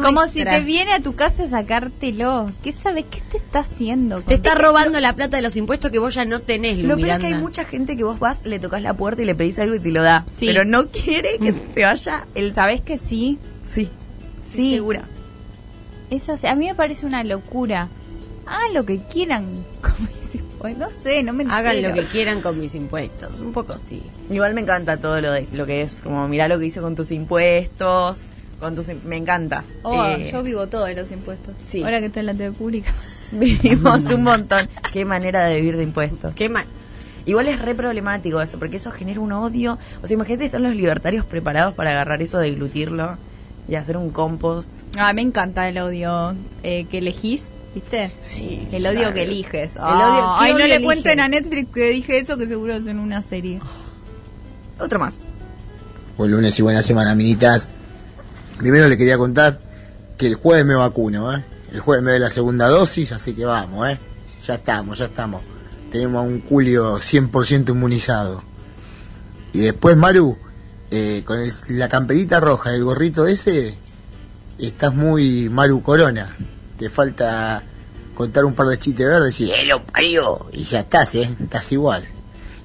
D: Como si
E: nuestra.
D: te viene a tu casa a sacártelo. ¿Qué sabes? ¿Qué te está haciendo?
F: Te está robando la plata de los impuestos que vos ya no tenés, Lu
E: Lo peor es que
F: Miranda.
E: hay mucha gente que vos vas, le tocas la puerta y le pedís algo y te lo da.
F: Sí.
E: Pero no quiere que te vaya el...
D: ¿Sabes que sí?
E: Sí.
D: Sí. Segura. a mí me parece una locura. Ah, lo que quieran. [laughs] Como dice, pues, no sé, no me
F: Hagan lo
D: entero.
F: que quieran con mis impuestos. Un poco sí.
E: Igual me encanta todo lo de lo que es, como mirá lo que hice con tus impuestos, con tus... im- Me encanta.
D: Oh,
E: Eh,
D: yo vivo todo de los impuestos.
E: Sí.
D: Ahora que estoy en la TV pública.
E: [laughs] Vivimos un montón. Qué manera de vivir de impuestos.
F: Qué mal.
E: Igual es re problemático eso, porque eso genera un odio. O sea, imagínate están los libertarios preparados para agarrar eso, deglutirlo y hacer un compost.
D: Ah, me encanta el odio eh, que elegís, ¿viste?
E: Sí.
D: El odio
E: sabe.
D: que eliges.
E: El
D: Ah,
E: odio- ¿qué
D: ay, no
E: odio
D: le
E: eliges?
D: cuenten a Netflix que dije eso, que seguro es en una serie.
E: Ah. Otro más.
P: Buen lunes y buena semana, minitas. Primero le quería contar que el jueves me vacuno, ¿eh? El jueves me doy la segunda dosis, así que vamos, ¿eh? Ya estamos, ya estamos. Tenemos a un Julio 100% inmunizado. Y después, Maru, eh, con el- la camperita roja, el gorrito ese, estás muy Maru Corona. Te falta contar un par de chistes verdes y ¡eh, lo parió! Y ya estás, ¿eh? Estás igual.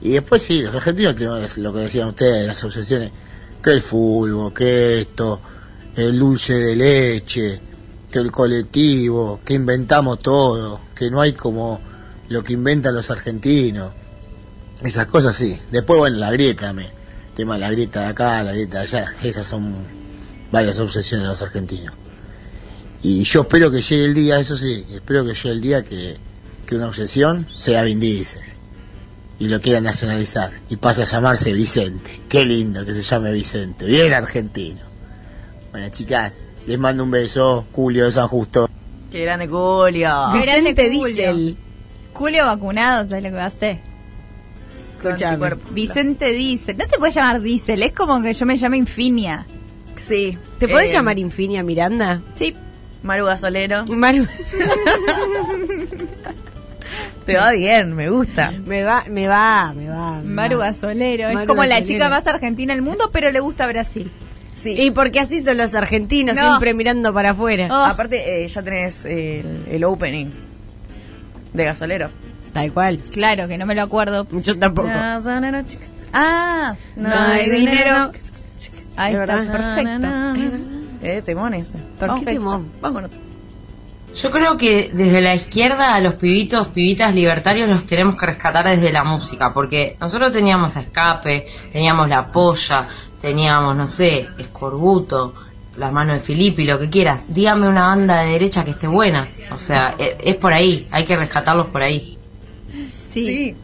P: Y después sí, los argentinos tenemos lo que decían ustedes, las obsesiones, que el fútbol, que esto, el dulce de leche, que el colectivo, que inventamos todo, que no hay como lo que inventan los argentinos. Esas cosas sí. Después, bueno, la grieta, me. tema de la grieta de acá, la grieta de allá. Esas son varias obsesiones de los argentinos. Y yo espero que llegue el día, eso sí, espero que llegue el día que, que una obsesión sea Vin Diesel y lo quiera nacionalizar y pasa a llamarse Vicente. Qué lindo que se llame Vicente, bien argentino. Bueno, chicas, les mando un beso, Julio de San Justo.
E: Qué grande Julio.
D: Ah. Grande Julio. Julio vacunado, ¿sabes lo que va a hacer?
E: Escuchame. Ah,
D: Vicente Diesel. No te puedes llamar Diesel, es como que yo me llame Infinia. Eh,
E: Sí.
F: ¿Te podés llamar Infinia Miranda?
E: Sí. Maru Gasolero.
F: Maru.
E: Te va bien, me gusta.
F: Me va, me va, me va.
D: [laughs] Maru Gasolero. es
F: Maru
D: como la
F: Gasolero.
D: chica más argentina del mundo, pero le gusta Brasil.
F: Y porque así son los argentinos,
E: No.
F: siempre mirando para afuera.
E: Aparte, eh, ya tenés eh, el, el opening de gasolero.
F: Tal cual.
D: Claro, que no me lo acuerdo.
F: Yo tampoco.
D: Ah,
E: No hay dinero.
D: Ahí
E: Es
D: está,
E: verdad.
D: perfecto.
E: Eh, temones.
D: Perfecto.
E: Vámonos.
Q: Yo creo que desde la izquierda a los pibitos, pibitas libertarios los tenemos que rescatar desde la música, porque nosotros teníamos a escape, teníamos la polla, teníamos, no sé, escorbuto, las manos de Filippi, lo que quieras. Dígame una banda de derecha que esté buena. O sea, e- es por ahí, hay que rescatarlos por ahí.
D: Sí.
E: sí.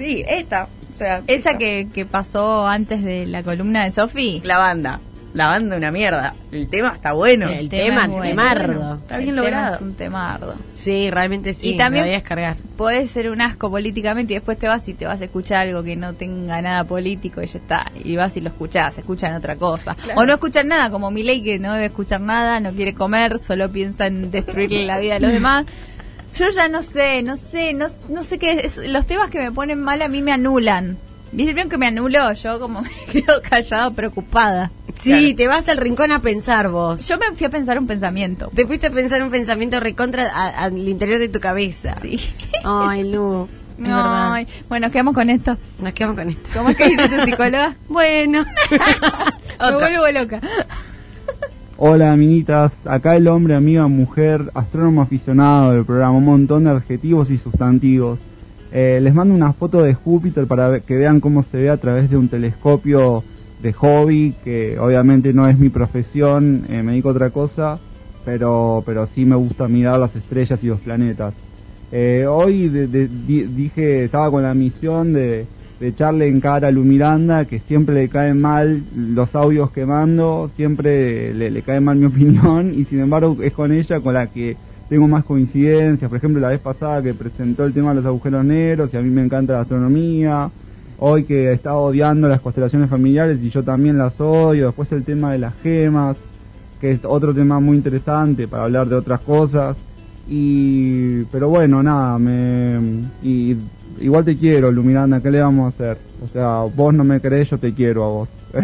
E: esta. O sea,
D: Esa que, que pasó antes de la columna de Sofi.
E: La banda. La banda una mierda. El tema está bueno.
D: El
F: tema,
D: es bueno.
F: temardo.
E: Está bien
D: El tema
E: logrado.
D: es un temardo.
F: Sí, realmente sí.
D: Y también-
F: me voy a descargar.
D: Podés ser un asco políticamente y después te vas y te vas a escuchar algo que no tenga nada político y ya está. Y vas y lo escuchás, escuchan otra cosa.
F: Claro.
D: O no escuchan nada, como Milei que no debe escuchar nada, no quiere comer, solo piensa en destruirle la vida a los demás. Yo ya no sé, no sé, no, no sé qué es. Los temas que me ponen mal a mí me anulan. ¿Vieron que me anuló? Yo como [laughs] me quedo callada, preocupada.
F: Sí, te vas al rincón a pensar vos.
D: Yo me fui a pensar un pensamiento.
F: Te fuiste a pensar un pensamiento recontra a- al interior de tu cabeza. Sí. Ay,
D: [laughs]
F: Lu. es verdad.
D: Ay, bueno, nos quedamos con esto.
F: Nos quedamos con esto.
D: ¿Cómo es que dice tu
F: [laughs]
D: psicóloga? bueno. [laughs] me vuelvo loca.
R: Hola, amiguitas. Acá el hombre, amiga, mujer, astrónomo aficionado del programa. Un montón de adjetivos y sustantivos. Eh, les mando una foto de Júpiter para ve- que vean cómo se ve a través de un telescopio de hobby, que obviamente no es mi profesión, eh, me dedico a otra cosa, pero, pero sí me gusta mirar las estrellas y los planetas. Eh, hoy de- de- di- dije, estaba con la misión de, de echarle en cara a Lu Miranda, que siempre le caen mal los audios que mando, siempre le, le cae mal mi [laughs] opinión, y sin embargo es con ella con la que tengo más coincidencias. Por ejemplo, la vez pasada que presentó el tema de los agujeros negros, y a mí me encanta la astronomía. Hoy que estaba odiando las constelaciones familiares y yo también las odio. Después el tema de las gemas, que es otro tema muy interesante para hablar de otras cosas. Y, pero bueno, nada, me, y, igual te quiero, Lumiranda, ¿qué le vamos a hacer? O sea, vos no me crees, yo te quiero a vos. [laughs]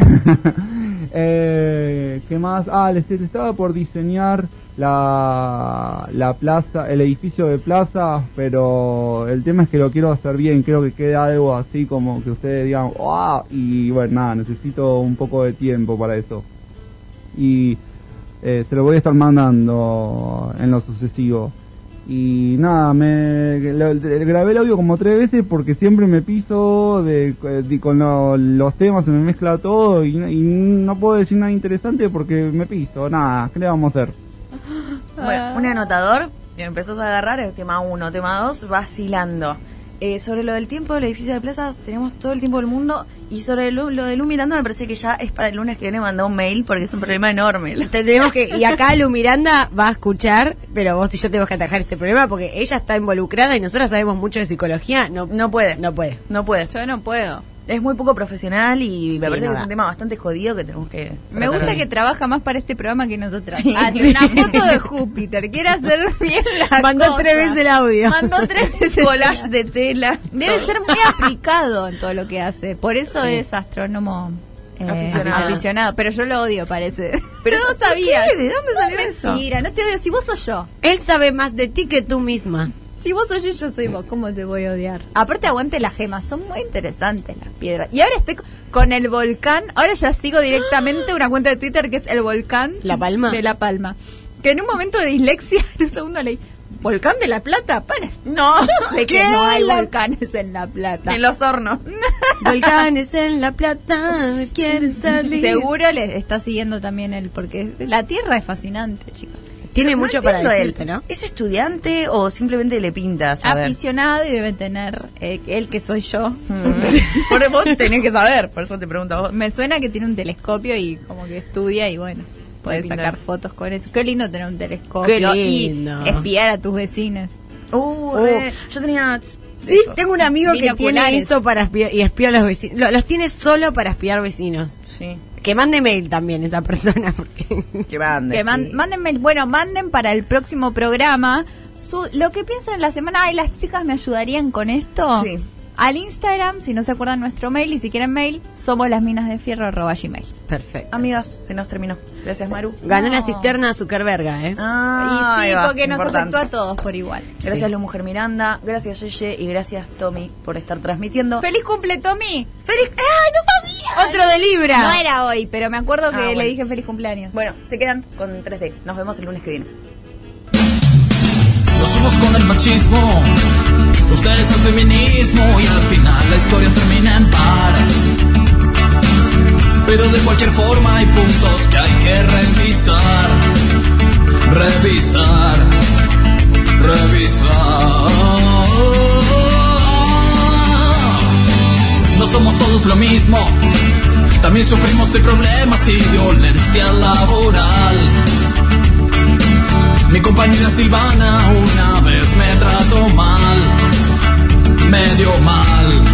R: Eh, ¿Qué más? Ah, les, les estaba por diseñar la, la plaza, el edificio de plaza, pero el tema es que lo quiero hacer bien, creo que quede algo así como que ustedes digan, ¡ah! Y bueno, nada, necesito un poco de tiempo para eso. Y eh, se lo voy a estar mandando en lo sucesivo. Y nada, me lo- le- grabé el audio como tres veces porque siempre me piso de, de- con lo- los temas, se me mezcla todo y, y no puedo decir nada interesante porque me piso. Nada, ¿qué le vamos a hacer?
D: Ah.
E: Bueno, un anotador, y empezás a agarrar el tema 1, tema 2, vacilando. Eh, sobre lo del tiempo del edificio de plazas, tenemos todo el tiempo del mundo. Y sobre lo, lo de Lu Miranda, me parece que ya es para el lunes que viene mandar un mail porque es un problema enorme.
F: Tendremos que, y acá Lu Miranda va a escuchar, pero vos y yo tenemos que atajar este problema porque ella está involucrada y nosotras sabemos mucho de psicología. No,
E: no puede.
F: No puede.
E: No puede.
D: Yo no puedo.
E: Es muy poco profesional y
F: Sí,
E: me parece
F: no
E: que es
F: da.
E: un tema bastante jodido que tenemos que.
D: Me gusta
E: tratar.
D: que trabaja más para este programa que nosotras. Hace Ah, una foto de Júpiter. Quiere hacer bien la
F: Mandó
D: cosa.
F: tres veces el audio.
D: Mandó tres [laughs] veces el
E: Collage
D: audio.
E: de tela.
D: Debe ser muy aplicado en todo lo que hace. Por eso
E: Sí.
D: es astrónomo eh,
E: Aficionado.
D: aficionado. Pero yo lo odio, parece. [laughs]
E: Pero
D: Yo
E: ¿por qué? ¿De dónde salió eso?
D: Mentira, no te odio. Si vos sos yo.
F: Él sabe más de ti que tú misma.
D: Si vos soy yo, yo soy vos. ¿Cómo te voy a odiar? Aparte, aguante las gemas. Son muy interesantes las piedras. Y ahora estoy co- con el volcán. Ahora ya sigo directamente una cuenta de Twitter que es el volcán.
F: La Palma.
D: De La Palma. Que en un momento de dislexia, [laughs] en un segundo leí. ¿Volcán de La Plata? Para.
E: No.
D: Yo sé que
E: ¿Qué?
D: no hay
E: La-
D: volcanes en La Plata.
E: En los hornos.
F: [laughs] Volcanes en la plata, quieren salir.
D: Seguro les está siguiendo también él, porque la Tierra es fascinante, chicos.
F: Tiene
E: No
F: mucho para
E: entiendo él.
F: decirte, ¿no?
E: ¿Es estudiante o simplemente le pintas? A ver.
D: Aficionado y debe tener eh, él que soy yo.
E: [laughs] Por vos tenés que saber, por eso te pregunto a vos.
D: Me suena que tiene un telescopio y como que estudia y bueno, puede
E: lindo
D: sacar
E: eso.
D: fotos con eso. Qué lindo tener un telescopio
F: Qué lindo.
D: y espiar a tus vecinos.
E: Uh,
F: Oh.
E: re- yo tenía.
F: Sí, tengo un amigo que tiene
D: Binoculares.
F: eso para espiar, y espía a los vecinos. Lo- los tiene solo para espiar vecinos.
E: Sí.
F: Que mande mail también esa persona. [laughs] Porque...
E: Que mande.
D: Que man- mándenme, el- bueno, manden para el próximo programa su- lo que piensan en la semana. Ay, las chicas me ayudarían con esto.
E: Sí.
D: Al Instagram, si no se acuerdan nuestro mail y si quieren mail, somos las minas de fierro gmail.
F: Perfecto.
E: Amigas, se nos terminó. Gracias, Maru.
F: Ganó
E: No.
F: la cisterna a Zuckerberga, ¿eh?
E: Ah,
D: y sí,
E: ahí va,
D: porque nos
E: importante.
D: afectó a todos por igual.
E: Gracias, Lu Mujer Miranda. Gracias, Yeye. Y gracias, Tommy, por estar transmitiendo.
D: ¡Feliz cumple, Tommy! ¡Feliz! ¡Ah, no sabía!
E: Otro de Libra.
D: No era hoy, pero me acuerdo que
E: Ah, bueno.
D: le dije feliz cumpleaños.
E: Bueno, se quedan con 3D. Nos vemos el lunes que viene.
A: Nos fuimos con el machismo, ustedes al feminismo y al final la historia termina en par. Pero de cualquier forma hay puntos que hay que revisar, revisar, revisar. No somos todos lo mismo, también sufrimos de problemas y violencia laboral. Mi compañera Silvana una vez me trató mal, medio mal.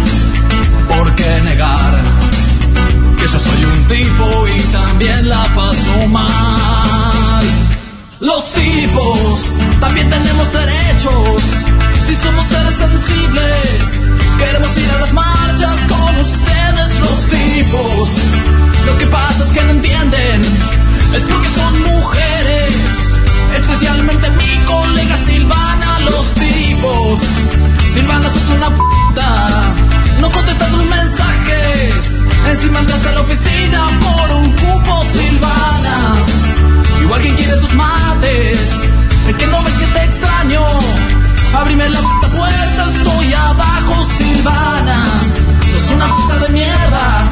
A: ¿Por qué negar que yo soy un tipo y también la paso mal? Los tipos también tenemos derechos. Si somos seres sensibles, queremos ir a las marchas con ustedes, los tipos. Lo que pasa es que no entienden, es porque son mujeres. Especialmente mi colega Silvana, los tipos. Silvana, sos una puta. No contestas tus mensajes. Encima andaste a la oficina por un cupo, Silvana. Igual quien quiere tus mates. Es que no ves que te extraño. Abrime la puta puerta, estoy abajo, Silvana. Sos una puta de mierda.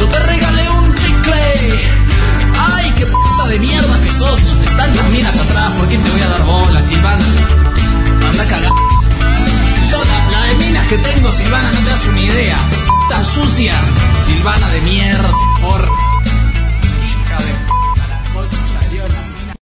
A: Yo te regalé un chicle. Ay, qué puta de mierda que sos. Te tantas minas atrás, ¿por qué te voy a dar bola, Silvana? Anda a cagar. Yo la, la de minas que tengo, Silvana, no te das una idea. Puta sucia, Silvana de mierda, por.